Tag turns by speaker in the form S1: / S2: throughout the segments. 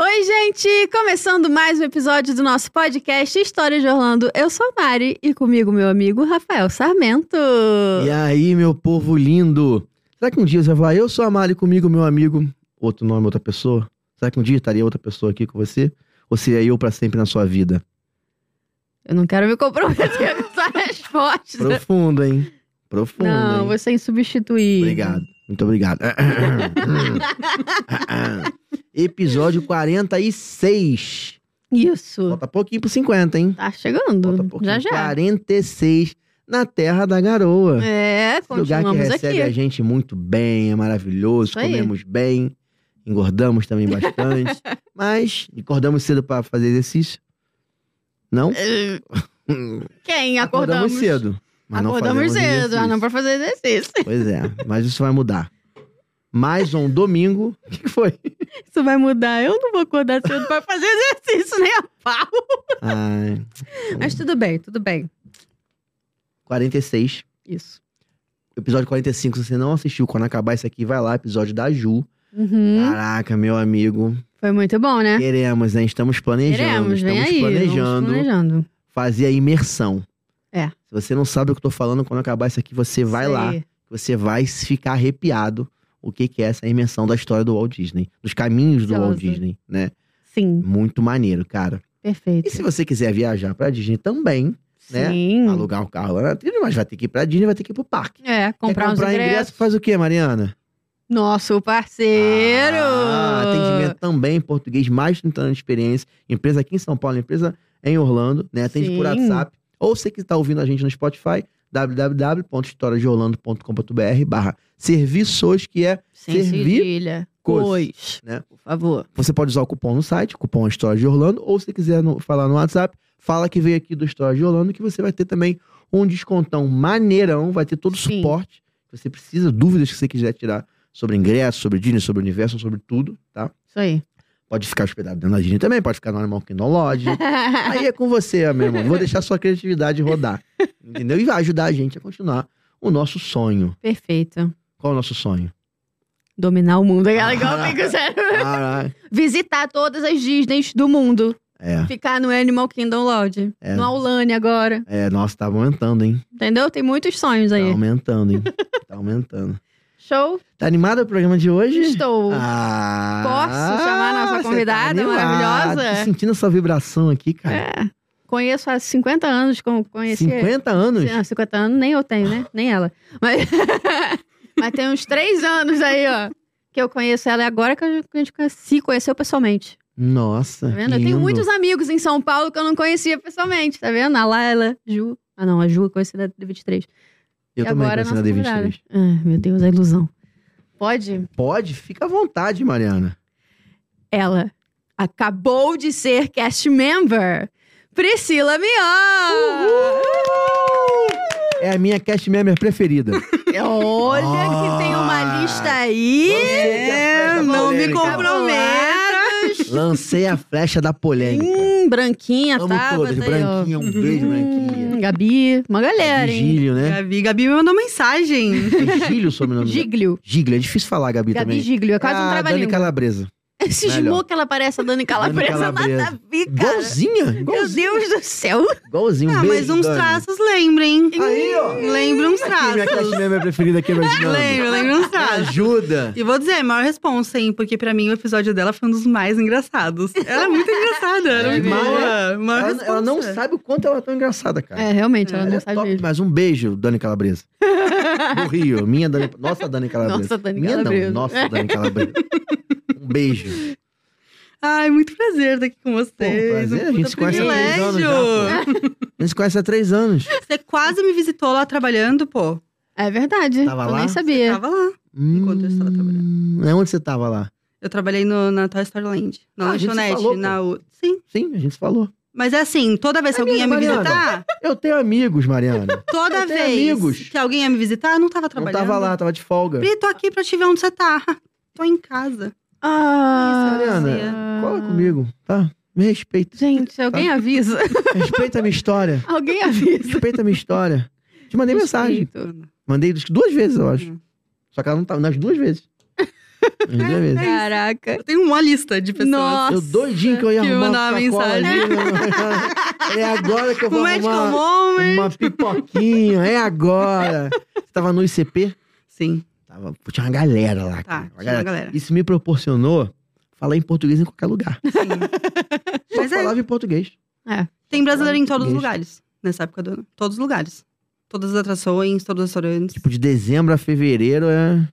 S1: Oi, gente! Começando mais um episódio do nosso podcast História de Orlando. Eu sou a Mari e comigo meu amigo Rafael Sarmento.
S2: E aí, meu povo lindo? Será que um dia você vai falar, eu sou a Mari comigo, meu amigo? Outro nome, outra pessoa? Será que um dia estaria outra pessoa aqui com você? Ou seria eu pra sempre na sua vida?
S1: Eu não quero me comprometer com essa resposta.
S2: Profundo, hein? Profundo.
S1: Não,
S2: hein?
S1: você é insubstituível.
S2: Obrigado. Muito obrigado. Episódio 46.
S1: Isso.
S2: Falta pouquinho pro 50, hein?
S1: Tá
S2: Falta
S1: chegando.
S2: um pouquinho.
S1: Já já.
S2: 46 na Terra da Garoa.
S1: É,
S2: Esse lugar que
S1: continuamos
S2: recebe
S1: aqui.
S2: a gente muito bem, é maravilhoso,
S1: Isso aí.
S2: comemos bem, engordamos também bastante, mas acordamos cedo pra fazer exercício. Não?
S1: Eh, Quem? Acordamos.
S2: Acordamos cedo. Mas não
S1: Acordamos
S2: fazemos
S1: cedo, mas não
S2: exercício.
S1: pra fazer exercício.
S2: Pois é, mas isso vai mudar. Mais um domingo. O que que foi?
S1: Isso vai mudar. Eu não vou acordar cedo pra fazer exercício, nem a pau.
S2: Ai,
S1: Mas tudo bem, tudo bem.
S2: 46.
S1: Isso.
S2: Episódio 45, se você não assistiu, quando acabar isso aqui, vai lá, episódio da Ju.
S1: Uhum.
S2: Caraca, meu amigo.
S1: Foi muito bom, né?
S2: Queremos, hein? Estamos planejando.
S1: Queremos, vem
S2: estamos
S1: aí. vamos
S2: planejando.
S1: planejando.
S2: fazer a imersão.
S1: É.
S2: Se você não sabe o que eu tô falando, quando acabar isso aqui, você vai
S1: Isso
S2: lá.
S1: aí.
S2: Você vai ficar arrepiado o que, que é essa imersão da história do Walt Disney. Dos caminhos do Walt
S1: Maravilhoso.
S2: Disney, né?
S1: Sim,
S2: Muito maneiro, cara.
S1: perfeito.
S2: E se você quiser viajar pra Disney também, né?
S1: Sim.
S2: alugar um carro lá na trilha, mas vai ter que ir pra Disney, vai ter que ir pro parque.
S1: É,
S2: Quer
S1: comprar, uns
S2: comprar
S1: ingressos.
S2: ingresso, faz o quê, Mariana?
S1: Nosso parceiro!
S2: Ah, atendimento também em português, mais de 30 anos de experiência. Empresa aqui em São Paulo, empresa em Orlando, né? Atende por
S1: Sim.
S2: WhatsApp. Ou você que está ouvindo a gente no Spotify, www.historiadeorlando.com.br barra serviços, que é...
S1: Sem
S2: Servi-
S1: cedilha. Cois.
S2: né?
S1: Por favor.
S2: Você pode usar o cupom no site, cupom História de Orlando, ou se quiser no- falar no WhatsApp, fala que veio aqui do História de Orlando, que você vai ter também um descontão maneirão, vai ter todo o
S1: Sim.
S2: suporte que você precisa, dúvidas que você quiser tirar sobre ingresso, sobre Disney, sobre o universo, sobre tudo, tá?
S1: Isso aí.
S2: Pode ficar hospedado dentro da Disney também, pode ficar no Animal Kingdom Lodge. Aí é com você, meu irmão. Vou deixar sua criatividade rodar. Entendeu? E vai ajudar a gente a continuar o nosso sonho.
S1: Perfeito.
S2: Qual é o nosso sonho?
S1: Dominar o mundo. É legal, fica sério.
S2: Caraca.
S1: Visitar todas as Disneys do mundo.
S2: Ah, É,
S1: Ficar no Animal Kingdom Lodge.
S2: É.
S1: No Aulane agora.
S2: é, nossa, tá aumentando, hein?
S1: Entendeu? Tem muitos sonhos
S2: Tá
S1: aí.
S2: aumentando, hein? Tá aumentando.
S1: Show?
S2: Tá animado o programa de hoje?
S1: Estou.
S2: Ah,
S1: Posso chamar nossa
S2: você tá
S1: convidada
S2: animado.
S1: maravilhosa?
S2: Tô sentindo essa vibração aqui, cara.
S1: É. Conheço há 50 anos, como conheci.
S2: 50 anos?
S1: Não, 50 Ah, anos nem eu tenho, né? Nem ela. Mas, Mas tem uns 3 anos aí, ó. Que eu conheço ela e agora que a gente conhece- se conheceu pessoalmente.
S2: Nossa.
S1: Tá vendo?
S2: que
S1: Eu tenho
S2: lindo.
S1: muitos amigos em São Paulo que eu não conhecia pessoalmente, tá vendo? A Laila, Ju. Ah, não, a Ju eu conheci da D23.
S2: Eu
S1: e
S2: também
S1: agora
S2: conheci
S1: nossa
S2: na D23.
S1: convidada. Ah, meu Deus, a ilusão. Pode?
S2: Pode? Fica à vontade, Mariana.
S1: Ela acabou de ser cast member. Priscila Mion!
S2: É a minha cast member preferida.
S1: Olha que tem uma
S2: Ah,
S1: lista aí.
S2: você que é festa
S1: não me
S2: polêmica.
S1: comprometa.
S2: Lancei a flecha da polêmica.
S1: Hum, branquinha,
S2: Amo
S1: tá? Hum,
S2: todas. Branquinha, um beijo, Branquinha.
S1: Gabi, uma galera, hein?
S2: Vigílio, né?
S3: Gabi, Gabi me mandou
S2: Um
S3: mensagem.
S2: Vigílio o sobrenome dela.
S1: Giglio.
S2: Giglio, é difícil falar, Gabi,
S1: Gabi
S2: também.
S1: Giglio, é quase
S2: a
S1: um
S2: Dani
S1: trabalhinho.
S2: Calabresa.
S1: Cismou
S2: Melhor.
S1: que ela parece a Dani Calabresa,
S2: Dani Calabresa.
S1: nada a ver, cara.
S2: Igualzinha,
S1: Meu
S2: igualzinho.
S1: Deus do céu.
S2: Igualzinho, um
S3: Ah, mas
S2: beijo,
S3: uns
S2: Dani.
S3: traços lembra, hein?
S2: Aí, ó.
S3: Lembra uns
S2: Aqui, minha
S3: traços.
S2: cast member preferida aqui, é Brasilando.
S3: Lembra, lembra uns traços.
S2: Ajuda.
S3: E vou dizer, é a maior responsa, hein? Porque pra mim o episódio dela foi um dos mais engraçados. Ela é muito engraçada, ela
S2: É
S3: é muito
S2: demais,
S3: boa. Maior
S2: Ela,
S3: responsa.
S2: ela não sabe o quanto ela é tão engraçada, cara.
S1: É, realmente, ela
S2: Ela
S1: não
S2: é
S1: sabe
S2: top,
S1: mesmo.
S2: Mas um beijo, Dani Calabresa. Do Rio. Minha Dani... Nossa, Dani Calabresa.
S1: Nossa, Dani
S2: Minha
S1: Calabresa.
S2: não, nossa, Dani Calabresa. um beijo.
S3: Ai, muito prazer estar aqui com vocês.
S2: Pô, prazer, a
S3: um
S2: gente
S3: puta
S2: se conhece há três anos já,
S3: privilégio.
S2: A gente se conhece há três anos.
S3: Você quase me visitou lá trabalhando, pô.
S1: É verdade.
S2: Tava
S1: eu
S2: lá?
S1: nem sabia.
S3: Tava lá. Enquanto eu estava trabalhando.
S2: É onde você tava lá?
S3: Eu trabalhei no, na Toy Story Land. Na
S2: Ah, a gente se
S3: lanchonete,
S2: falou, pô.
S3: na... U- Sim.
S2: Sim, a gente se falou.
S3: Mas é assim, toda vez que alguém ia me
S2: Mariana.
S3: visitar...
S2: Eu tenho amigos, Mariana.
S3: Toda
S2: Eu tenho
S3: vez
S2: amigos.
S3: que alguém ia me visitar, eu não tava
S2: Não
S3: trabalhando.
S2: tava lá, tava de folga.
S3: Pri, tô aqui pra te ver onde você tá. Tô em casa.
S1: Ah,
S3: Isso,
S2: Mariana, cola comigo, tá? Me respeita.
S1: Gente, alguém avisa.
S2: Respeita a minha história.
S1: alguém avisa.
S2: Respeita a minha história. Te mandei mensagem. É
S1: Respeito.
S2: Mandei duas vezes, eu acho. Só que ela não tava nas duas vezes. Em dois meses.
S1: Caraca.
S3: Eu tenho uma lista de pessoas.
S1: Nossa.
S2: Eu doidinho que eu ia
S3: que
S2: arrumar
S3: mandava
S2: uma sacola
S3: mensagem.
S2: ali, né? É agora que eu vou
S3: O Magical
S2: arrumar
S3: Moment.
S2: uma pipoquinha. É agora. Você tava no ICP?
S3: Sim,
S2: Tava, tinha uma galera lá.
S3: tá.
S2: cara, uma
S3: Chama a
S2: galera.
S3: galera.
S2: Isso me proporcionou falar em português em qualquer lugar.
S3: Sim.
S2: Só
S3: Mas é,
S2: falava em português.
S3: tem brasileiro em todos os
S2: Português.
S3: lugares. Nessa época do ano. Todos os lugares. Todas as atrações, todos os restaurantes.
S2: Tipo, de dezembro a fevereiro é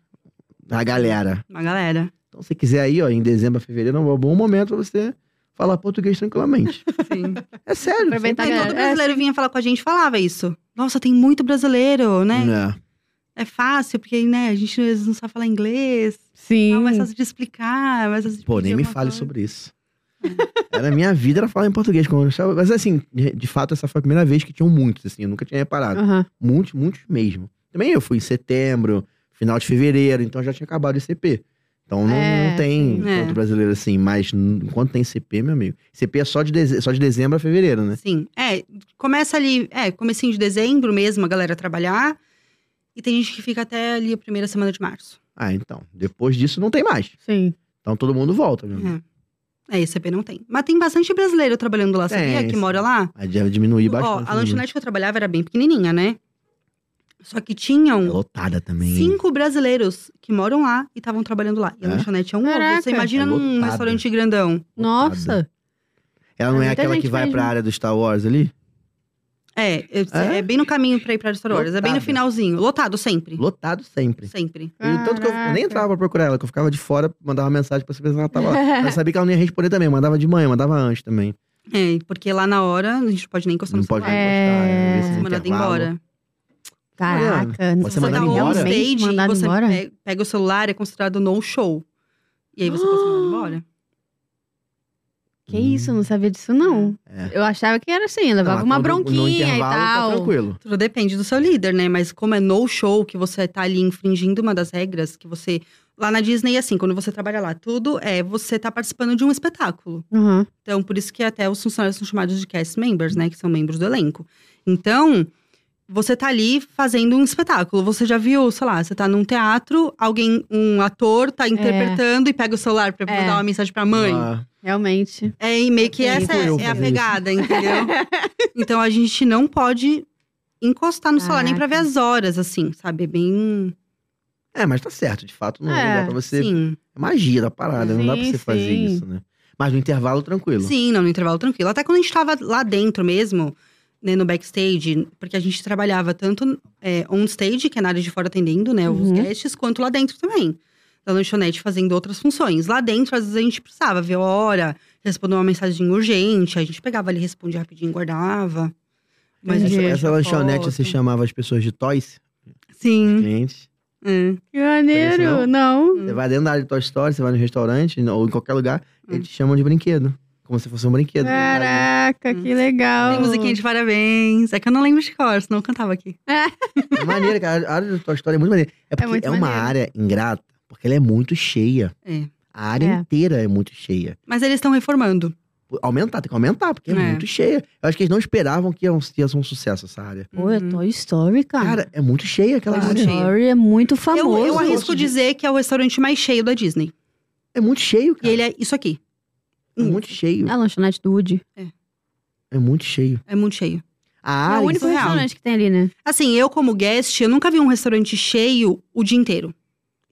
S2: a galera.
S3: Uma galera.
S2: Então, se quiser aí, ó, em dezembro a fevereiro é um bom momento pra você falar português tranquilamente.
S3: Sim.
S2: É sério.
S1: Aproveitar
S3: Aí
S1: a
S3: todo
S1: É,
S3: brasileiro vinha falar com a gente falava isso. Nossa, tem muito brasileiro, né?
S2: Né?
S3: É fácil, porque né, a gente às vezes não sabe falar inglês.
S1: Sim.
S3: É mais fácil de explicar, é mais fácil de
S2: Pô,
S3: pedir
S2: nem me
S3: alguma
S2: fale
S3: coisa.
S2: sobre isso. Era minha vida, era falar em português. quando eu achava- Mas assim, de de fato, essa foi a primeira vez que tinham muitos, assim, eu nunca tinha
S3: Ah.
S2: reparado.
S1: Aham.
S2: Muitos, muitos mesmo. Também eu fui em setembro, final de fevereiro, então já tinha acabado o ICP. Então não,
S1: É,
S2: não tem
S1: sim.
S2: tanto
S3: É.
S2: brasileiro assim, mas n- enquanto tem ICP, meu amigo. ICP é só de, deze- só de dezembro a fevereiro, né?
S3: Sim. É, começa ali, é, comecinho de dezembro mesmo, a galera trabalhar. E tem gente que fica até ali a primeira semana de março.
S2: Ah, então. Depois disso não tem mais.
S1: Sim.
S2: Então todo mundo volta, meu amigo.
S3: É, ICP não tem. Mas tem bastante brasileiro trabalhando lá, sabia?
S2: Tem,
S3: que
S2: sim.
S3: mora lá.
S2: Aí deve diminuir
S3: Ó,
S2: bastante.
S3: a
S2: né?
S3: lanchonete que eu trabalhava era bem pequenininha, né? Só que
S2: É
S3: tinham
S2: lotada também. hein?
S3: cinco brasileiros que moram lá e estavam trabalhando lá. E a
S2: É?
S3: lanchonete é um
S1: Caraca.
S3: outro. Você imagina
S2: É
S3: num
S2: lotada.
S3: restaurante grandão.
S1: Nossa.
S2: Ela não é
S1: Muita
S2: aquela que
S1: gente
S2: vai
S1: faz,
S2: pra
S1: né?
S2: área do Star Wars ali?
S3: É, eu-
S2: É?
S3: é, bem no caminho pra ir pra Star Wars. É bem no
S2: Lotado.
S3: finalzinho. Lotado sempre.
S2: Lotado sempre.
S3: Sempre.
S2: E tanto que eu
S1: Caraca.
S2: nem entrava pra procurar ela, que eu ficava de fora, mandava mensagem pra saber se ela tava lá. Mas eu sabia que ela não ia responder também, mandava de manhã, mandava antes também.
S3: É, porque lá na hora a gente não pode nem encostar
S2: Não
S3: no
S2: pode
S3: celular.
S2: encostar, né?
S1: É.
S2: Às vezes
S3: Você
S2: no
S3: é mandado
S2: intervalo.
S3: embora.
S1: Caraca.
S2: Pode ser
S1: Você
S2: mandado
S1: tá
S2: embora?
S1: realmente
S3: Stage,
S1: mandado
S3: você
S1: embora?
S3: pe- pega o celular, é considerado no-show. E aí você pode ser
S1: Ah!
S3: mandado embora.
S1: Que isso, eu não sabia disso, não.
S2: É.
S1: Eu achava que era assim, levava
S2: Ela,
S1: uma
S2: Tá, quando- no
S1: bronquinha e
S2: intervalo,
S1: tal.
S2: Tá tranquilo.
S3: Tudo depende do seu líder, né? Mas como é no-show, que você tá ali infringindo uma das regras que você... Lá na Disney, assim, quando você trabalha lá, tudo é você tá participando de um espetáculo.
S1: Aham.
S3: Então, por isso que até os funcionários são chamados de cast members, né? Que são membros do elenco. Então, você tá ali fazendo um espetáculo. Você já viu, sei lá, você tá num teatro, alguém, um ator tá interpretando e pega o celular pra
S1: É.
S3: dar uma mensagem pra mãe.
S2: Ah,
S1: Realmente.
S3: É, e meio que
S1: Sim,
S3: essa
S2: fui eu
S3: é, é a
S2: fazer
S3: pegada, entendeu? então, a gente não pode encostar no celular nem pra
S1: Caraca.
S3: ver as horas, assim, sabe? É Bem.
S2: é, mas tá certo, de fato, não
S1: É,
S2: dá pra você.
S3: Sim.
S2: É magia da parada, não dá pra
S1: Sim,
S2: você fazer
S1: sim.
S2: isso, né? Mas no intervalo, tranquilo.
S3: Sim, não, no intervalo tranquilo. Até quando a gente tava lá dentro mesmo, né, no backstage, porque a gente trabalhava tanto é, on stage, que é na área de fora atendendo, né, os
S1: Uhum.
S3: guests, quanto lá dentro também. Da lanchonete fazendo outras funções. Lá dentro, às vezes, a gente precisava ver a hora, responder uma mensagem urgente, a gente pegava ali, respondia rapidinho, guardava. Mas a gente
S2: Essa,
S1: Entendi.
S2: essa
S3: fazia
S2: lanchonete
S3: foto.
S2: você chamava as pessoas de toys,
S1: Hum.
S2: os
S3: Sim.
S2: clientes.
S3: é.
S1: Que maneiro,
S2: Interessante.
S1: assim, não. Uhum.
S2: Você vai dentro da área de Toy Story, você vai no restaurante ou em qualquer lugar,
S3: Hum.
S2: eles te chamam de brinquedo. Como se fosse um brinquedo.
S1: Caraca,
S3: Hum.
S1: que legal.
S2: Ah.
S3: Tem musiquinha de parabéns. É que eu não lembro de cor, senão eu cantava aqui.
S2: É maneiro, cara. A área do Toy Story é muito maneira. É porque
S1: muito
S2: é, uma
S1: maneiro.
S2: área ingrata, porque ela é muito cheia.
S3: É.
S2: A área
S1: É.
S2: inteira é muito cheia.
S3: Mas eles estão reformando.
S2: Aumentar, tem que aumentar, porque é,
S3: É.
S2: muito cheia. Eu acho que eles não esperavam que ia um, que ia ser um sucesso essa área.
S1: Pô, é Toy Story, cara.
S2: Cara, é muito cheia aquela
S1: Toy
S3: muito
S2: área.
S3: cheio.
S1: Story é muito
S3: eu,
S1: famoso.
S3: eu
S2: famoso.
S3: arrisco dizer que é o restaurante mais cheio da Disney.
S2: É muito cheio,
S3: E
S2: cara.
S3: ele é isso aqui. Hum,
S2: É muito cheio.
S1: É a lanchonete do Woody.
S2: É muito cheio.
S3: É muito cheio.
S2: A
S1: é
S2: área.
S1: o único
S3: isso é real.
S1: restaurante que tem ali, né?
S3: Assim, eu como guest, eu nunca vi um restaurante cheio o dia inteiro,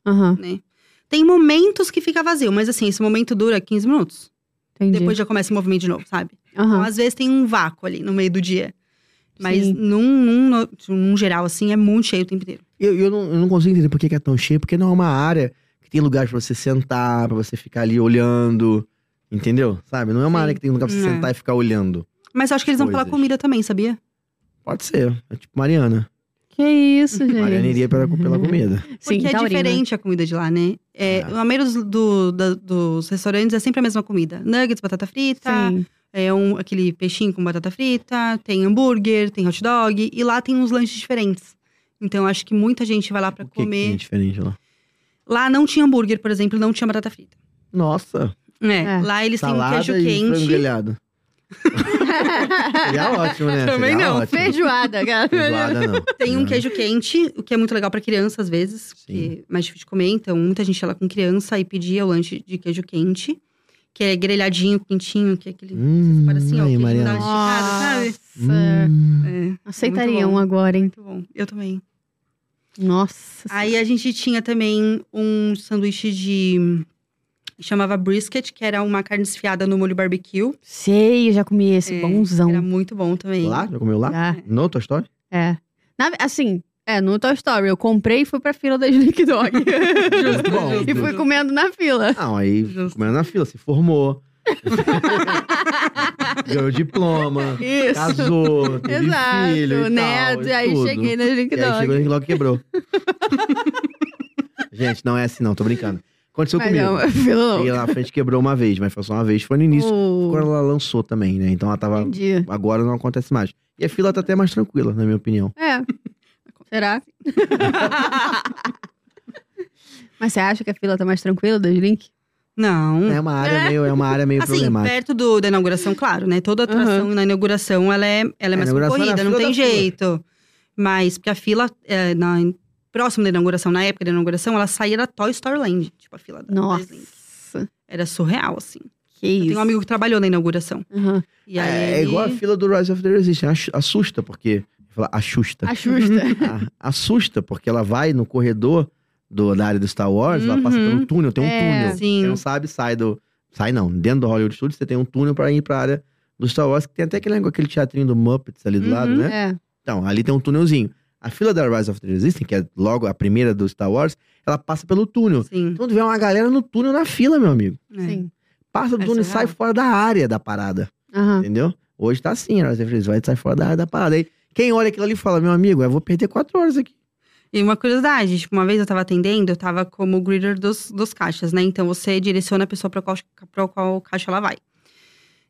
S1: Aham,
S3: né? Tem momentos que fica vazio, mas assim, esse momento dura 15 minutos.
S1: entendi.
S3: Depois já começa o movimento de novo, sabe?
S1: Aham.
S3: Então, às vezes tem um vácuo ali no meio do dia. Mas
S1: Sim.
S3: num, num, no- num geral, assim, é muito cheio o tempo inteiro.
S2: Eu, eu, não, eu não consigo entender por que que é tão cheio, porque não é uma área que tem lugar pra você sentar, pra você ficar ali olhando. Entendeu? Sabe? Não é uma
S3: Sim.
S2: área que tem lugar pra você
S3: É.
S2: sentar e ficar olhando.
S3: Mas eu acho que eles vão pela
S2: Coisas.
S3: comida também, sabia?
S2: Pode ser. É tipo Mariana.
S1: Que isso, gente.
S2: Mariana iria pela, pela comida.
S1: Sim,
S3: Porque é
S1: taurina.
S3: diferente a comida de lá, né? É,
S2: É.
S3: A maioria dos, do- da- dos restaurantes é sempre a mesma comida. Nuggets, batata frita,
S1: Sim.
S3: É um, aquele peixinho com batata frita, tem hambúrguer, tem hot dog, e lá tem uns lanches diferentes. Então, acho que muita gente vai lá pra
S2: Tipo, O que que
S3: comer.
S2: tem diferente lá?
S3: lá não tinha hambúrguer, por exemplo, não tinha batata frita.
S2: Nossa,
S3: É,
S1: É.
S3: Lá eles têm um
S2: salada
S3: queijo
S2: e frango
S3: quente.
S2: grelhado. Seria ótimo, né?
S3: Também
S2: Seria
S3: não.
S2: Ótimo.
S1: Feijoada, cara.
S2: Feijoada, não.
S3: Tem um
S2: Não.
S3: queijo quente, o que é muito legal pra criança às vezes, que é mais difícil de comer. Então, muita gente ia lá com criança e pedia o lanche de queijo quente, que é grelhadinho, quentinho, que é aquele.
S2: Hum,
S3: separa assim,
S2: aí,
S3: ó, o queijo
S2: Mariana.
S3: dá sabe?
S1: Nossa.
S2: Hum.
S3: É,
S1: Aceitaria
S3: Muito bom.
S1: um agora, hein?
S3: muito bom. Eu também.
S1: Nossa.
S2: Assim.
S3: Aí a gente tinha também um sanduíche de. chamava brisket, que era uma carne desfiada no molho barbecue.
S1: Sei, eu já comi esse
S3: É,
S1: bonzão.
S3: Era muito bom também.
S2: Lá? Já comeu lá?
S1: Já.
S2: Não, tua história?
S1: É. Na- assim, é, no Toy Story. Eu comprei e fui pra fila da Slick Dog.
S3: Justo,
S2: Bom.
S3: justo.
S1: e fui comendo na fila.
S2: Não, aí
S3: Justo.
S2: comendo na fila, se formou, ganhou diploma,
S1: Isso.
S2: casou, teve
S1: Exato,
S2: filho e
S1: né?
S2: tal, e
S1: aí
S2: tudo.
S1: cheguei na Slick
S2: E aí chegou
S1: Dog.
S2: a gente logo quebrou. gente, não é assim não, tô brincando. Aconteceu
S1: Mas
S2: comigo.
S1: não, a fila não.
S2: E lá na frente quebrou uma vez, mas foi só uma vez, foi no início.
S1: Oh,
S2: Agora ela lançou também, né? Então ela tava.
S1: entendi.
S2: Agora não acontece mais. E a fila tá até mais tranquila, na minha opinião.
S1: É. Será? Mas você acha que a fila tá mais tranquila da Slink?
S3: Não.
S2: É uma área meio, é uma área meio
S3: Hum. Assim,
S2: problemática.
S3: perto do, da inauguração, claro, né? Toda atração na inauguração, ela é, ela é
S2: A
S3: mais
S2: inauguração era
S3: concorrida,
S2: a
S3: não
S2: fila
S3: tem
S2: da fila.
S3: jeito. Mas, porque a fila, é, na, próximo da inauguração, na época da inauguração, ela saía da Toy Story Land, tipo a fila da
S1: Nossa.
S3: Disney. Era surreal, assim.
S1: Que
S3: Eu
S1: isso.
S3: tenho um amigo que trabalhou na inauguração.
S1: Aham.
S3: E aí,
S2: é, é
S3: ele-
S2: igual a fila do Rise of the Resistance. Assusta, porque. Falar, assusta.
S1: A
S3: Né?
S1: Xuxa.
S2: A- assusta, porque ela vai no corredor do, da área do Star Wars, ela passa
S3: Uhum.
S2: pelo túnel, tem um
S1: É.
S2: túnel.
S3: Sim.
S2: Você não sabe, sai do. Sai não, dentro do Hollywood Studios você tem um túnel pra ir pra área do Star Wars, que tem até aquele, negócio- aquele teatrinho do Muppets ali do
S3: Uhum.
S2: lado, né?
S1: É.
S2: Então, ali tem um túnelzinho. A fila da Rise of the Resistance, que é logo a primeira do Star Wars, ela passa pelo túnel.
S3: Sim.
S2: Então, tu vê uma galera no túnel na fila, meu amigo.
S3: é.
S1: Sim.
S2: Passa do
S3: É
S2: túnel e sai
S3: surreal.
S2: fora da área da parada.
S1: Aham.
S2: Entendeu? Hoje tá assim, a Rise of the Resistance vai sai fora da área da parada. Aí, quem olha aquilo ali e fala, meu amigo, eu vou perder quatro horas aqui.
S3: E uma curiosidade, tipo, uma vez eu tava atendendo, eu tava como greeter dos, dos caixas, né? Então você direciona a pessoa pra qual, pra qual caixa ela vai.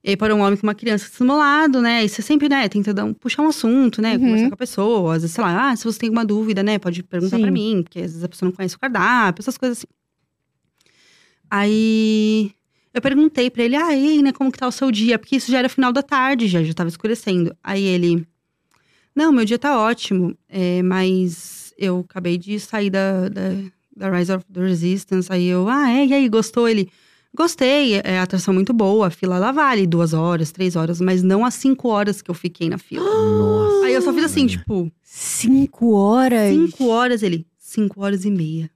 S3: E aí parou um homem com uma criança do meu lado, né? E você sempre, né, tenta dar um, puxar um assunto, né?
S1: Uhum.
S3: Conversar com a pessoa. Às vezes, sei lá, ah, se você tem alguma dúvida, né? Pode perguntar
S1: Sim.
S3: pra mim. Porque às vezes a pessoa não conhece o cardápio, essas coisas assim. Aí eu perguntei pra ele, ah, e aí, né, como que tá o seu dia? Porque isso já era final da tarde, já, já tava escurecendo. Aí ele, não, meu dia tá ótimo, é, mas eu acabei de sair da, da, da Rise of the Resistance. Aí eu, ah, é, e aí, gostou? Ele, gostei, é a atração muito boa, a fila lá vale duas horas, três horas, mas não as cinco horas que eu fiquei na fila.
S2: Nossa.
S3: Aí eu só fiz
S2: Ah,
S3: assim, tipo,
S1: Cinco
S2: é
S1: horas?
S3: cinco horas, ele, cinco horas e meia.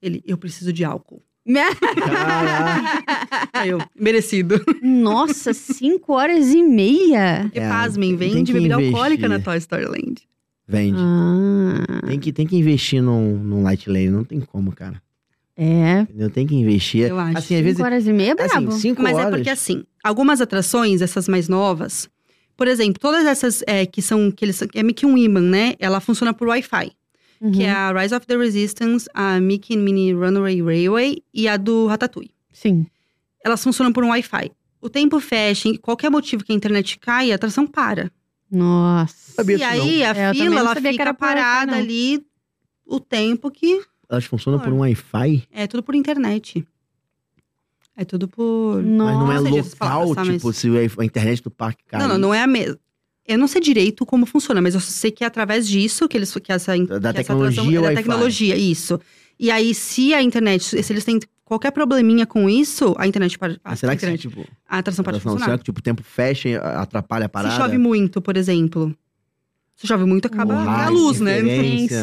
S3: Ele, eu preciso de álcool.
S2: Caraca.
S3: Aí eu,
S2: É,
S3: merecido.
S1: Nossa, cinco horas e meia?
S3: Porque,
S2: É,
S3: pasmem,
S2: tem
S3: vende
S2: que
S3: bebida
S2: investir.
S3: alcoólica na Toy Story Land.
S2: Vende.
S1: Ah,
S2: Tem, que, tem que investir num, num light lane, não tem como, cara.
S1: é.
S2: Entendeu? Tem que investir.
S3: Eu acho.
S2: Assim, às vezes.
S1: Cinco horas e meia é brabo.
S2: Assim, cinco
S3: Mas
S2: horas.
S3: é porque, assim, algumas atrações, essas mais novas, por exemplo, todas essas é, que são, que eles, é meio que um imã, né? Ela funciona por Wi-Fi.
S1: Uhum.
S3: Que é a Rise of the Resistance, a Mickey and Minnie Runaway Railway e a do Ratatouille.
S1: Sim.
S3: Elas funcionam por um Wi-Fi. O tempo fecha, em qualquer motivo que a internet cai, a atração para.
S1: Nossa.
S2: Sabia. Sabia.
S3: E aí, a
S1: É, eu também
S3: fila,
S1: não
S3: ela
S1: sabia que
S3: fica
S1: era por Wi-Fi,
S3: parada
S1: não.
S3: ali o tempo que
S2: Elas funcionam por um Wi-Fi,
S3: É tudo por internet. É tudo por.
S1: Hum.
S2: mas não
S1: Nossa.
S2: é
S3: Nossa, louco. Jesus,
S2: local,
S3: fala, tá,
S2: tipo,
S3: mas-
S2: se a a internet do parque cai.
S3: Não, não, não é a mesma. Eu não sei direito como funciona, mas eu só sei que é através disso que eles que essa in-
S2: Da- da
S3: que essa
S2: tecnologia
S3: atração- é da
S2: Wi-Fi.
S3: tecnologia, isso. E aí se a internet, se eles têm qualquer probleminha com isso, a internet para a,
S2: Ah, será que
S3: internet,
S2: tipo,
S3: a atração Então para de
S2: não,
S3: funcionar.
S2: será que tipo, o tempo fecha e a- atrapalha a parada?
S3: se chove muito, por exemplo. Se chove muito, acaba
S2: Ou
S3: a
S2: raio,
S3: luz, né?
S2: interferência.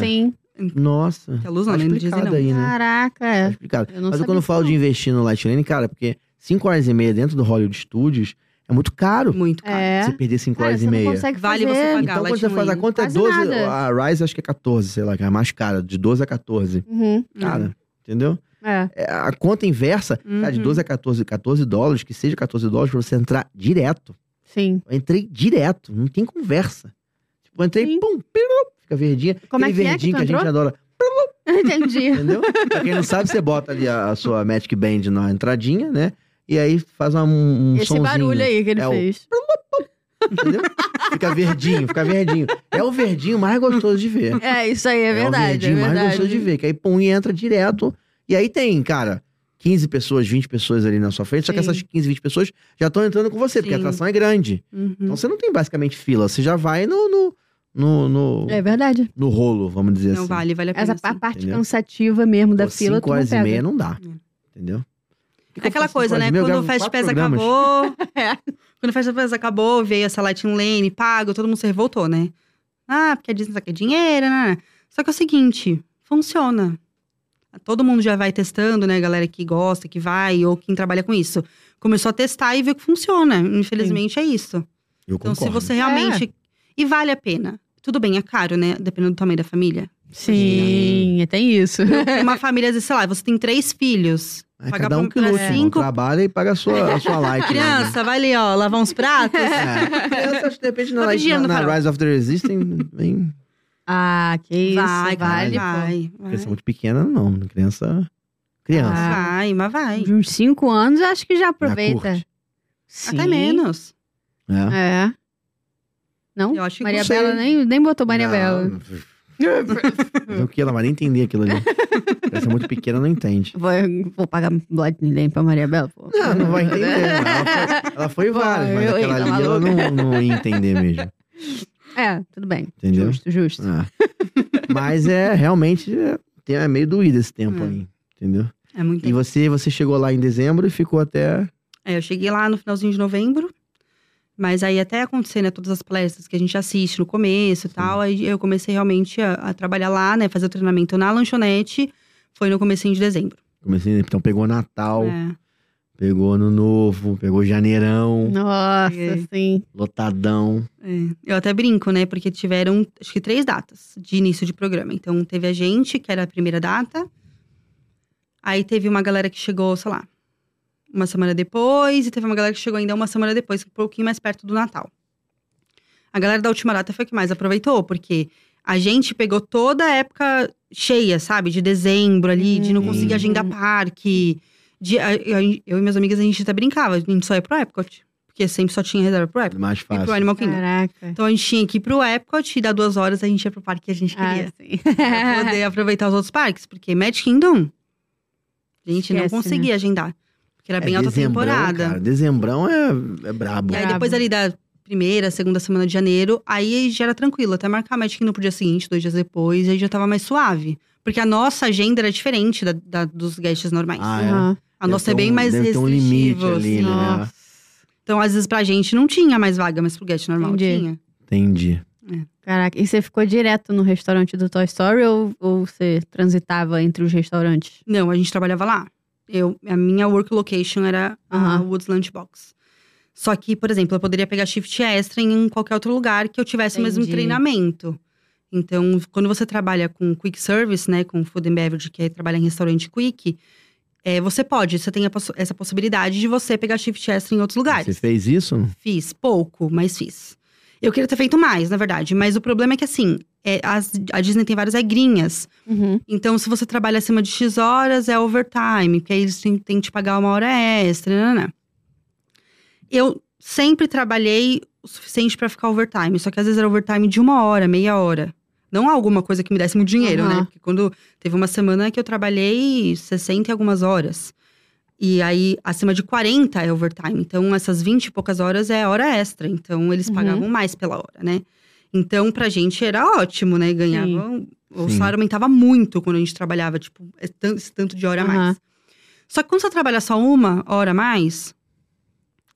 S1: Sim,
S2: Ciência.
S1: sim.
S2: Nossa.
S3: A luz não,
S2: é tá
S3: né? Não dizem
S2: explicado
S3: não.
S2: aí, né?
S1: Caraca.
S2: Tá
S1: é.
S2: explicado.
S1: Eu não
S2: Mas
S1: sabia
S2: quando eu
S1: disso,
S2: falo de
S1: não.
S2: investir no Light Lane, cara, porque 5 horas e meia dentro do Hollywood Studios é muito caro
S3: Muito caro.
S1: É.
S2: você perder 5
S1: Cara,
S2: Ah, horas
S1: você
S2: e
S1: não
S2: meia.
S1: consegue
S3: Vale você
S1: fazer.
S3: pagar.
S2: Então, quando
S3: Light
S2: você faz a
S3: Lane.
S2: conta, é
S1: Quase
S2: 12.
S1: nada.
S2: A Rise acho que é 14, sei lá, que é a mais cara. De 12 a 14.
S1: Uhum.
S3: Hum.
S2: Cara, entendeu?
S1: É.
S2: É, a conta inversa, tá de
S3: Uhum.
S2: 12 a 14, 14 dólares, que seja 14 dólares pra você entrar direto.
S1: Sim.
S2: Eu entrei direto, não tem conversa. Tipo, eu entrei,
S1: Sim.
S2: pum, piru, fica verdinha.
S1: Como é que
S2: Aquele
S1: é que
S2: verdinho
S1: tu
S2: que, a gente
S1: entrou?
S2: adora,
S1: Entendi.
S2: entendeu? pra quem não sabe, você bota ali a, a sua Magic Band na entradinha, né? E aí faz uma- um, um
S1: Esse
S2: somzinho,
S1: barulho aí que ele
S2: É o-
S1: fez.
S2: entendeu? Fica verdinho, fica verdinho. É o verdinho mais gostoso de ver.
S1: É, isso aí é
S2: o
S1: verdade. É
S2: verdinho mais
S1: verdade.
S2: gostoso de ver. Que aí, pum, e entra direto. E aí tem, cara, 15 pessoas, 20 pessoas ali na sua frente, só que
S3: Sim.
S2: essas 15, 20 pessoas já estão entrando com você, porque a
S3: Sim.
S2: atração é grande.
S3: Uhum.
S2: Então você não tem basicamente fila, você já vai no, no, no, no,
S1: É verdade.
S2: no rolo, vamos dizer
S3: Não
S2: assim.
S3: vale, é vale a pena.
S1: Essa
S3: sim.
S1: a parte
S2: Entendeu?
S1: cansativa mesmo da
S2: Pô,
S1: fila, tu
S2: cinco
S1: não
S2: horas e
S1: pega.
S2: meia não dá.
S3: É.
S2: Entendeu? Por que que
S3: É
S2: eu
S3: aquela
S2: faço cinco
S3: coisa,
S2: horas
S3: né?
S2: e meia? Eu
S3: Quando o
S2: gravo
S3: Fast
S2: quatro
S3: Pass
S2: programas.
S3: acabou.
S1: É.
S3: Quando o Fast Pass acabou, veio essa Lightning Lane, pago, todo mundo se revoltou, né? Ah, porque a Disney só quer dinheiro, né? Só que é o seguinte, funciona. Todo mundo já vai testando, né? Galera que gosta, que vai, ou quem trabalha com isso. Começou a testar e viu que funciona. Infelizmente, é isso.
S2: Eu
S3: Então,
S2: concordo.
S3: se você realmente.
S1: É.
S3: E vale a pena. Tudo bem, é caro, né? Dependendo do tamanho da família.
S1: Sim, é, tem isso.
S3: Uma família, às vezes, sei lá, você tem três filhos.
S2: Aí
S3: pagar
S2: cada um que
S3: pra- pra
S2: lute, irmão.
S3: cinco-
S2: trabalha e paga a sua, a sua light.
S3: Criança, vai ali, ó, lavar uns pratos.
S2: É. Criança, acho que de repente, na,
S3: Tá
S2: light,
S3: vigiando,
S2: na, na
S3: Carol.
S2: Rise of the Resistance, bem,
S1: Ah, que isso. vale.
S3: Vai, vai,
S1: pô.
S3: vai. Vai,
S2: criança muito pequena, não. Criança. Criança.
S1: Ah,
S3: vai mas vai.
S1: De uns 5 anos, eu acho que já aproveita.
S2: curte.
S1: Sim.
S3: Até menos.
S2: né?
S1: É. Não?
S3: Eu acho que
S1: Maria
S2: não sei.
S1: Bela nem, nem botou Maria
S2: Não,
S1: Bela.
S2: Fazer o que? Ela vai nem entender aquilo ali. Criança muito pequena não entende.
S1: Vou, vou pagar Lightning Lane pra Maria Bela, pô.
S2: Ah, Não, não vai entender.
S3: Né?
S2: né? não. Ela foi, ela foi
S1: Pô,
S2: várias, mas
S1: eu-
S2: aquela
S1: eu- tá
S2: ali ela não, não ia entender mesmo.
S1: É, tudo bem.
S2: Entendeu?
S1: Justo, justo.
S2: Ah. Mas é realmente é, tem- é meio doído esse tempo
S3: É.
S2: aí, entendeu?
S1: né?
S3: É muito
S2: E você, você chegou lá em dezembro e ficou até.
S3: É, eu cheguei lá no finalzinho de novembro, mas aí até acontecer, né, todas as palestras que a gente assiste no começo e tal, aí eu comecei realmente a, a trabalhar lá, né, fazer o treinamento na lanchonete, foi no comecinho de dezembro.
S2: Comecei, então pegou Natal,
S3: É.
S2: pegou Ano Novo, pegou Janeirão,
S1: Nossa,
S3: É.
S1: sim.
S2: lotadão.
S3: É, Eu até brinco, né? Porque tiveram, acho que, três datas de início de programa. Então, teve a gente, que era a primeira data. Aí, teve uma galera que chegou, sei lá, uma semana depois. E teve uma galera que chegou ainda uma semana depois, um pouquinho mais perto do Natal. A galera da última data foi a que mais aproveitou, porque a gente pegou toda a época cheia, sabe? De dezembro ali, de não conseguir
S2: Uhum.
S3: agendar parque. de- a- eu, eu e minhas amigas, a gente até brincava, a gente só ia pro Epcot. Porque sempre só tinha reserva pro Epcot.
S2: Mais
S3: E pro
S2: fácil.
S3: Animal Kingdom.
S1: Caraca.
S3: Então a gente tinha que ir pro Epcot e dar duas horas a gente ia pro parque que a gente
S1: Ah,
S3: queria.
S1: sim.
S3: Pra
S2: Ah,
S3: poder aproveitar os outros parques, porque Magic Kingdom, a gente não
S1: Esquece, né?
S3: conseguia agendar. Porque era bem
S2: é,
S3: alta
S2: dezembrão,
S3: temporada.
S2: Cara, dezembrão é, é brabo.
S3: E aí
S1: Brabo.
S3: depois ali da primeira, segunda semana de janeiro, aí já era tranquilo. Até marcar Magic Kingdom pro dia seguinte, dois dias depois, aí já tava mais suave. Porque a nossa agenda era diferente da, da- dos guests normais.
S2: Ah, é.
S1: Aham.
S3: a
S2: Deve
S3: nossa
S2: ter
S3: é bem
S2: um-
S3: mais
S2: deve ter um limite
S3: restritiva.
S2: ali,
S3: assim.
S2: né?
S1: Nossa.
S3: Então, às vezes, pra gente não tinha mais vaga, mas pro guest normal
S1: Entendi.
S3: tinha.
S2: Entendi.
S1: Caraca, e você ficou direto no restaurante do Toy Story ou, ou você transitava entre os restaurantes?
S3: Não, a gente trabalhava lá. Eu, a minha work location era a
S1: Aham.
S3: Woods Lunch Box. Só que, por exemplo, eu poderia pegar shift extra em qualquer outro lugar que eu tivesse o mesmo
S1: Entendi.
S3: treinamento. Então, quando você trabalha com quick service, né, com food and beverage, que é trabalhar em restaurante quick, é, você pode, você tem a poss- essa possibilidade de você pegar shift extra em outros lugares.
S2: Você fez isso?
S3: Fiz pouco, mas fiz. Eu queria ter feito mais, na verdade, mas o problema é que assim, é, as- a Disney tem várias regrinhas.
S1: Uhum.
S3: Então, se você trabalha acima de X horas, é overtime, porque aí eles têm, têm que te pagar uma hora extra, nananã. Eu sempre trabalhei o suficiente pra ficar overtime, só que às vezes era overtime de uma hora, meia hora. Não alguma coisa que me desse muito dinheiro,
S1: Aham.
S3: né? Porque quando teve uma semana que eu trabalhei 60 e algumas horas. E aí, acima de 40 é overtime. Então, essas 20 e poucas horas é hora extra. Então, eles
S1: Uhum.
S3: pagavam mais pela hora, né? Então, pra gente era ótimo, né? Ganhava o
S2: Sim.
S3: salário aumentava muito quando a gente trabalhava, tipo, é tan- esse tanto de hora a
S1: Aham.
S3: mais. Só que quando você trabalha só uma hora a mais,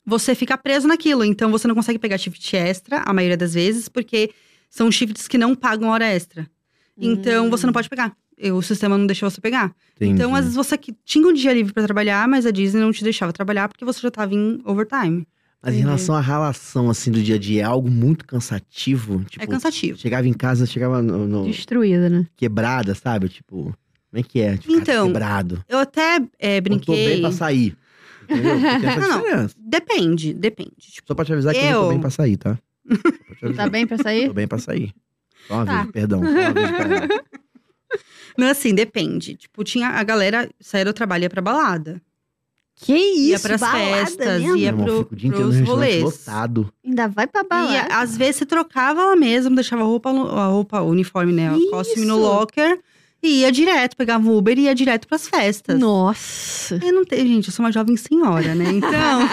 S3: você fica preso naquilo. Então você não consegue pegar shift extra, a maioria das vezes, porque são shifts que não pagam hora extra. Então você não pode pegar. E O sistema não deixa você pegar.
S2: Hum. Entendi.
S3: Então, às vezes, você que- tinha um dia livre pra trabalhar, mas a Disney não te deixava trabalhar porque você já tava em overtime.
S2: Mas em relação à relação, assim, do dia a dia, é algo muito cansativo. Tipo,
S3: é cansativo.
S2: Chegava em casa, chegava no, no-
S1: Destruída, né?
S2: quebrada, sabe? Tipo, como é que é? Tipo, cara
S3: Então,
S2: quebrado.
S3: Eu até é,
S2: Eu tô bem
S3: brinquei.
S2: pra sair. Entendeu? Tem essa
S3: Não, não.
S2: diferença.
S3: Depende, depende. Tipo,
S2: Só pra te avisar que eu, não
S3: Eu-
S2: tô bem pra sair, tá? Só pra te
S1: Tá
S2: avisar.
S1: bem pra sair?
S2: Tô bem pra sair. Só uma
S1: Tá.
S2: vez, perdão. Só uma vez pra...
S3: Mas assim, depende. Tipo, tinha a galera saía do trabalho e ia pra balada.
S1: Que isso,
S3: ia pras
S1: balada
S3: festas,
S1: mesmo?
S3: ia
S2: Meu irmão,
S3: pro-
S2: fico o dia inteiro no
S3: pros
S2: restaurante
S3: rolês.
S2: lotado.
S1: Ainda vai pra
S3: E
S1: balada.
S3: a- às vezes você trocava ela mesmo, deixava a roupa, no- a roupa o uniforme, né? O costume no
S1: Isso!
S3: locker E ia direto, pegava o Uber e ia direto pras festas.
S1: Nossa.
S3: Eu não tenho, gente, eu sou uma jovem senhora, né? Então,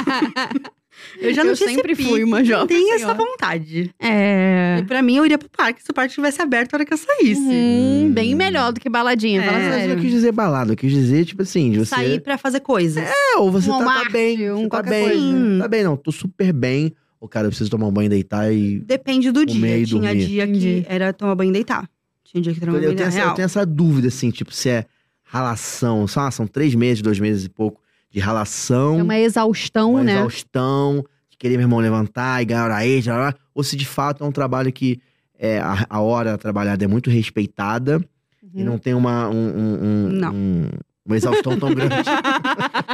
S3: eu já não
S1: Eu
S3: tinha esse
S1: sempre
S3: pique,
S1: fui uma
S3: não
S1: jovem
S3: tenho essa
S1: senhora.
S3: vontade.
S1: É.
S3: E pra mim, eu iria pro parque se o parque estivesse aberto a hora que eu saísse.
S1: Uhum, bem melhor do que baladinha,
S3: É.
S1: fala
S2: Mas eu
S1: sério.
S2: não quis dizer balada, eu quis dizer, tipo assim, de você.
S3: Sair pra fazer coisas.
S2: É, ou você
S1: um
S2: tá, tá
S1: Walmart,
S2: bem.
S1: um
S2: você tá
S1: qualquer
S2: bem.
S3: coisa.
S2: Tá bem, não. Tô super bem. Ô, cara, eu preciso tomar um banho, deitar e.
S3: Depende do
S2: Comer
S3: dia.
S2: e
S3: Tinha
S2: dormir.
S3: dia
S1: Entendi.
S3: que era tomar banho e deitar. Tinha dia que era
S2: Eu
S3: tomar banho
S2: tenho,
S3: e deitar.
S2: essa, eu
S3: Real.
S2: tenho essa dúvida, assim, tipo, se é ralação. São, ah, são três meses, dois meses e pouco de ralação.
S1: É
S3: Então,
S1: uma
S3: um,
S1: exaustão,
S2: uma
S1: né?
S2: exaustão, de querer meu irmão levantar e ganhar hora extra, lá, lá. ou se de fato é um trabalho que é, a, a hora trabalhada é muito respeitada e não tem uma, um, um- um-
S3: Uhum. Não.
S2: um- uma exaustão tão grande.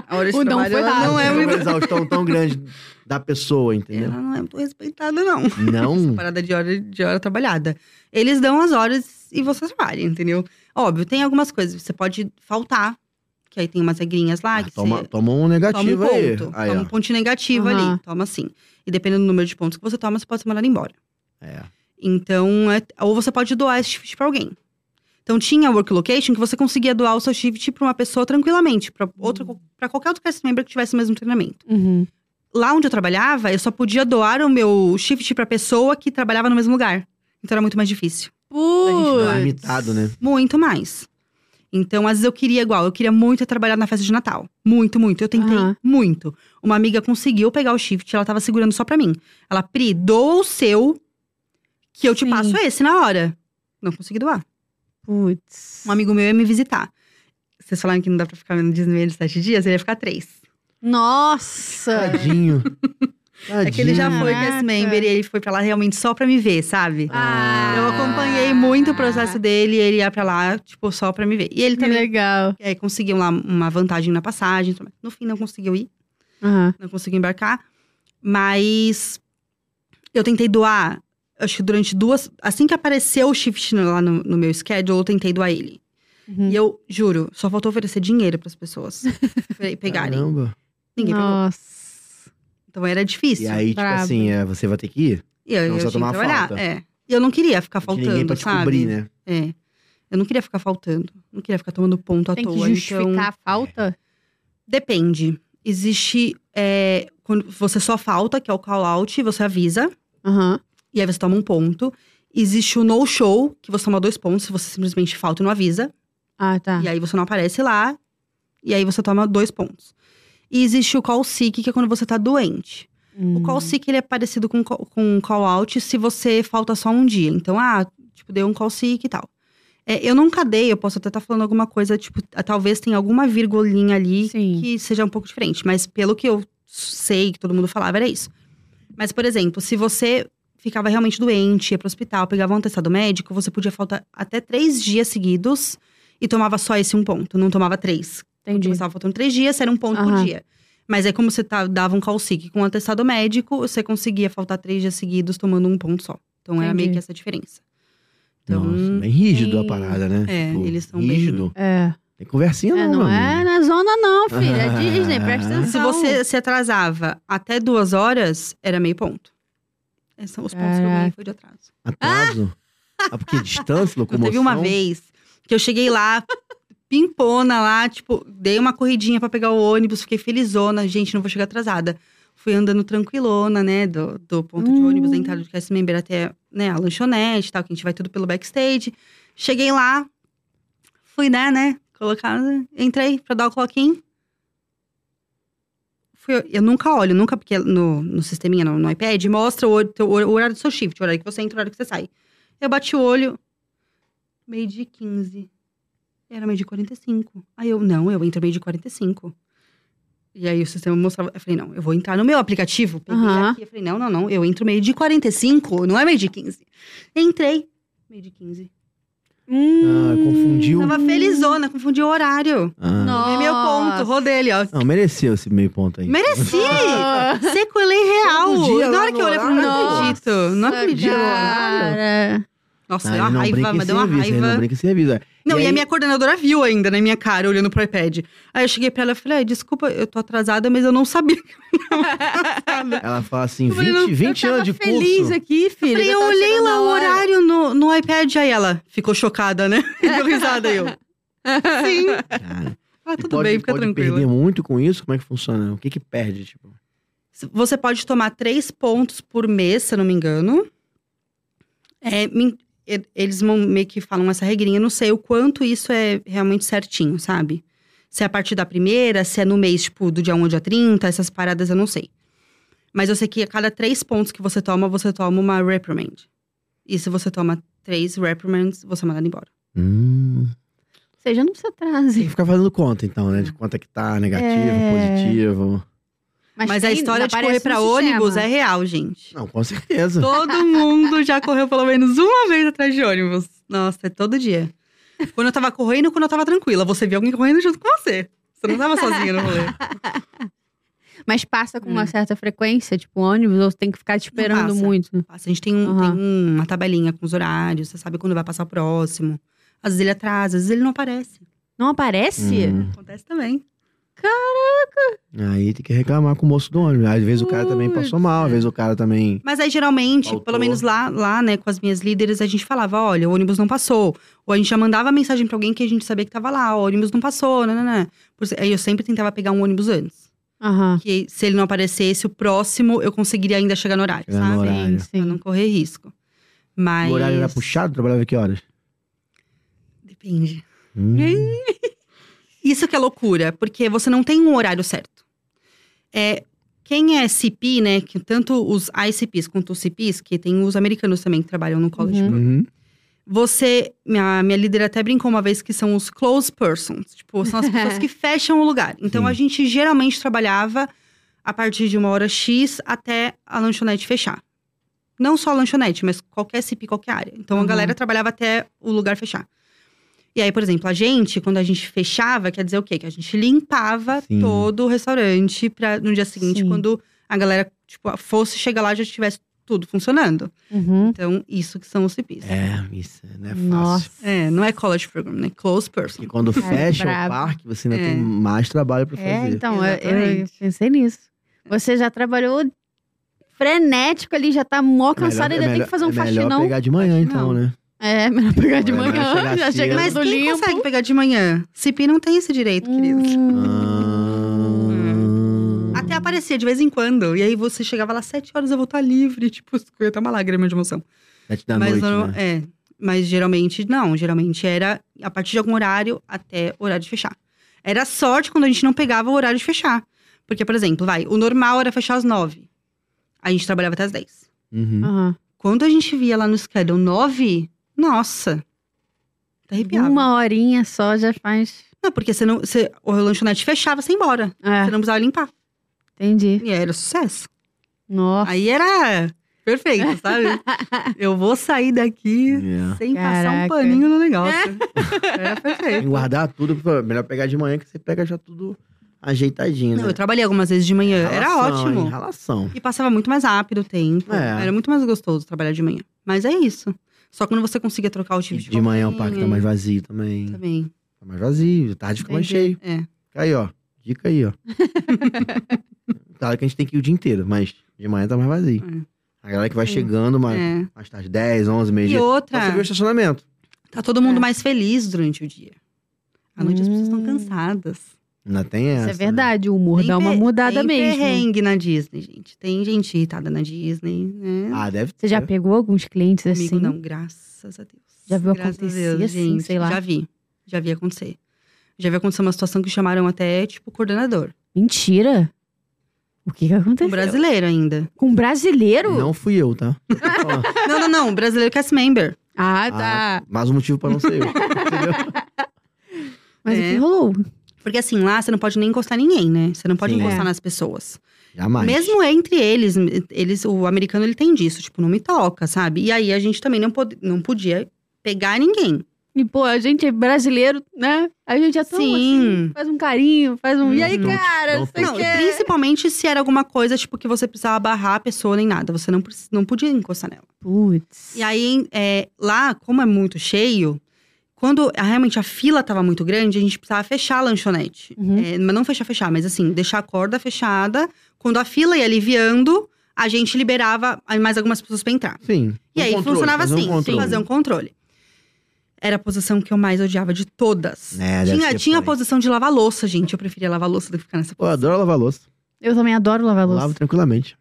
S3: A hora de
S1: O não
S3: trabalho,
S1: foi
S3: ela
S1: dado.
S3: não é
S2: uma
S3: muito...
S2: exaustão tão grande da pessoa, entendeu?
S3: Ela não é muito respeitada, não.
S2: Não.
S3: Parada de hora, de hora trabalhada. Eles dão as horas e você trabalha, entendeu? Óbvio, tem algumas coisas. Você pode faltar, que aí tem umas regrinhas lá.
S2: Ah,
S3: que
S2: toma,
S3: você
S2: toma um
S3: toma um
S2: negativo aí.
S3: ponto.
S2: aí
S3: toma um
S2: ó.
S3: ponto negativo
S1: Aham.
S3: ali. Toma sim. E dependendo do número de pontos que você toma, você pode ser mandado embora.
S2: É.
S3: Então, é- ou você pode doar esse shift pra alguém. Então, tinha work location que você conseguia doar o seu shift pra uma pessoa tranquilamente, pra, outra, pra qualquer outro cast member que tivesse o mesmo treinamento
S1: Uhum.
S3: lá onde eu trabalhava, eu só podia doar o meu shift pra pessoa que trabalhava no mesmo lugar. Então era muito mais difícil.
S2: Tá
S1: Putz.
S2: limitado, né?
S3: Muito mais. Então, às vezes eu queria igual, eu queria muito ter trabalhado na festa de Natal. Muito, muito. Eu tentei
S1: Aham.
S3: muito. Uma amiga conseguiu pegar o shift, ela tava segurando só pra mim. Ela, Pri, doa o seu, que eu
S1: Sim.
S3: te passo esse na hora. Não consegui doar.
S1: Putz.
S3: Um amigo meu ia me visitar. Vocês falaram que não dá pra ficar no Disney de sete dias, ele ia ficar três.
S1: Nossa.
S2: Tadinho.
S3: É que ele já foi
S1: Caraca.
S3: cast member e ele foi pra lá realmente só pra me ver, sabe?
S1: Ah.
S3: Eu acompanhei muito o processo dele e ele ia pra lá, tipo, só pra me ver. E ele
S1: Que
S3: também
S1: legal.
S3: é, conseguiu lá uma vantagem na passagem. tudo mais. No fim, não conseguiu ir,
S1: Aham.
S3: não conseguiu embarcar. Mas eu tentei doar, acho que durante duas. Assim que apareceu o shift no- lá no, no meu schedule, eu tentei doar ele.
S1: Uhum.
S3: E eu juro, só faltou oferecer dinheiro pras pessoas pra pegarem.
S2: Caramba.
S3: Ninguém pegou.
S1: Nossa.
S3: Então era difícil.
S2: E aí, tipo
S1: brabo.
S2: assim, é, você vai ter que ir.
S3: E eu,
S2: Então
S3: eu
S2: só
S3: tinha que
S2: tomar
S3: trabalhar.
S2: falta.
S3: É. E eu não queria ficar
S2: Não tinha
S3: Tá faltando,
S2: ninguém pra te
S3: sabe?
S2: cobrir, né?
S3: É. Eu não queria ficar faltando. Não queria ficar tomando ponto à
S1: Tem
S3: toa.
S1: que
S3: Então,
S1: justificar a falta?
S3: depende. Existe. é, quando você só falta, que é o call out, você avisa,
S1: Aham.
S3: e aí você toma um ponto. Existe o no-show, que você toma dois pontos, se você simplesmente falta e não avisa.
S1: Ah, tá.
S3: E aí você não aparece lá, e aí você toma dois pontos. E existe o call sick, que é quando você tá doente.
S1: Hum,
S3: O call sick, ele é parecido com, co- com um call out se você falta só um dia. Então, ah, tipo, deu um call sick e tal. É, eu nunca dei, eu posso até estar falando alguma coisa, tipo, ah, talvez tenha alguma virgulinha ali
S1: Sim.
S3: que seja um pouco diferente. Mas pelo que eu sei, que todo mundo falava, era isso. Mas, por exemplo, se você ficava realmente doente, ia pro hospital, pegava um atestado médico, você podia faltar até três dias seguidos e tomava só esse um ponto, não tomava três,
S1: Entendi.
S3: você Um tá? tava faltando três dias, era um ponto por
S1: Uhum. Aham.
S3: dia. Mas é como você tá- dava um calcique com um atestado médico, você conseguia faltar três dias seguidos tomando um ponto só. Então era meio
S1: Entendi.
S3: que essa diferença. Então,
S2: Nossa, bem rígido a
S1: tem-
S2: parada, né?
S3: É, eles são bem-
S2: rígido.
S1: É.
S2: Tem conversinha
S1: É,
S2: não,
S1: não é
S3: né?
S1: na zona, não, filha. É Disney, presta
S2: Ah.
S1: atenção.
S3: se você se atrasava até duas horas, era meio ponto. Esses são os pontos que eu ganhei,
S1: Caraca.
S3: foi de atraso.
S2: Atraso. Ah, porque distância,
S3: Eu
S2: locomoção.
S3: teve uma vez que eu cheguei lá, pimpona lá, tipo, dei uma corridinha pra pegar o ônibus, fiquei felizona, gente, não vou chegar atrasada. Fui andando tranquilona, né, do, do ponto de
S1: Hum.
S3: ônibus da entrada do cast member até né, a lanchonete e tal, que a gente vai tudo pelo backstage. Cheguei lá, fui, né, né, colocar, entrei pra dar o clock-in. Fui- eu nunca olho, nunca, porque no, no sisteminha, no, no iPad, mostra o, hor- teu hor- o horário do seu shift, o horário que você entra, o horário que você sai. Eu bati o olho, meio de 15. Era meio de 45. Aí eu, não, eu entro meio de 45. E aí o sistema mostrava. Eu falei, não, eu vou entrar no meu aplicativo. Peguei
S1: Aham.
S3: aqui. Eu falei, não, não, não, eu entro meio de 45, não é meio de 15. Entrei, meio de 15.
S1: Hum.
S2: Ah, confundiu.
S3: Tava felizona, confundi o horário.
S2: Ah.
S1: Não.
S3: É meu ponto, rodei ele, ó.
S2: Não, mereceu esse meio ponto aí.
S3: Mereci!
S1: Ah.
S3: Sequelei real.
S2: Todo dia
S3: Na
S2: lá
S3: hora que
S2: no
S3: eu olhei, eu falei, não
S1: horário.
S3: acredito. Não
S1: Nossa,
S3: acredito.
S1: Cara.
S3: Nossa,
S2: Ah,
S3: deu
S2: ele
S3: uma
S2: não
S3: raiva,
S2: brinca em
S3: mas deu uma
S2: serviço, ele
S3: raiva.
S2: Não brinca em serviço. é.
S3: Não,
S2: E
S3: e,
S2: aí-
S3: a minha coordenadora viu ainda na minha cara, olhando pro iPad. Aí eu cheguei pra ela e falei, "Ai, desculpa, eu tô atrasada, mas eu não sabia. sabe?
S2: Ela fala assim,
S1: Eu falei,
S2: 20,
S1: eu
S2: 20
S1: tava
S2: anos de
S1: feliz
S2: curso.
S1: aqui, filho.
S3: Eu falei, eu olhei lá o horário no, no iPad, aí ela ficou chocada, né? Deu risada aí, eu. Sim.
S2: Cara,
S3: Ah,
S2: e
S3: tudo
S2: pode,
S3: bem, fica
S2: pode
S3: tranquila.
S2: perder muito com isso? Como é que funciona? O que que perde, tipo?
S3: Você pode tomar três pontos por mês, se eu não me engano. É, me- e- eles vão meio que falam essa regrinha. Eu não sei o quanto isso é realmente certinho, sabe? Se é a partir da primeira, se é no mês, tipo, do dia 1 ao dia 30, essas paradas eu não sei. Mas eu sei que a cada três pontos que você toma, você toma uma reprimand. E se você toma três reprimands, você é mandado embora.
S2: Hum...
S1: Ou seja, não precisa
S2: Tem que
S1: trazer.
S2: ficar fazendo conta, então, né? De quanto é que tá, negativo,
S1: É.
S2: positivo.
S3: Mas, a
S1: tem-
S3: história de
S1: aparece
S3: correr
S1: no
S3: pra
S1: sistema.
S3: ônibus é real, gente.
S2: Não, com certeza.
S3: Todo mundo já correu pelo menos uma vez atrás de ônibus. Nossa, é todo dia. Quando eu tava correndo, quando eu tava tranquila, você via alguém correndo junto com você. Você não tava sozinha no rolê.
S1: Mas passa com
S3: É.
S1: uma certa frequência, tipo ônibus, ou tem que ficar te
S3: Não
S1: esperando
S3: passa.
S1: muito.
S3: A gente tem, um-
S1: Uhum.
S3: tem um- uma tabelinha com os horários, você sabe quando vai passar o próximo. Às vezes ele atrasa, às vezes ele não aparece.
S1: Não aparece?
S2: Hum.
S3: Acontece também.
S2: Aí tem que reclamar com o moço do ônibus. Às vezes o cara também passou mal, às vezes o cara também.
S3: Mas aí, geralmente,
S2: Faltou.
S3: pelo menos lá, lá, né, com as minhas líderes, a gente falava: olha, o ônibus não passou. Ou a gente já mandava mensagem pra alguém que a gente sabia que tava lá: ó, o ônibus não passou, né, né, né. Por isso- Aí eu sempre tentava pegar um ônibus antes.
S1: Aham.
S3: Que se ele não aparecesse, o próximo eu conseguiria ainda chegar no horário,
S2: Chegar no
S3: sabe?
S2: horário. Caralho.
S1: Sim,
S3: Pra não
S1: sim.
S3: correr risco. Mas.
S2: O horário era puxado, trabalhava que horas?
S3: Depende.
S2: Hum.
S3: Isso que é loucura, porque você não tem um horário certo. É, quem é CP, né? Que tanto os ICPs quanto os CPs, que tem os americanos também que trabalham no college
S1: Uhum.
S2: Uhum.
S3: Você, minha, minha líder até brincou uma vez que são os close persons, tipo, são as pessoas que fecham o lugar. Então
S2: Sim.
S3: a gente geralmente trabalhava a partir de uma hora X até a lanchonete fechar. Não só a lanchonete, mas qualquer CIP, qualquer área. Então a
S1: Uhum.
S3: galera trabalhava até o lugar fechar. E aí, por exemplo, a gente, quando a gente fechava, quer dizer o quê? Que a gente limpava
S2: Sim.
S3: todo o restaurante para no dia seguinte,
S1: Sim.
S3: quando a galera, tipo, fosse chegar lá já tivesse tudo funcionando.
S1: Uhum.
S3: Então, isso que são os CIPs.
S2: É, isso não é fácil.
S1: Nossa.
S3: É, não é college program, né? Close person.
S2: Porque quando
S1: Cara,
S2: fecha o
S1: brabo.
S2: parque, você ainda
S3: É.
S2: tem mais trabalho pra
S1: É,
S2: fazer.
S1: então, eu- eu,
S3: Exatamente.
S1: pensei nisso. Você já trabalhou frenético ali, já tá mó
S2: É melhor-
S1: cansado,
S2: é
S1: ainda tem
S2: melhor-
S1: que fazer um
S2: é melhor
S1: faxinão.
S2: pegar de manhã, então,
S3: Faxinão.
S2: né?
S1: É, melhor pegar de
S2: É melhor
S1: manhã,
S2: chegar
S1: já
S2: cedo.
S1: chega
S3: Mas
S1: tudo
S3: quem
S1: limpo.
S3: consegue pegar de manhã? CP não tem esse direito, querido.
S1: Hum.
S2: Ah.
S3: Até aparecia de vez em quando. E aí você chegava lá, sete horas, eu vou estar livre. Tipo, eu ia ter uma lágrima de emoção.
S2: Sete da
S3: mas
S2: noite,
S3: não-
S2: né?
S3: é. Mas geralmente, não. Geralmente era a partir de algum horário até o horário de fechar. Era sorte quando a gente não pegava o horário de fechar. Porque, por exemplo, vai, o normal era fechar às nove. A gente trabalhava até às dez.
S2: Uhum.
S1: Aham.
S3: Quando a gente via lá no schedule nove, nossa. Tá arrepiado.
S1: Uma horinha só já faz.
S3: Não, porque você não, você, o lanchonete fechava, você ia embora. Você
S1: É,
S3: não precisava limpar.
S1: entendi.
S3: E aí era sucesso.
S1: Nossa.
S3: Aí era perfeito, sabe? Eu vou sair
S1: É.
S3: daqui
S2: Yeah.
S3: sem passar um
S1: Caraca.
S3: paninho no negócio. Era perfeito.
S2: Tem que guardar tudo, pra- melhor pegar de manhã que você pega já tudo ajeitadinho,
S3: Não,
S2: né?
S3: eu trabalhei algumas vezes de manhã. Era
S2: Ralação,
S3: ótimo.
S2: hein? Ralação.
S3: E passava muito mais rápido o tempo.
S2: É.
S3: Era muito mais gostoso trabalhar de manhã. Mas é isso. Só quando você conseguia trocar o
S2: E
S3: time Tipo de
S2: de manhã o
S3: papinho,
S2: parque tá mais vazio também.
S3: Também.
S2: Tá mais vazio, de tarde fica mais
S1: Entendi.
S2: cheio.
S3: É.
S2: Fica aí, ó. Dica aí, ó. claro que a gente tem que ir o dia inteiro, mas de manhã tá mais vazio.
S3: É.
S2: A galera que vai
S1: Sim.
S2: chegando mais,
S3: é.
S2: mais tarde, 10, 11, meio
S3: E
S2: dia.
S3: outra.
S2: Então você vê o estacionamento.
S3: Tá todo mundo
S1: É.
S3: mais feliz durante o dia. À noite as pessoas estão
S1: Hum.
S3: cansadas.
S2: Ainda tem essa.
S1: Isso é
S2: né?
S1: verdade, o humor
S3: Tem
S1: dá uma
S3: pe-
S1: mudada
S3: tem
S1: mesmo.
S3: perrengue na Disney, gente. Tem gente irritada na Disney, né?
S2: Ah, deve ter.
S1: Você já pegou alguns clientes
S3: Comigo
S1: assim?
S3: não, graças a Deus.
S1: Já viu
S3: Graças a
S1: acontecer
S3: Deus,
S1: assim,
S3: gente.
S1: sei lá?
S3: Já vi. Já vi acontecer. Já vi acontecer uma situação que chamaram até, tipo, coordenador.
S1: Mentira! O que que aconteceu?
S3: Um brasileiro ainda.
S1: Com um brasileiro?
S2: Não fui eu, tá? Tô falando.
S3: não, não, não. Um Brasileiro cast member.
S1: Ah, tá.
S2: Ah, mais um motivo pra não ser eu. Entendeu?
S1: Mas o
S3: É.
S1: que rolou?
S3: Porque assim, lá você não pode nem encostar ninguém, né? Você não pode
S2: Sim.
S3: encostar
S1: É.
S3: nas pessoas.
S2: Jamais.
S3: Mesmo entre eles, eles, o americano ele tem disso, tipo, não me toca, sabe? E aí a gente também não, pod- não podia pegar ninguém.
S1: E, pô, a gente é brasileiro, né? A gente é tão assim,
S3: Sim.
S1: faz um carinho, faz um. E aí,
S2: Não te-
S1: cara,
S2: não
S1: não
S2: Tem
S1: sei o
S3: Não, e
S1: quê.
S3: principalmente se era alguma coisa, tipo, que você precisava barrar a pessoa nem nada. Você não, preci- não podia encostar nela.
S1: Putz.
S3: E aí, é, lá, como é muito cheio, Quando ah, realmente a fila tava muito grande, a gente precisava fechar a lanchonete.
S1: Uhum.
S3: É, mas não fechar, fechar, mas assim, deixar a corda fechada. Quando a fila ia aliviando, a gente liberava aí mais algumas pessoas pra entrar.
S2: Sim.
S3: E
S2: um
S3: aí
S2: controle,
S3: funcionava
S2: fazer um
S3: assim,
S2: controle.
S3: fazer um controle. Era a posição que eu mais odiava de todas.
S4: É, deve
S3: tinha
S4: ser
S3: tinha a
S4: punk.
S3: posição de lavar louça, gente. Eu preferia lavar louça do que ficar nessa
S2: Pô, eu
S3: posição.
S2: adoro lavar louça.
S1: Eu também adoro lavar louça.
S2: Lavo tranquilamente.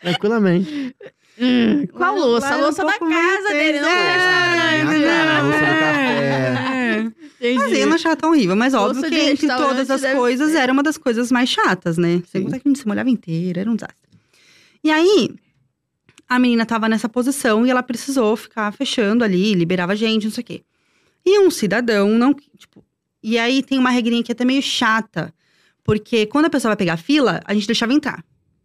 S2: tranquilamente.
S1: Hum, qual
S3: Lá-
S1: louça? a
S3: lá é um
S1: louça da
S3: pouco
S1: casa
S3: menos
S1: dele, não é? do
S2: É
S3: interessante.
S1: restaurante.
S4: Ah, louça do
S1: É. Entendi.
S3: Mas eu não achava tão horrível. Mas óbvio
S1: Louça
S3: que
S1: de
S3: entre
S1: restaurante
S3: todas as
S1: deve
S3: coisas,
S1: ser.
S3: era uma das coisas mais chatas, né? Sem
S2: Sim.
S3: contar que a gente se molhava inteira, era um desastre. E aí, a menina tava nessa posição e ela precisou ficar fechando ali, liberava a gente, não sei o quê. E um cidadão não... Tipo, e aí tem uma regrinha que é até meio chata. Porque quando a pessoa vai pegar a fila, a gente deixava entrar,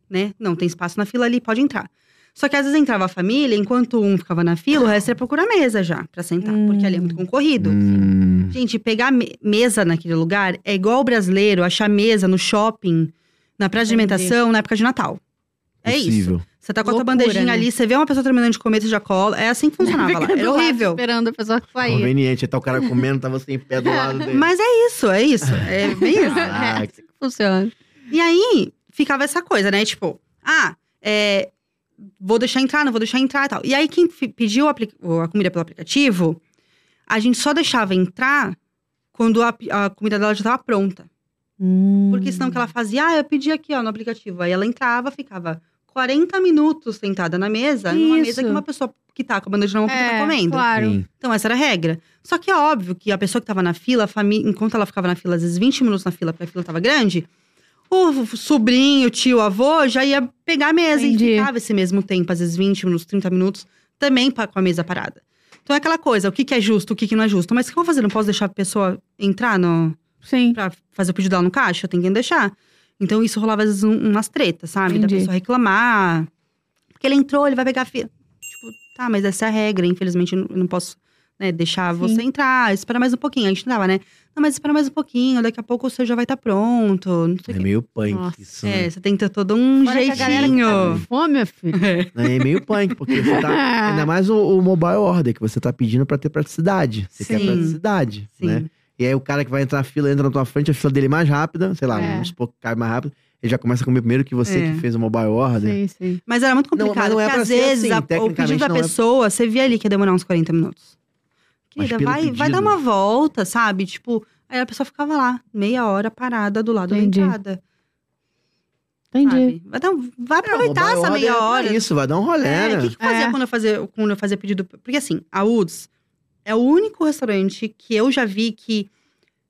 S3: né? Não tem espaço na fila ali, pode entrar. Só que às vezes entrava a família, enquanto um ficava na fila, o resto ia procurar mesa já, pra sentar. Porque ali é muito concorrido.
S2: Hum,
S3: Gente, pegar me- mesa naquele lugar é igual o brasileiro achar mesa no shopping, na praça de
S1: Entendi.
S3: alimentação, na época de Natal. É isso.
S2: possível.
S3: Você tá com a tua
S1: Loucura,
S3: bandejinha
S1: né?
S3: ali, você vê uma pessoa terminando de comer, você já cola. É assim que funcionava lá.
S1: Fica do
S3: Era
S1: lado
S3: horrível.
S1: Esperando a pessoa sair.
S2: Conveniente. Aí tá o cara comendo, tava sem pé do lado dele. Ah,
S3: Mas é isso, é isso. É bem isso.
S1: É assim que funciona.
S3: E aí, ficava essa coisa, né? Tipo, ah, é, vou deixar entrar, não vou deixar entrar e tal. E aí, quem fi- pediu o apli- o- a comida pelo aplicativo, a gente só deixava entrar quando a, pi- a comida dela já tava pronta.
S1: Hum.
S3: Porque senão o que ela fazia, ah, eu pedi aqui, ó, no aplicativo. Aí ela entrava, ficava 40 minutos sentada na mesa, numa mesa que
S1: Isso.
S3: uma pessoa que tá com a bandeja na mão porque tá
S1: é,
S3: comendo.
S1: Claro.
S2: Sim.
S3: Então, essa era a regra. Só que é óbvio que a pessoa que tava na fila, a fami- enquanto ela ficava na fila, às vezes 20 minutos na fila, porque a fila tava grande, o sobrinho, tio, avô já ia pegar a mesa
S1: Entendi.
S3: e ficava esse mesmo tempo, às vezes 20 minutos, 30 minutos, também pa- com a mesa parada. Então é aquela coisa, o que, que é justo, o que, que não é justo. Mas o que eu vou fazer? Não posso deixar a pessoa entrar no,
S1: Sim.
S3: pra fazer o pedido dela no caixa? Tem que deixar. Então isso rolava às vezes um- umas tretas, sabe?
S1: Entendi.
S3: Da pessoa reclamar. Porque ele entrou, ele vai pegar a fila. Tipo, tá, mas essa é a regra. Infelizmente eu não- eu não posso né, deixar
S1: Sim.
S3: você entrar. Espera mais um pouquinho. A gente não dava, né? Não, mas espera mais um pouquinho. Daqui a pouco o seu já vai estar pronto. Não sei o
S2: É
S3: quê.
S2: meio punk
S1: Nossa,
S2: isso, né?
S3: É, você tem que ter todo um
S1: Fora que a galera que
S3: jeitinho.
S1: tá com fome, minha filha.
S2: É meio punk, porque você tá. Ainda mais o, o mobile order, que você tá pedindo pra ter praticidade. Você quer
S3: Sim.
S2: praticidade,
S3: Sim.
S2: né? E aí o cara que vai entrar na fila entra na tua frente, a fila dele é mais rápida, sei lá,
S1: É.
S2: vamos supor que cai mais rápido. Ele já começa a comer primeiro que você
S3: É.
S2: que fez o mobile order.
S1: Sim, sim.
S3: Mas era muito
S2: Não, mas
S3: complicado,
S2: não é
S3: porque
S2: pra
S3: às
S2: ser
S3: vezes
S2: assim,
S3: a- o
S2: tecnicamente
S3: pedido da
S2: não é-
S3: pessoa, você via ali que ia demorar uns 40 minutos.
S2: Mas
S3: Querida,
S2: pelo
S3: vai, vai
S2: pedido.
S3: dar uma volta, sabe? Tipo, aí a pessoa ficava lá, meia hora parada do lado
S1: Entendi.
S3: da entrada.
S1: Entendi.
S3: sabe? Vai, dar um- vai
S2: É, o mobile
S3: aproveitar essa
S2: order é
S3: meia
S2: pra
S3: hora.
S2: Isso, vai dar um rolé,
S3: É,
S2: né?
S3: o que, que eu fazia
S1: É.
S3: quando eu fazia quando eu fazia pedido? Porque assim, a Woods é o único restaurante que eu já vi que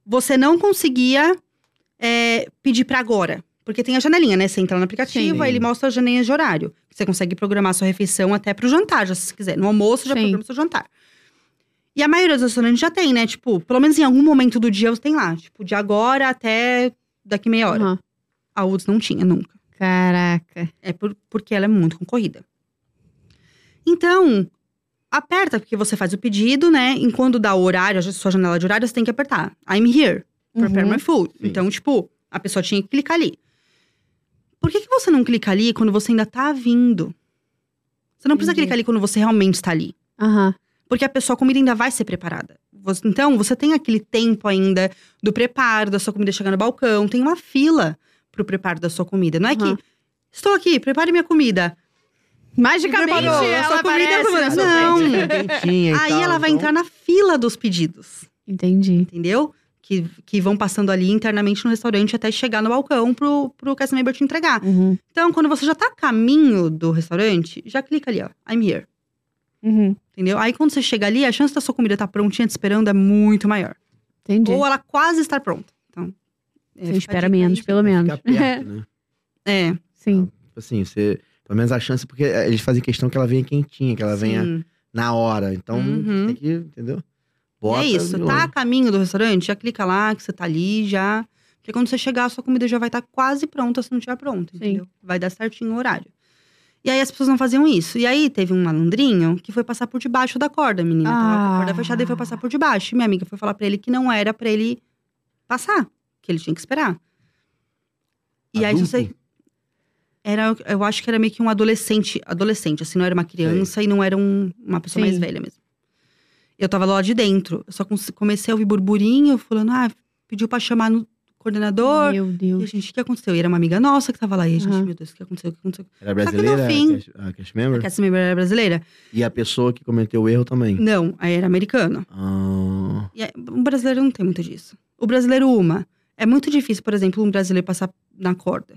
S3: você não conseguia é, pedir pra agora. Porque tem a janelinha, né? Você entra no aplicativo,
S2: Sim.
S3: aí ele mostra a janelinha de horário. Você consegue programar sua refeição até pro jantar, já se quiser. No almoço, já
S1: Sim.
S3: programa seu jantar. E a maioria dos restaurantes já tem, né? Tipo, pelo menos em algum momento do dia você tem lá. Tipo, de agora até daqui meia hora.
S1: Uhum.
S3: A Woods não tinha, nunca.
S1: Caraca.
S3: É por- porque ela é muito concorrida. Então, aperta, porque você faz o pedido, né? Enquanto dá o horário, a sua janela de horário, você tem que apertar. I'm here, prepare
S1: Uhum.
S3: my food.
S2: Sim.
S3: Então, tipo, a pessoa tinha que clicar ali. Por que, que você não clica ali quando você ainda tá vindo? Você não precisa
S1: Entendi.
S3: clicar ali quando você realmente está ali.
S1: Aham.
S3: Porque a pessoa, a comida ainda vai ser preparada. Você- Então, você tem aquele tempo ainda do preparo da sua comida chegar no balcão. Tem uma fila pro preparo da sua comida. Não é
S1: Aham.
S3: que, estou aqui, prepare minha comida.
S1: Magicamente,
S3: Preparou, a
S1: ela
S3: sua comida
S1: aparece né?
S3: é
S1: na sua
S3: não.
S1: frente.
S2: Quentinha e
S3: Aí
S2: tal,
S3: ela vai
S2: então-
S3: entrar na fila dos pedidos,
S1: Entendi.
S3: entendeu? Que, que vão passando ali internamente no restaurante até chegar no balcão pro, pro cast member te entregar.
S1: Uhum.
S3: Então, quando você já tá a caminho do restaurante, já clica ali, ó. I'm here.
S1: Uhum.
S3: Entendeu? Aí quando você chega ali, a chance da sua comida estar prontinha te esperando é muito maior.
S1: Entendi.
S3: Ou ela quase estar pronta. Então. é,
S1: Você
S3: fica a
S1: espera
S3: dica aí.
S1: menos, pelo menos.
S2: Fica perto, né?
S3: É.
S1: Sim.
S2: Tipo Assim, você. Pelo menos a chance, porque eh, eles fazem questão que ela venha quentinha, que ela venha
S3: sim.
S2: na hora. Então,
S3: Uhum.
S2: tem que, entendeu?
S3: É isso.
S2: de
S3: Tá a
S2: longe.
S3: caminho do restaurante, já clica lá, que você tá ali já. Porque quando você chegar, a sua comida já vai estar quase pronta, se não tiver pronta, entendeu? Vai dar certinho o horário. E aí as pessoas não faziam isso. E aí teve um malandrinho que foi passar por debaixo da corda, a menina. Tava com a corda
S1: Ah.
S3: fechada e foi passar por debaixo. E minha amiga foi falar pra ele que não era pra ele passar, que ele tinha que esperar. E aí se
S2: Adulto?
S3: você. era, eu acho que era meio que um adolescente, adolescente, assim, não era uma criança e não era um- uma pessoa mais
S1: Sim.
S3: velha mesmo. Eu tava lá de dentro, eu só cons- comecei a ouvir burburinho, falando, ah, pediu pra chamar no coordenador.
S1: Meu
S3: E a
S1: Deus.
S3: gente, o que aconteceu? E era uma amiga nossa que tava lá, e a gente,
S1: Aham.
S3: meu Deus, o que aconteceu? O que aconteceu?
S2: Era
S3: Só que no
S2: brasileira,
S3: fim-
S2: a cash- a cash
S3: A
S2: member?
S3: Cassie Member era brasileira?
S2: E a pessoa que cometeu o erro também.
S3: Não, aí era americana.
S2: Ah,
S3: E aí, o brasileiro não tem muito disso. O brasileiro, uma. É muito difícil, por exemplo, um brasileiro passar na corda.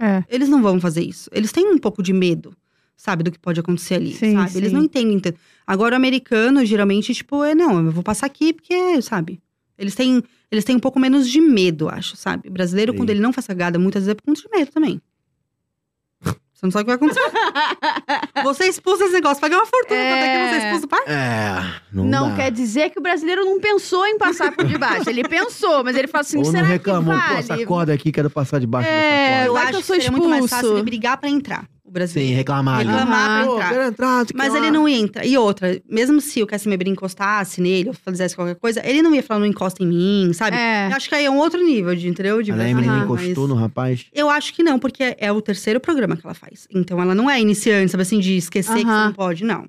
S1: É.
S3: Eles não vão fazer isso. Eles têm um pouco de medo, sabe, do que pode acontecer ali,
S1: Sim,
S3: sabe? Eles
S1: sim.
S3: não entendem tanto. Agora, o americano, geralmente, tipo, é não, eu vou passar aqui porque, sabe? Eles têm, eles têm um pouco menos de medo, acho, sabe? O brasileiro,
S2: Sim.
S3: quando ele não faz cagada, muitas vezes é por conta de medo também. Você não sabe o que vai acontecer. Você expulsa esse negócio, paga uma fortuna
S1: É.
S3: até que você expulsa. Pá.
S2: é, não,
S1: Não
S2: dá.
S1: quer dizer que o brasileiro não pensou em passar por debaixo. Ele pensou, mas ele fala assim:
S2: Ou não
S1: será
S2: reclamou,
S1: que
S2: pô,
S1: vale?
S2: essa corda aqui, quero passar debaixo
S1: É,
S2: dessa
S1: eu
S2: corda.
S1: vai que eu sou
S3: seria muito mais fácil
S1: expulso.
S3: ele brigar pra entrar, o brasileiro.
S2: Sim, reclamar. ali.
S3: Reclamar
S1: Aham.
S3: pra
S2: Pô,
S3: entrar.
S2: quero entrar, sei
S3: Mas
S1: é
S2: lá.
S3: ele não entra. E outra, mesmo se o Cassimebre encostasse nele ou fizesse qualquer coisa, ele não ia falar, não encosta em mim, sabe?
S1: É.
S3: Eu acho que aí é um outro nível de, entendeu? De
S2: A Emily
S1: Aham,
S2: é encostou no
S3: mas-
S2: rapaz.
S3: Eu acho que não, porque é- é o terceiro programa que ela faz. Então ela não é iniciante, sabe assim, de esquecer que
S1: Aham.
S3: você não pode, não.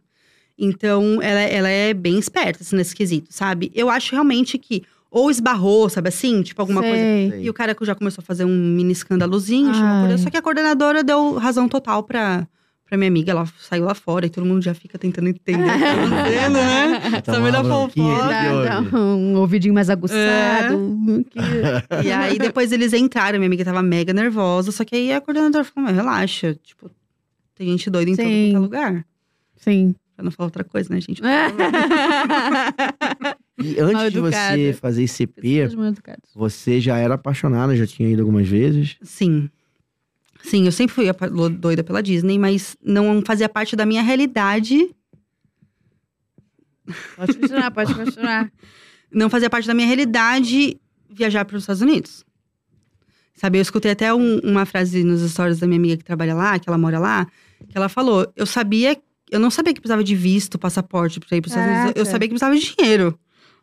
S3: Então ela, ela é bem esperta assim, nesse quesito, sabe? Eu acho realmente que ou esbarrou, sabe assim, tipo alguma coisa.
S1: Sei.
S2: Sei.
S3: E o cara que já começou a fazer um mini escandalozinho, chamou a
S1: Ai.
S3: coordena- só que a coordenadora deu razão total pra, pra minha amiga. Ela saiu lá fora e todo mundo já fica tentando entender o que tá acontecendo, né?
S2: Tá
S3: Essa mulher
S2: uma bronquinha
S3: fofoca.
S2: aqui, olha.
S1: Dá, dá um ouvidinho mais aguçado.
S3: É.
S1: um que-
S3: E aí depois eles entraram, minha amiga tava mega nervosa, só que aí a coordenadora falou: "Meu, relaxa, tipo, tem gente doida em todo
S1: Sim.
S3: quanto é lugar.
S1: Sim.
S3: Pra não falar outra coisa, né, gente?
S1: É.
S2: E antes de
S1: Mal-educada.
S2: você fazer esse EP,
S1: Pessoas mal educadas.
S2: você já era apaixonada, já tinha ido algumas vezes.
S3: Sim. Sim, eu sempre fui apa- lo- doida pela Disney, mas não fazia parte da minha realidade.
S1: Pode continuar, pode continuar.
S3: Não fazia parte da minha realidade viajar para os Estados Unidos. Sabe, eu escutei até um- uma frase nos stories da minha amiga que trabalha lá, que ela mora lá, que ela falou: Eu sabia, eu não sabia que precisava de visto, passaporte para ir para os Estados Unidos, eu
S1: Caraca.
S3: sabia que precisava de dinheiro,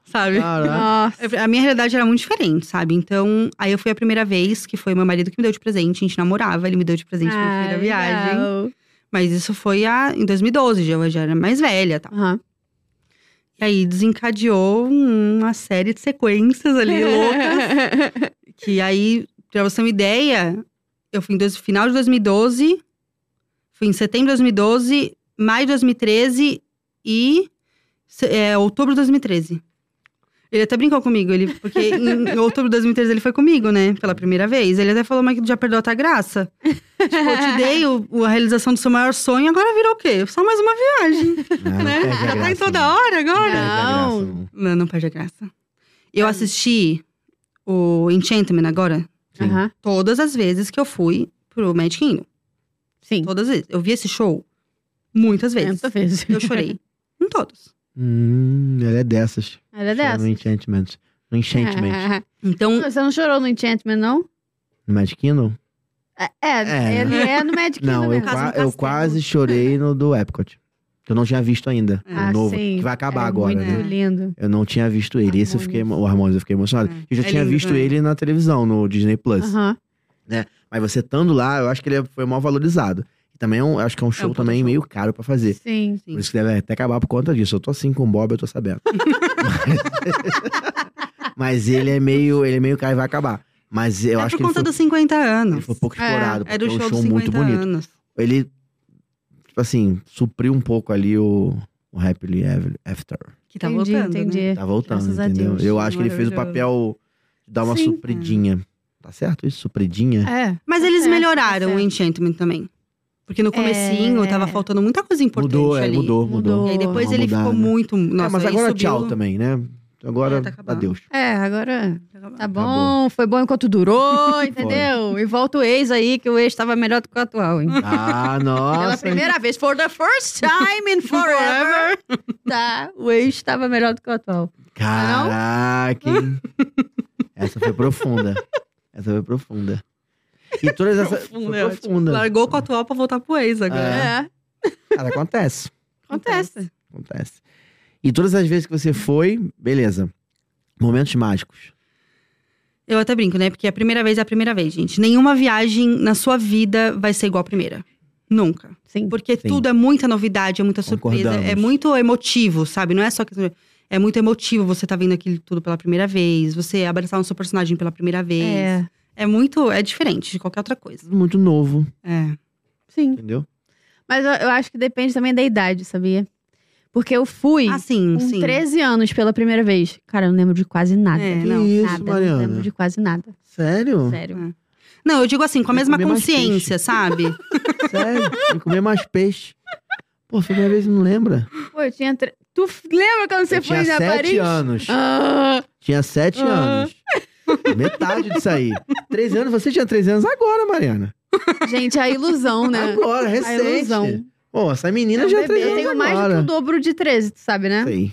S3: sabe?
S2: Caraca.
S1: Nossa.
S3: Eu- A minha realidade era muito diferente, sabe? Então, aí eu fui a primeira vez, que foi meu marido que me deu de presente. A gente namorava, ele me deu de presente na
S1: Ah,
S3: primeira viagem.
S1: legal.
S3: Mas isso foi a, em 2012, já- eu já era mais velha e tal.
S1: Aham.
S3: E aí desencadeou um, uma série de sequências ali loucas. que aí, pra você ter uma ideia, eu fui em dois, final de 2012, fui em setembro de 2012, maio de 2013 e se- é, outubro de 2013. Ele até brincou comigo, ele, porque em em outubro de 2013 ele foi comigo, né? Pela primeira vez. Ele até falou, mas já perdeu a tua graça. tipo, eu te dei o- o- a realização do seu maior sonho, agora virou o quê? Só mais uma viagem,
S2: Ah, não
S3: né?
S2: perde a
S3: Já tá em
S2: graça,
S3: toda
S2: não.
S3: hora agora.
S2: Não perde a graça, não.
S3: Não, não perde a graça.
S1: É.
S3: Eu assisti o Enchantment agora
S2: Sim.
S1: Aham.
S3: todas as vezes que eu fui pro Magic Kingdom.
S1: Sim. É.
S3: Todas as vezes. Eu vi esse show muitas vezes.
S1: Tenta vezes.
S3: Eu chorei. em todos.
S2: Hum, ela é dessas.
S1: Era
S2: Chama
S1: dessa.
S2: No Enchantment. No
S1: É.
S2: Enchantment.
S3: Então,
S1: Você não chorou no Enchantment, não?
S2: No Magic Kingdom?
S1: É, é,
S2: É.
S1: ele é no Magic Kingdom
S2: Não, eu,
S1: mesmo.
S3: Casa
S2: qua-
S3: no
S2: eu
S3: Castelo.
S2: quase chorei no do Epcot. Que eu não tinha visto ainda.
S1: Ah,
S2: o novo.
S1: sim.
S2: Que vai acabar
S1: É
S2: agora,
S1: muito
S2: né?
S1: lindo.
S2: Eu não tinha visto ele. Esse eu fiquei,
S1: Harmonious.
S2: o Harmonious eu fiquei emocionado.
S3: É.
S2: Eu já
S3: É
S2: tinha
S3: lindo,
S2: visto
S3: né?
S2: ele na televisão, no Disney Plus.
S1: Aham.
S2: Mas você estando lá, eu acho que ele é, foi mal valorizado. E também é um- eu acho que é um show
S3: puta
S2: também
S3: show.
S2: meio caro pra fazer.
S1: Sim.
S3: Sim.
S2: Por isso que deve até acabar por conta disso. Eu tô assim com o Bob, eu tô sabendo. mas, mas ele é meio, ele é meio caro e vai acabar. Mas eu
S3: é
S2: acho
S3: por
S2: que ele
S3: conta
S2: foi,
S3: dos 50
S2: ele
S3: anos.
S2: foi pouco
S1: É,
S2: explorado.
S3: Era
S2: porque
S3: o
S2: é um
S3: show
S2: show
S3: dos 50
S2: muito bonito.
S3: anos.
S2: Ele, tipo assim, supriu um pouco ali o, o Happily Ever After.
S3: Que tá
S1: entendi,
S3: voltando,
S1: entendi.
S3: né?
S2: Tá voltando,
S1: Graças a
S2: entendeu?
S1: Deus.
S2: Eu acho que ele fez o
S3: Maravilhoso.
S2: papel de dar uma
S1: Sim.
S2: supridinha. Tá certo isso? Supridinha?
S1: É.
S3: Mas
S1: Tá
S3: eles
S1: certo,
S3: melhoraram
S1: tá
S3: o
S1: certo.
S3: Enchantment também. Porque no comecinho
S1: É.
S3: tava faltando muita coisa importante
S2: mudou, é,
S3: ali.
S2: mudou, mudou.
S1: Mudou.
S3: E aí depois
S2: Uma
S3: ele
S2: mudada.
S3: ficou muito… Nossa,
S2: é, mas
S3: aí
S2: agora
S3: subiu,
S2: tchau também, né? Agora,
S3: É, tá acabando.
S2: adeus.
S1: É, agora tá bom,
S2: Acabou.
S1: foi bom enquanto durou, entendeu? E volta o ex aí, que o ex tava melhor do que o atual, hein?
S2: Ah,
S1: Pela
S2: nossa.
S1: primeira vez, for the first time in forever, tá? O ex tava melhor do que o atual.
S3: né,
S2: Caraca, hein? Essa foi profunda. Essa foi profunda. E todas essas.
S3: Profunda,
S2: foi
S3: é ótimo.
S2: profunda.
S3: Largou com o atual pra voltar pro ex agora.
S2: É. Cara, acontece.
S1: acontece.
S2: Acontece. E todas as vezes que você foi, beleza. Momentos mágicos.
S3: Eu até brinco, né? Porque a primeira vez é a primeira vez, gente. Nenhuma viagem na sua vida vai ser igual a primeira. Nunca.
S1: Sim.
S3: Porque tudo é muita novidade, é muita surpresa,
S2: Concordamos.
S3: é muito emotivo, sabe? Não é só que é muito emotivo você tá vendo aquilo tudo pela primeira vez, você abraçar um seu personagem pela primeira vez. É,
S1: É,
S3: muito, é diferente de qualquer outra coisa.
S2: Tudo muito novo,
S3: É.
S1: sim.
S2: entendeu?
S1: Mas eu, eu acho que depende também da idade, sabia? Porque eu fui
S3: Ah, sim,
S1: com
S3: sim.
S1: 13 anos pela primeira vez. Cara, eu não lembro de quase nada.
S3: É,
S2: que
S3: não,
S2: isso,
S1: nada, não
S2: Mariana? Ah.
S1: lembro de quase nada.
S2: Sério?
S1: Sério.
S3: Não, eu digo assim, com a
S2: Eu
S3: mesma
S2: comi mais
S3: consciência, sabe?
S2: Sério? Tem que comer mais peixe. Pô, foi a primeira vez que não lembra?
S1: Pô, eu tinha. tre- Tu f- lembra quando você
S2: eu
S1: foi
S2: tinha
S1: a
S2: sete
S1: Paris?
S2: anos.
S1: Ah,
S2: Tinha sete
S1: Ah.
S2: anos. Metade disso aí. Três anos, você tinha três anos agora, Mariana.
S1: gente, a ilusão, né?
S2: Agora,
S1: A
S2: recente.
S1: ilusão.
S2: Pô, essa menina
S1: É um
S2: já
S1: bebê.
S2: tem
S1: eu tenho mais do que o dobro de 13, tu sabe, né?
S2: Sei.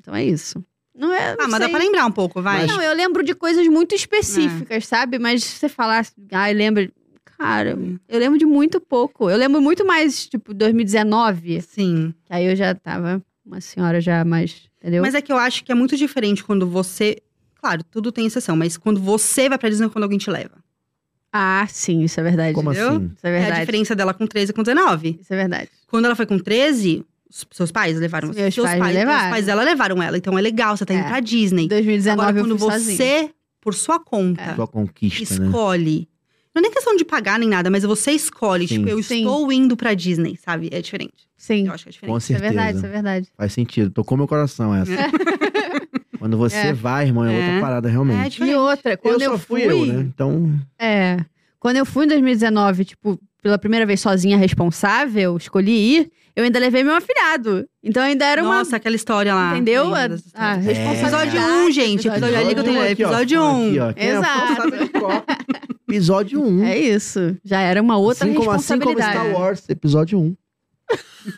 S1: Então é isso. Não é.
S3: Ah,
S1: não
S3: mas dá
S1: sei.
S3: pra lembrar um pouco, vai.
S1: Não, é eu lembro de coisas muito
S3: É.
S1: específicas, sabe? Mas se você falasse, ah, eu lembro. Cara,
S3: Hum.
S1: eu lembro de muito pouco. Eu lembro muito mais, tipo, 2019,
S3: Sim.
S1: que aí eu já tava uma senhora já mais. Entendeu?
S3: Mas é que eu acho que é muito diferente quando você. Claro, tudo tem exceção, mas quando você vai pra Disney é quando alguém te leva.
S1: Ah, sim, isso é verdade.
S2: Como
S3: Entendeu?
S2: assim?
S1: Isso é
S3: É
S1: verdade.
S3: a diferença dela com 13 e com 19.
S1: Isso é verdade.
S3: Quando ela foi com 13, os- seus pais levaram
S1: Meus
S3: seus
S1: pais me levaram.
S3: Os pais dela levaram ela. Então é legal, você tá indo
S1: É.
S3: pra Disney.
S1: Em 2019
S3: Agora, quando
S1: eu fui
S3: você, é
S1: sozinha.
S3: por sua
S1: É.
S3: conta,
S2: Sua conquista, né?
S3: escolhe. Não é nem questão de pagar nem nada, mas você escolhe.
S2: Sim.
S3: Tipo, eu
S1: Sim.
S3: estou indo pra Disney, sabe? É diferente.
S1: Sim,
S3: Eu acho que é
S2: Com
S3: diferente.
S1: isso é
S2: certeza.
S1: verdade, isso é verdade.
S2: Faz sentido. Tocou meu coração essa. Quando você
S1: É.
S2: vai, irmão, é outra
S3: É.
S2: parada, realmente.
S3: É
S1: E
S3: diferente.
S1: outra, quando eu,
S2: eu só fui eu, né? Então,
S1: É. Quando eu fui em 2019, tipo, pela primeira vez sozinha responsável, escolhi ir, eu ainda levei meu afilhado. Então ainda era uma.
S3: Nossa, aquela história lá.
S1: entendeu?
S3: Lembra
S1: A,
S3: dessa
S1: a
S3: história?
S1: responsabilidade.
S3: Episódio 1, gente. Episódio ali que eu tenho.
S2: um aqui, ó.
S3: Episódio
S2: Fala
S3: 1.
S2: aqui, ó. Quem é
S1: Exato.
S2: forçada de copo. Episódio 1.
S1: É isso. Já era uma outra
S2: assim como, assim como
S1: responsabilidade.
S2: Star Wars, episódio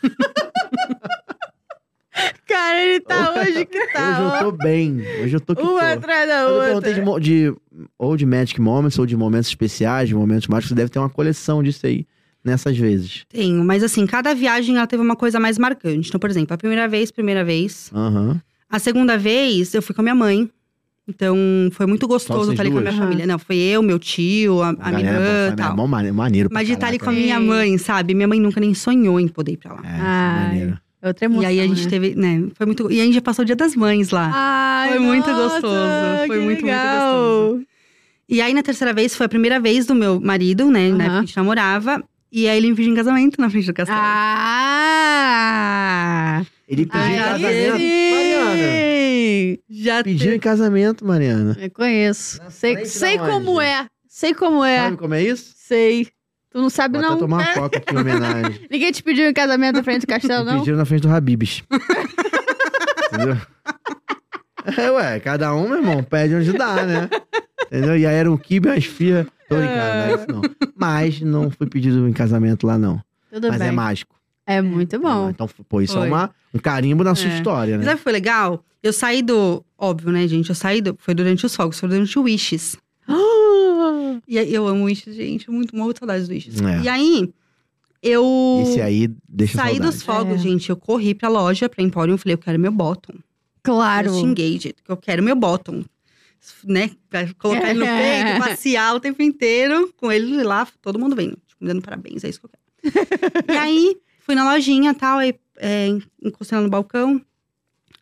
S2: 1.
S1: Cara, ele tá hoje que
S2: Hoje eu
S1: tá.
S2: tô bem. Hoje eu tô que
S1: ó. Uma
S2: tô.
S1: atrás da
S2: Quando eu
S1: outra.
S2: perguntei de, mo- de- ou de Magic Moments, ou de momentos especiais, de momentos mágicos, você deve ter uma coleção disso aí nessas vezes.
S3: Tenho, mas assim, cada viagem ela teve uma coisa mais marcante. Então, por exemplo, a primeira vez, primeira vez.
S2: Aham.
S3: A segunda vez, eu fui com a minha mãe. Então, foi muito
S2: Só
S3: gostoso.
S2: vocês
S3: Eu falei com a minha
S1: duas?
S3: família. Não, foi eu, meu tio, a, a minha
S2: Galera,
S3: irmã
S2: bom,
S3: e
S1: tá.
S3: tal.
S2: é Mó mane- maneiro pra
S3: Mas de estar ali com a
S2: caraca,
S3: minha
S1: Sim.
S3: mãe, sabe? Minha mãe nunca nem sonhou em poder ir pra lá.
S2: né? É, isso é
S1: Ai.
S2: maneiro.
S1: Outra emoção.
S3: e aí a gente
S1: né? Ah.
S3: teve, né? Foi muito. E a gente já passou o dia das mães lá.
S1: Ai,
S3: Foi muito
S1: nossa,
S3: gostoso, foi
S1: que
S3: muito, muito
S1: legal.
S3: gostoso. E aí, na terceira vez, foi a primeira vez do meu marido, né?
S1: Aham.
S3: Na época que a gente namorava. E aí ele me pediu em casamento na frente do castelo.
S1: Ah!
S2: Ele pediu
S1: Ai,
S2: em
S3: Ai,
S2: casamento.
S1: sim!
S2: Mariana.
S1: Já
S2: Pediu em casamento, Mariana.
S1: Eu conheço.
S2: Na
S1: sei
S2: frente
S1: sei
S2: da onde?
S1: como é. Sei como é.
S2: Sabe como é isso?
S1: Sei. Tu não sabe,
S2: Vou
S1: não.
S2: até tomar uma
S1: né?
S2: coca aqui em homenagem.
S1: Ninguém te pediu em casamento na frente do castelo,
S2: Me
S1: não?
S2: Pediram na frente do Habibs. Entendeu? É, ué, cada um, meu irmão, pede onde dá, né? Entendeu? E aí era um kibe, umas fias. Tô brincando, não é isso não. Mas não foi pedido em casamento lá, não.
S1: Tudo
S2: Mas
S1: bem.
S2: é
S1: É,
S2: mágico.
S1: muito bom.
S2: Então, pô, isso é
S3: Foi.
S2: uma, um carimbo na sua
S3: É.
S2: história,
S3: Mas
S2: né?
S3: sabe o que foi legal? Eu saí do. Óbvio, né, gente? Eu saí do. Foi durante os fogos, foi durante o Wishes.
S1: Ah!
S3: E aí, eu amo o Wishes, gente. Muito, muito saudade do Wishes.
S2: É.
S3: E aí, eu.
S2: Esse aí deixa
S3: saí
S2: saudade.
S3: dos fogos,
S1: É.
S3: gente. Eu corri pra loja, pra Emporium. Falei, eu quero meu bottom.
S1: Claro.
S3: Eu xinguei, gente. que Eu quero meu bottom. Né? Pra Colocar ele no peito, passear o tempo inteiro com ele lá, todo mundo vendo. Tipo, me dando parabéns, é isso que eu quero. e aí, fui na lojinha e tal, aí é, encostei lá no balcão.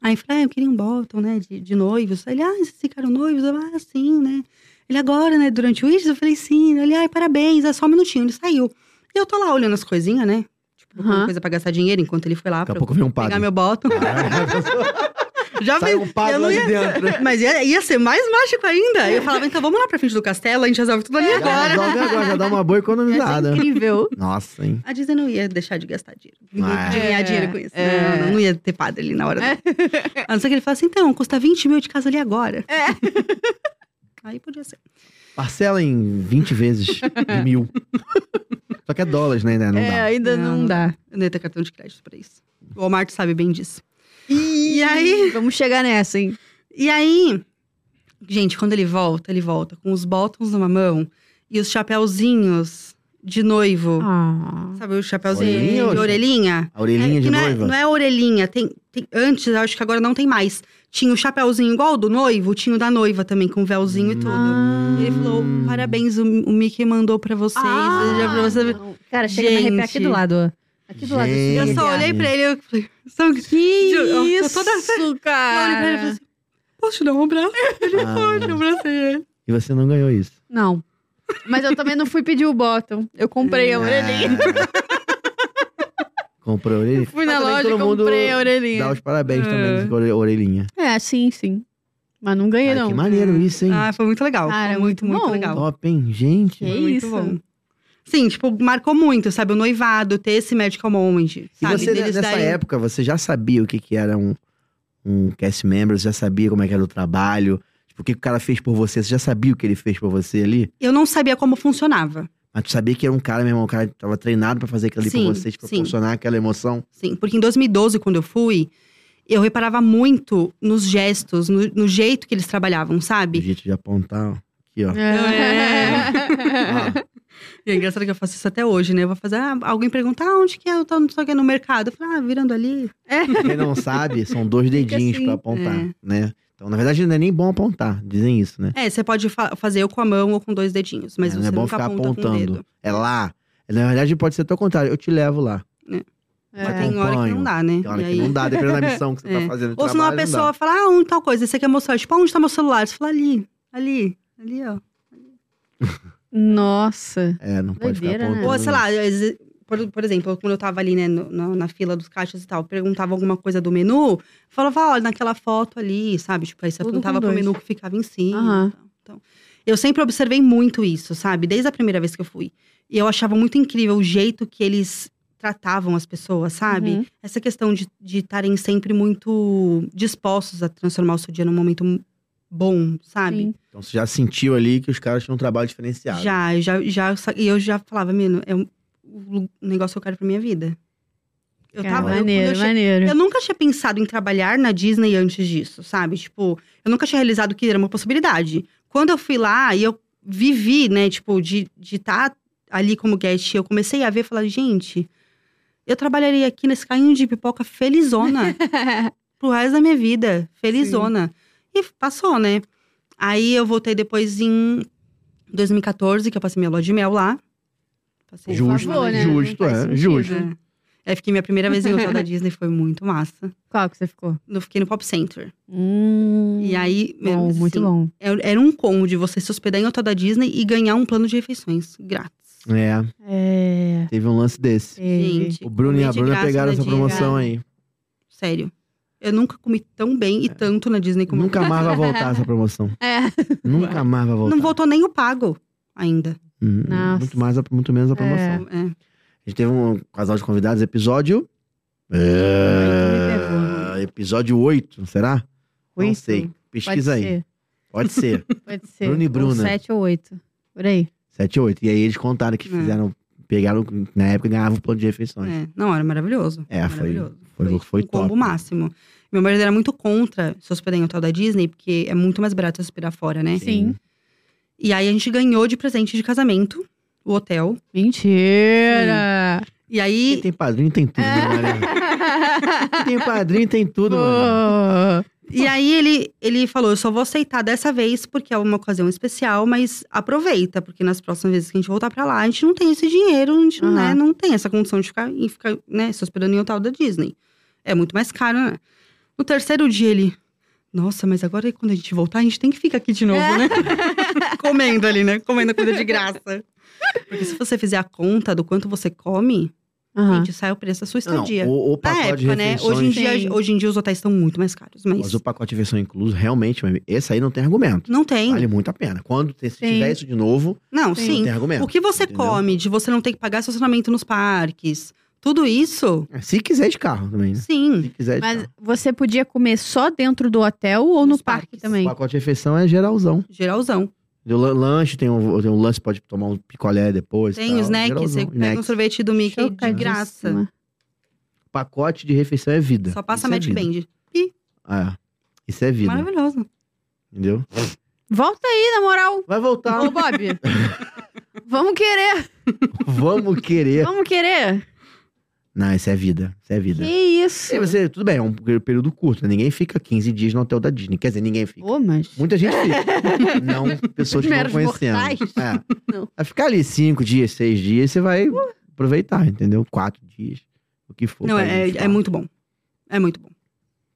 S3: Aí falei, ah, eu queria um bottom, né? De, de noivos. Aí Ele, ah, vocês ficaram noivos? Eu, ah, sim, né? Ele agora, né? Durante o Isis, eu falei, sim. Ele, ai, parabéns, é só um minutinho. Ele saiu. E eu tô lá olhando as coisinhas, né? Tipo, procurando
S1: Aham.
S3: coisa pra gastar dinheiro enquanto ele foi lá
S2: Daqui a
S3: pra
S2: pouco vem um
S3: pegar
S2: padre.
S3: meu bottom. Já
S2: Sai
S3: vi.
S2: um padre
S3: eu não
S2: lá
S3: ia-
S2: de dentro. né?
S3: Mas ia, ia ser mais mágico ainda. Eu falava, então vamos lá pra frente do castelo, a gente resolve tudo ali
S1: É.
S2: Já
S3: agora.
S2: resolve agora, já dá uma boa
S1: Essa é
S2: economizada.
S1: incrível.
S2: Nossa, hein?
S3: A Disney não ia deixar de gastar dinheiro,
S2: Ah,
S3: de
S1: é.
S3: ganhar dinheiro com isso.
S1: É.
S3: Não, não, não ia ter padre ali na hora. É. A não ser que ele falasse, então, custa 20 mil de casa ali agora.
S1: É.
S3: Aí podia ser.
S2: Parcela em 20 vezes de mil. Só que é dólares, né? Não
S1: É,
S2: dá.
S1: ainda não,
S3: Não, não
S1: dá.
S3: Eu não ia ter cartão de crédito pra isso. O Walmart sabe bem disso.
S1: E aí? Vamos chegar nessa, hein?
S3: E aí, gente, quando ele volta, ele volta com os bottoms numa mão e os chapéuzinhos de noivo.
S1: Ah.
S3: Sabe o
S2: Orelhinha
S3: chapéuzinho
S2: ou
S3: de
S2: cha-
S3: orelhinha?
S2: A orelhinha
S3: é,
S2: de
S3: que não é-
S2: noiva?
S3: não é orelhinha. Tem, tem- antes, acho que agora não tem mais. Tinha o chapéuzinho igual ao do noivo, tinha o da noiva também, com
S2: Hum.
S3: véuzinho e tudo.
S1: Ah.
S3: Ele falou: parabéns, o, o Mickey mandou pra vocês. já pra você...
S1: Ah, Cara, chega a me arrepiar
S3: Gente.
S1: aqui do lado. Aqui do lado. assim,
S2: Gente.
S3: Eu só
S1: arrepiar.
S3: olhei pra ele e eu falei: "São-
S1: Que
S3: Ju- eu tô
S1: isso,
S3: toda- Eu olhei pra ele e falei
S1: cara.
S3: assim, posso te dar um abraço? Ele
S2: Ah.
S3: pode, eu assim, "É." abracei ele.
S2: E você não ganhou isso.
S1: Não. Mas eu também não fui pedir o bottom. Eu
S2: É.
S3: É
S1: comprei a orelhinha.
S2: Ah. Comprou a orelhinha.
S1: Fui na
S2: Mas Ah, também
S1: loja e
S2: todo mundo
S1: comprei a orelhinha.
S2: Dá os parabéns também
S3: É.
S2: com a orelhinha.
S1: É, sim, sim. Mas não ganhei,
S2: Cara,
S1: não.
S2: que maneiro isso, hein?
S3: Ah, É, foi muito legal.
S1: Cara,
S3: foi muito,
S1: muito
S3: muito,
S1: bom.
S3: legal.
S2: Top, hein? Gente.
S1: Que
S3: Foi muito
S1: isso?
S3: bom. Sim, tipo, marcou muito, sabe? O noivado, ter esse medical moment.
S2: E
S3: sabe?
S2: você,
S3: Deles
S2: nessa
S3: darem-
S2: época, você já sabia o que, que era um, um cast member? Você já sabia como é que era o trabalho? Tipo, o que, que o cara fez por você? Você já sabia o que ele fez por você ali?
S3: Eu não sabia como funcionava.
S2: Mas tu sabia que era um cara, meu irmão, o cara tava treinado pra fazer aquilo ali
S3: Sim,
S2: por você, te
S3: sim.
S2: proporcionar aquela emoção.
S3: Sim, porque em 2012, quando eu fui, eu reparava muito nos gestos, no, no jeito que eles trabalhavam,
S2: Do
S3: sabe?
S2: jeito de apontar, ó. Aqui, ó.
S1: É.
S2: Ah,
S3: E é engraçado que eu faço isso até hoje, né? Eu vou fazer, ah, alguém pergunta, ah, onde que é o tal, não sei o que, no mercado? Eu falo, ah, virando ali.
S2: quem não sabe, são dois dedinhos
S1: assim,
S2: pra apontar,
S3: é.
S2: né? Então, na verdade, não é nem bom apontar. Dizem isso, né?
S3: É, você pode fa- fazer ou com a mão ou com dois dedinhos, mas
S2: É,
S3: você
S2: não é bom
S3: nunca
S2: ficar
S3: aponta com o dedo.
S2: apontando. É lá. Na verdade, pode ser até o contrário. Eu te levo lá.
S3: Mas É,
S1: É.
S3: tem hora que
S2: Acompanho.
S3: não dá, né?
S2: Tem hora
S3: E
S2: que
S3: aí-
S2: não dá, dependendo da missão que você
S3: É.
S2: tá fazendo.
S3: Ou senão a
S2: trabalho, não dá.
S3: pessoa fala, ah, onde tal coisa, você quer mostrar? Tipo, ah, onde tá meu celular? Você fala, ali, ali, ali, ó.
S1: Nossa.
S2: É, não pode
S1: Doideira,
S2: ficar
S1: né?
S2: apontando.
S3: Ou, sei
S2: não.
S3: lá, às vezes- por, por exemplo, quando eu tava ali, né, no- na, na fila dos caixas e tal, perguntava alguma coisa do menu, falava, olha, naquela foto ali, sabe? Tipo, aí você
S1: Tudo com
S3: apontava pro
S1: dois.
S3: menu que ficava em cima.
S1: Aham.
S3: Então, eu sempre observei muito isso, sabe? Desde a primeira vez que eu fui. E eu achava muito incrível o jeito que eles tratavam as pessoas, sabe?
S1: Uhum.
S3: Essa questão de de estarem sempre muito dispostos a transformar o seu dia num momento bom, sabe?
S1: Sim.
S2: Então você já sentiu ali que os caras tinham um trabalho diferenciado.
S3: Já, eu já, já, sa- e eu já falava, menino, é um, o negócio que eu quero pra minha vida. Eu
S1: Cara,
S3: tava. eu- quando
S1: É. maneiro,
S3: eu, che-
S1: maneiro.
S3: eu nunca tinha pensado em trabalhar na Disney antes disso, sabe? Tipo, eu nunca tinha realizado que era uma possibilidade. Quando eu fui lá e eu vivi, né, tipo, de estar ali como guest, eu comecei a ver e falar, gente, eu trabalharia aqui nesse carrinho de pipoca felizona pro resto da minha vida, felizona. E passou, né? Aí eu voltei depois em 2014, que eu passei minha lua de mel lá. Passei
S2: Justo,
S1: Por favor, né?
S2: justo,
S1: Não faz
S2: é,
S1: sentido.
S2: justo.
S3: É. Aí fiquei minha primeira vez em hotel da Disney, foi muito massa.
S1: Qual que você ficou?
S3: Eu fiquei no Pop Center.
S1: Hum,
S3: E aí,
S1: bom,
S3: assim,
S1: muito bom.
S3: era era um combo de você se hospedar em hotel da Disney e ganhar um plano de refeições grátis.
S2: É,
S1: É.
S2: teve um lance desse.
S1: teve.
S3: Gente,
S2: O Bruno e
S3: comer
S2: a
S3: Tipo, de
S2: Bruna
S3: graça
S2: pegaram
S3: na
S2: essa
S3: Disney.
S2: promoção aí.
S3: Sério. Eu nunca comi tão bem e tanto na Disney como
S2: É. Nunca mais vai voltar essa promoção.
S1: É.
S2: Nunca mais vai voltar.
S3: Não voltou nem o pago ainda.
S2: Hum,
S1: Nossa.
S2: Muito, mais, a- muito menos a promoção.
S1: É.
S3: É.
S2: A gente teve um casal de convidados, episódio.
S1: Ai,
S2: É, episódio 8, será? Não
S1: Oito?
S2: sei.
S1: Pode
S2: Pesquisa aí.
S1: ser,
S2: Pode ser.
S1: Pode ser.
S2: Bruno e
S1: Ou
S2: Bruna.
S1: Sete ou oito. Por aí.
S2: 7, 8. E aí eles contaram que
S3: É.
S2: fizeram. Pegaram, na época ganhavam o plano de refeições.
S3: É, não, era maravilhoso.
S2: É, foi-
S3: maravilhoso.
S2: foi- foi
S3: um combo
S2: top.
S3: máximo. Meu marido era muito contra se hospedar em hotel da Disney, porque é muito mais barato se hospedar fora, né?
S1: Sim.
S3: E aí a gente ganhou de presente de casamento o hotel.
S1: Mentira!
S3: E
S2: Quem
S3: aí.
S2: tem padrinho tem tudo, né, Mariana? Quem tem padrinho tem tudo, mano.
S1: Pô.
S3: E aí ele, ele falou: eu só vou aceitar dessa vez, porque é uma ocasião especial, mas aproveita, porque nas próximas vezes que a gente voltar pra lá, a gente não tem esse dinheiro, a gente né,
S1: Aham.
S3: não tem essa condição de ficar, e ficar né, se hospedando em hotel da Disney. É muito mais caro, né? No terceiro dia ele. Nossa, mas agora quando a gente voltar, a gente tem que ficar aqui de novo, né? Comendo ali, né? Comendo comida de graça. Porque se você fizer a conta do quanto você come,
S1: Aham.
S3: gente, sai o preço da sua
S2: Não,
S3: estadia.
S2: o, o
S3: Na
S2: pacote de
S3: época, né?
S2: refeições,
S3: Hoje em,
S1: Sim.
S3: dia, é hoje em dia os hotéis estão muito mais caros, mas.
S2: mas o pacote de refeição incluso, realmente, meu amigo, esse aí não tem argumento.
S3: Não tem.
S2: Vale muito a pena. Quando te- se
S1: Sim.
S2: tiver isso de novo,
S3: Não,
S1: Sim.
S2: não
S3: sim.
S2: tem argumento.
S3: O que você
S2: entendeu?
S3: come, de você não ter que pagar estacionamento nos parques, tudo isso,
S2: Se quiser de carro também, né? Se
S3: sim.
S2: quiser de
S1: Mas
S2: carro.
S1: você podia comer só dentro do hotel ou
S3: Nos
S1: no parque
S3: parques.
S1: também?
S2: O pacote de refeição é geralzão.
S3: Geralzão.
S2: Deu lan- lanche, tem um, tem um lanche, pode tomar um picolé depois.
S3: Tem
S2: tal, é
S3: o snack,
S2: tá, geralzão.
S3: você pega um
S2: Snacks.
S3: sorvete do Mickey de
S1: Chocadíssima.
S3: graça.
S2: Pacote de refeição é vida.
S3: Só
S2: Isso
S3: passa
S2: é
S3: Magic
S2: vida.
S3: Band.
S2: Ah, isso é vida,
S3: Maravilhoso.
S2: entendeu?
S1: Volta aí, na moral.
S2: Vai voltar. um
S1: Ô, Bob. Vamos querer.
S2: Vamos querer.
S1: Vamos querer?
S2: Não, isso é vida. Isso é vida.
S1: Que isso?
S2: E você, tudo bem, é um período curto. né? Ninguém fica 15 dias no hotel da Disney. Quer dizer, ninguém fica.
S1: Ô, mas.
S2: Muita gente fica. não pessoas que não
S1: Meros
S2: conhecendo.
S1: mortais.
S2: É.
S1: Não.
S2: Vai ficar ali 5 dias, 6 dias, você vai aproveitar, entendeu? 4 dias, o que for.
S3: Uh. Não,
S2: pra
S3: é,
S2: gente
S3: é
S2: lá.
S3: muito bom. É muito bom.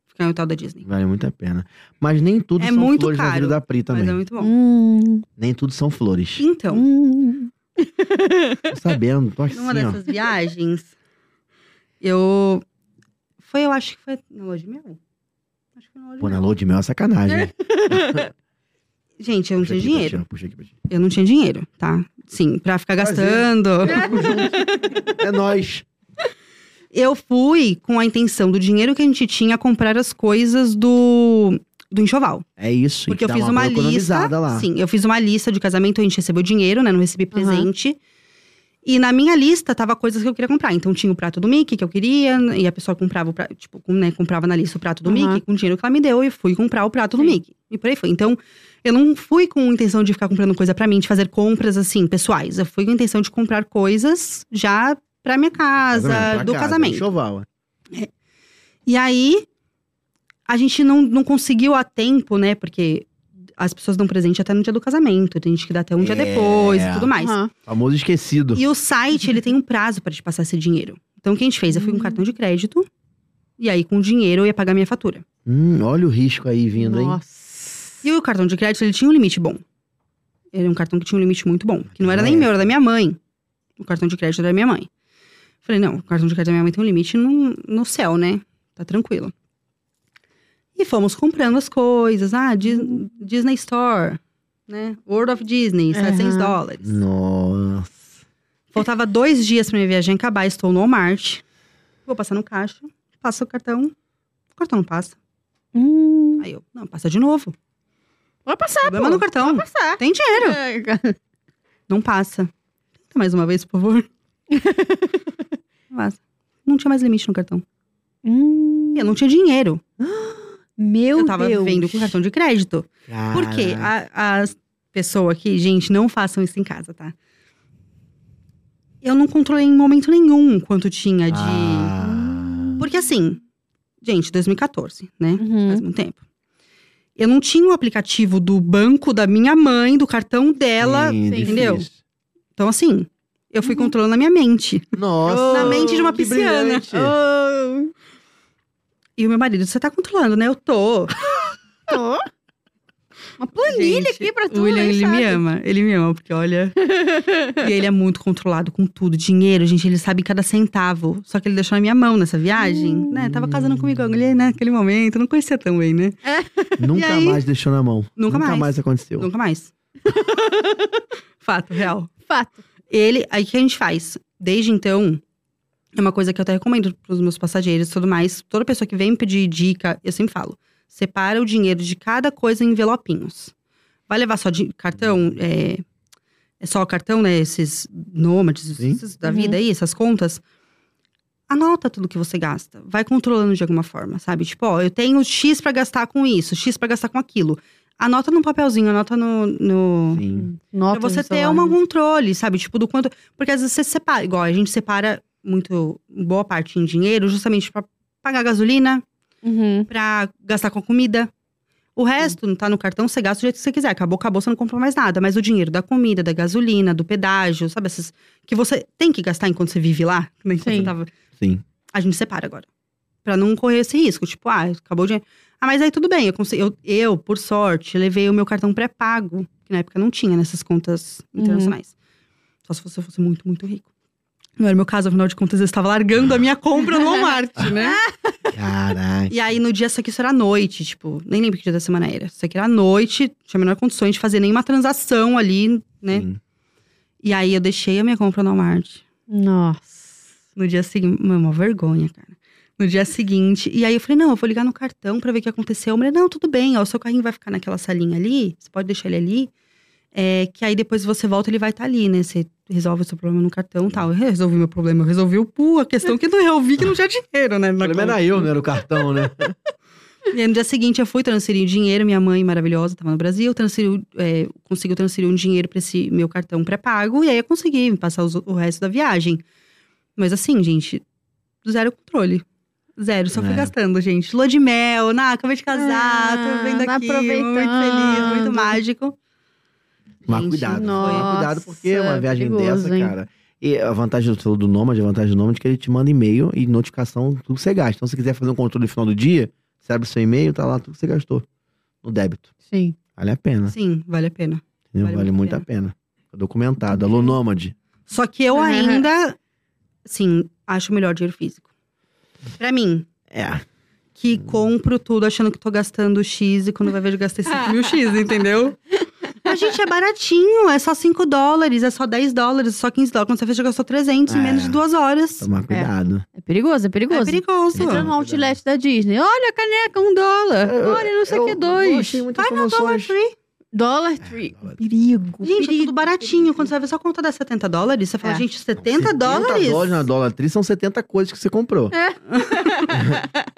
S3: Ficar em hotel da Disney.
S2: Vale muito a pena. Mas nem tudo
S3: É
S2: são
S3: muito
S2: flores na vida
S3: caro,
S2: da Pri também. Um
S3: Mas é muito bom.
S1: Hum,
S2: Nem tudo são flores.
S3: Então,
S1: hum.
S2: Tô sabendo, tô assim,
S3: numa
S2: ó.
S3: dessas viagens, eu. Foi, eu acho que foi na lua de mel? Acho que foi na lua de
S2: Pô, na
S3: mel.
S2: lua de mel é sacanagem. hein?
S3: Gente, eu não
S2: Puxa
S3: tinha
S2: aqui,
S3: dinheiro.
S2: Bastião, Puxa aqui, Bastião.
S3: Eu não tinha dinheiro, tá? Sim, pra ficar
S2: Prazer.
S3: gastando.
S2: Tamo junto. É nóis.
S3: Eu fui com a intenção do dinheiro que a gente tinha comprar as coisas do, do enxoval.
S2: É isso.
S3: Porque eu
S2: dá
S3: fiz uma,
S2: boa
S3: lista.
S2: economizada lá.
S3: Sim, eu fiz uma lista de casamento, a gente recebeu dinheiro, né? Não recebi
S1: Aham.
S3: presente. E na minha lista tava coisas que eu queria comprar. Então tinha o prato do Mickey que eu queria, e a pessoa comprava, o pra- tipo, com- né, comprava na lista o prato do
S1: Aham.
S3: Mickey com o dinheiro que ela me deu e fui comprar o prato do
S1: Sim.
S3: Mickey. E por aí foi. Então, eu não fui com intenção de ficar comprando coisa pra mim, de fazer compras assim, pessoais. Eu fui com intenção de comprar coisas já pra minha casa,
S2: Casamento, Tá pra
S3: do
S2: casa,
S3: casamento.
S2: Enxoval.
S3: E aí, a gente não, não conseguiu a tempo, né? Porque as pessoas dão presente até no dia do casamento. Tem gente que dá até um dia
S2: É.
S3: depois e tudo mais.
S1: Aham.
S2: Famoso esquecido.
S3: E o site, ele tem um prazo pra te passar esse dinheiro. Então, o que a gente fez? Eu fui com
S1: Hum.
S3: cartão de crédito. E aí, com o dinheiro, eu ia pagar minha fatura.
S2: Hum, olha o risco aí vindo, hein?
S1: Nossa.
S3: E o cartão de crédito, ele tinha um limite bom. Ele é um cartão que tinha um limite muito bom. Que não era
S2: Não
S3: nem
S2: é.
S3: meu, era da minha mãe. O cartão de crédito era da minha mãe. Falei, não, o cartão de crédito da minha mãe tem um limite no, no céu, né? Tá tranquilo. E fomos comprando as coisas. Ah, Dis- Disney Store, né? World of Disney, 700
S1: Aham.
S3: dólares.
S2: Nossa.
S3: Faltava dois dias pra minha viagem acabar, estou no Walmart. Vou passar no caixa, passa o cartão. O cartão não passa.
S1: Hum.
S3: Aí eu, não, passa de novo.
S1: Vai passar, Tá, pô.
S3: Problema no cartão.
S1: Vai passar.
S3: Tem dinheiro.
S1: É,
S3: Não passa. Tenta mais uma vez, por favor. não passa. Não tinha mais limite no cartão.
S1: hum.
S3: E Eu não tinha dinheiro.
S1: Meu
S3: eu tava
S1: Deus.
S3: vivendo com cartão de crédito. Por quê?
S2: Caraca.
S3: A, as pessoas aqui, gente, não façam isso em casa, tá? Eu não controlei em momento nenhum quanto tinha de.
S2: Ah.
S3: Porque assim, gente, 2014, né?
S1: Uhum.
S3: Faz muito tempo. Eu não tinha o aplicativo do banco da minha mãe, do cartão dela.
S2: Sim,
S1: Sim.
S3: entendeu?
S2: difícil.
S3: Então, assim, eu
S1: Uhum.
S3: fui controlando a minha mente.
S2: Nossa.
S3: Na mente de uma
S2: que
S3: pisciana.
S2: brilhante.
S1: Oh.
S3: E o meu marido, você tá controlando, né? Eu tô.
S1: Tô. Uma planilha
S3: Gente,
S1: aqui pra tu.
S3: O William, ele me ama. Ele me ama, porque olha. e ele é muito controlado com tudo. Dinheiro, gente, ele sabe cada centavo. Só que ele deixou na minha mão nessa viagem,
S1: Hum.
S3: né? Tava casando comigo a mulher naquele momento. Não conhecia tão bem, né?
S2: Nunca
S3: E aí?
S2: mais deixou na mão.
S3: Nunca mais.
S2: aconteceu.
S3: Nunca mais. Fato, real.
S1: Fato.
S3: Ele, aí o que a gente faz? Desde então, é uma coisa que eu até recomendo pros meus passageiros e tudo mais. Toda pessoa que vem me pedir dica, eu sempre falo: separa o dinheiro de cada coisa em envelopinhos. Vai levar só de cartão, é, é só cartão, né? Esses nômades,
S2: Sim.
S3: esses da
S1: Uhum.
S3: vida aí, essas contas. Anota tudo que você gasta. Vai controlando de alguma forma, sabe? Tipo, ó, eu tenho X pra gastar com isso, X pra gastar com aquilo. Anota num papelzinho, anota no- no,
S2: Sim.
S1: Nota
S3: pra você
S1: no
S3: ter
S1: celular,
S3: um
S1: né?
S3: controle, sabe? Tipo, do quanto. Porque às vezes você separa, igual a gente separa muito boa parte em dinheiro, justamente pra pagar gasolina,
S1: Uhum.
S3: pra gastar com a comida. O resto não tá no cartão, você gasta do jeito que você quiser. Acabou, acabou, você não compra mais nada. Mas o dinheiro da comida, da gasolina, do pedágio, sabe? Essas que você tem que gastar enquanto você vive lá, né? Enquanto
S1: Sim.
S3: você tava-
S2: Sim.
S3: A gente separa agora. Pra não correr esse risco. Tipo, ah, acabou o dinheiro. Ah, mas aí tudo bem. Eu, consegui- eu, eu, por sorte, levei o meu cartão pré-pago, que na época não tinha nessas contas
S1: Uhum.
S3: internacionais. Só se você fosse muito, muito rico. Não era o meu caso, afinal de contas, eu estava largando a minha compra no Walmart, né?
S2: Caraca.
S3: E aí, no dia, só que isso era à noite, tipo, nem lembro que dia da semana era. Só que era à noite, tinha a menor condições de fazer nenhuma transação ali, né?
S2: Sim.
S3: E aí, eu deixei a minha compra no Walmart.
S1: Nossa.
S3: No dia seguinte, mano, é uma vergonha, cara. No dia seguinte, e aí eu falei, não, eu vou ligar no cartão pra ver o que aconteceu. A mulher, não, tudo bem, ó, o seu carrinho vai ficar naquela salinha ali, você pode deixar ele ali. É, que aí depois você volta, ele vai estar ali, né? Você resolve o seu problema no cartão e tal. Eu resolvi meu problema, eu resolvi o pu, a questão que eu resolvi que não tinha dinheiro, né? na
S2: Pelo menos
S3: conta.
S2: era eu, não era o cartão, né?
S3: E aí, no dia seguinte, eu fui transferir o dinheiro. Minha mãe, maravilhosa, tava no Brasil. Transferiu, é, conseguiu transferir um dinheiro pra esse meu cartão pré-pago. E aí, eu consegui passar os- o resto da viagem. Mas assim, gente, zero controle. Zero, só fui
S2: É.
S3: gastando, gente. Lua de mel, na, acabei de casar,
S1: Ah,
S3: tô vendo
S1: tá
S3: aqui, muito feliz, muito
S1: aproveitando.
S3: mágico.
S2: Mas
S3: Gente,
S2: cuidado,
S1: nossa,
S2: mas cuidado, porque uma viagem
S1: perigoso,
S2: dessa,
S1: hein?
S2: cara. E a vantagem do celular do Nômade, a vantagem do Nômade é que ele te manda e-mail e notificação, tudo que você gasta. Então, se quiser fazer um controle no final do dia, você abre o seu e-mail, tá lá tudo que você gastou no débito.
S1: Sim.
S2: Vale a pena,
S3: Sim, vale a pena.
S2: entendeu?
S3: vale
S2: Né? Vale,
S3: muito
S2: muito a pena. Tá documentado. Alô, Nômade.
S3: Só que eu
S1: Uhum.
S3: ainda, sim, acho melhor dinheiro físico. Pra mim,
S2: É.
S3: que compro tudo achando que tô gastando X e quando vai ver eu gastei 5 mil X, entendeu? Mas, gente, é baratinho, é só 5 dólares, é só 10 dólares, é só 15 dólares. Quando você vê, já gastou 300 em
S2: É.
S3: menos de duas horas.
S2: Tomar cuidado.
S1: É perigoso, é perigoso.
S3: É perigoso.
S1: Entra no outlet da Disney. Olha a caneca, um dólar. Olha, não sei o que, é
S2: Eu
S1: dois.
S2: achei É, muitas promoções.
S1: Dollar Tree.
S2: Dollar Tree.
S1: Perigo.
S3: Gente, é
S1: perigo.
S3: tudo baratinho. Quando você vai ver só a conta dá 70 dólares, você fala,
S1: É.
S3: gente,
S2: Não,
S3: 70 dólares?
S2: dólares na Dollar Tree são 70 coisas que você comprou.
S1: É.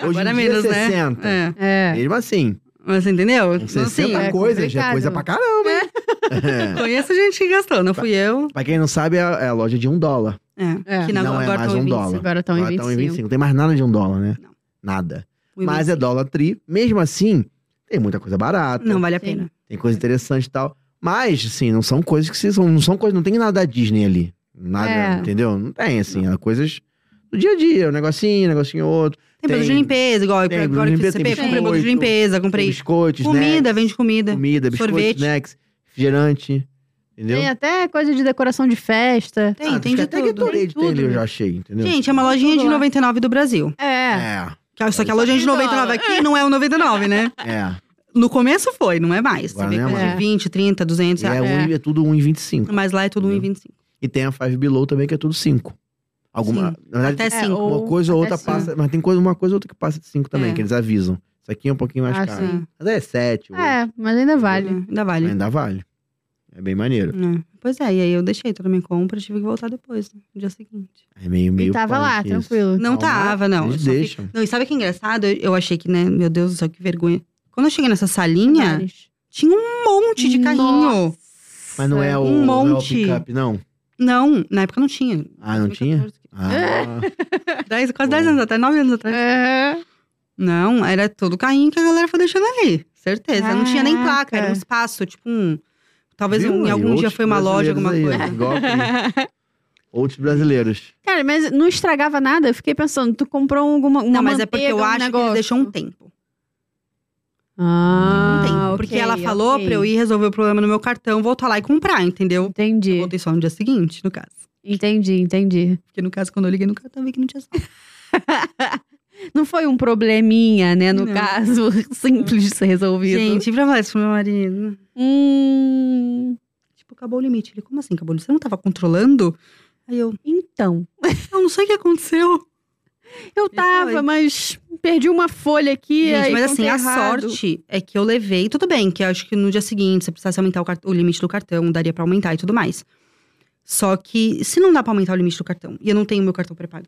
S2: Hoje
S3: Agora
S2: em dia,
S3: menos, né?
S2: 60.
S3: É.
S1: É.
S2: Mesmo assim,
S3: Mas você entendeu?
S2: Com
S3: Então,
S2: 60
S1: é
S2: coisas,
S1: complicado.
S2: já é coisa pra caramba, hein? É.
S3: Conheço gente que gastou, não fui eu.
S2: Pra quem não sabe, é a é a loja de um dólar.
S3: É,
S1: É.
S3: Que na-
S2: Não é
S3: agora
S2: mais
S3: tão
S2: um
S3: em 20.
S2: dólar.
S1: Agora estão em
S2: Agora tá
S1: 25.
S2: tão Não tem mais nada de um dólar, né?
S3: Não.
S2: Nada.
S3: Fui
S2: Mas é
S3: 25.
S2: dólar tri. Mesmo assim, tem muita coisa barata,
S3: Não vale a
S1: Sim.
S3: pena.
S2: tem coisa interessante e tal. Mas, assim, não são coisas que se são. Não são coisas. Não tem nada da Disney ali. Nada,
S1: É.
S2: entendeu? Não tem, assim. É coisas do dia a dia. Um negocinho, um negocinho outro.
S3: Tem, produto de
S2: Tem-
S3: limpeza, igual eu-
S2: tem
S3: agora
S2: produto
S3: eu
S2: de
S3: fiz
S2: limpeza, tem
S3: CP, comprei produto de
S2: biscoito,
S3: limpeza,
S2: Tem
S3: comprei
S2: biscoitos,
S3: comida, vende comida.
S2: né? Comida, comida biscoito,
S3: sorvete.
S2: snacks, refrigerante. Entendeu?
S1: Tem até coisa de decoração de festa.
S3: Tem,
S2: Ah,
S3: tem de
S2: até
S3: tudo.
S2: Gatorade
S1: Tem
S2: tem né? ali,
S1: tudo.
S2: eu já achei, entendeu?
S3: Gente, é uma lojinha de
S1: Tudo lá. tá
S3: 99 do Brasil.
S1: É.
S2: É,
S3: Que- Só que a lojinha de 99 aqui não é o 99, né?
S2: é.
S3: No começo foi, não é mais. Você
S2: Agora
S3: vê
S2: não é
S3: coisa de
S1: mais.
S3: 20, 30, 200
S2: E é,
S3: reais.
S2: um- é tudo 1,25.
S3: Mas lá é tudo 1,25.
S2: E tem a Five Below também, que é tudo 5. Alguma. Na verdade,
S3: Até
S1: É,
S3: 5.
S1: ou-
S2: uma coisa ou
S1: até
S2: outra
S1: cinco.
S2: passa. Mas tem coisa, uma coisa ou outra que passa de 5 também,
S3: É.
S2: que eles avisam. Isso aqui é um pouquinho mais
S1: Ah,
S2: caro.
S1: sim.
S2: Mas é 7.
S1: É, mas ainda vale.
S3: né? Ainda vale.
S2: Ainda vale. É bem maneiro.
S3: É. Pois é, e aí eu deixei toda a minha compra, tive que voltar depois, né, no dia seguinte.
S2: É meio,
S1: E
S2: meio.
S1: tava lá,
S2: punk isso.
S1: tranquilo.
S3: Não
S2: Calma,
S3: tava, não. Eu
S2: Eles
S3: só fiquei-
S2: deixam.
S3: Não, e sabe o que é engraçado? Eu, eu achei que, né, meu Deus do céu, que vergonha. Quando eu cheguei nessa salinha,
S1: Vários.
S3: tinha um monte de carrinho.
S1: Nossa.
S2: Mas não é o,
S3: Um
S2: não é o
S3: monte.
S2: pick-up, não.
S3: Não, na época não tinha.
S2: Ah, não tinha?
S3: 2014. É,
S2: Ah,
S3: Dez, quase
S2: Pô.
S3: 10 anos atrás, 9 anos atrás.
S1: É.
S3: Não, era todo carrinho que a galera foi deixando ali. Certeza. Não tinha nem placa,
S1: Caraca.
S3: era um espaço, tipo um. Talvez
S2: viu?
S3: um- em
S2: Aí,
S3: algum dia
S2: outros
S3: foi uma loja, alguma
S2: brasileiros
S3: coisa.
S2: aí, é. golpe. Outros brasileiros.
S1: Cara, mas não estragava nada? Eu fiquei pensando, tu comprou alguma uma
S3: Não, mas é porque
S1: manteiga,
S3: eu
S1: um
S3: acho que
S1: negócio.
S3: eles deixou um tempo.
S1: Ah,
S3: Um tempo. porque
S1: ok,
S3: ela falou
S1: ok.
S3: pra eu ir resolver o problema no meu cartão, voltar lá e comprar, entendeu? Eu
S1: Entendi,
S3: voltei só no dia seguinte, no caso.
S1: entendi, entendi.
S3: Porque no caso, quando eu liguei no cartão, eu vi que não tinha saldo.
S1: Não foi um probleminha, né, no
S3: Não.
S1: caso, simples de ser resolvido.
S3: Gente, e pra falar isso pro meu marido.
S1: Hum,
S3: Tipo, acabou o limite. Ele, como assim acabou o limite? Você não tava controlando? Aí eu,
S1: então,
S3: eu não sei o que aconteceu.
S1: eu tava,
S3: foi.
S1: mas perdi uma folha aqui,
S3: Gente,
S1: aí
S3: mas assim,
S1: contei
S3: a
S1: errado.
S3: sorte é que eu levei. Tudo bem, que eu acho que no dia seguinte, se precisasse aumentar o, cart- o limite do cartão, daria pra aumentar e tudo mais. Só que se não dá pra aumentar o limite do cartão e eu não tenho meu cartão pré-pago,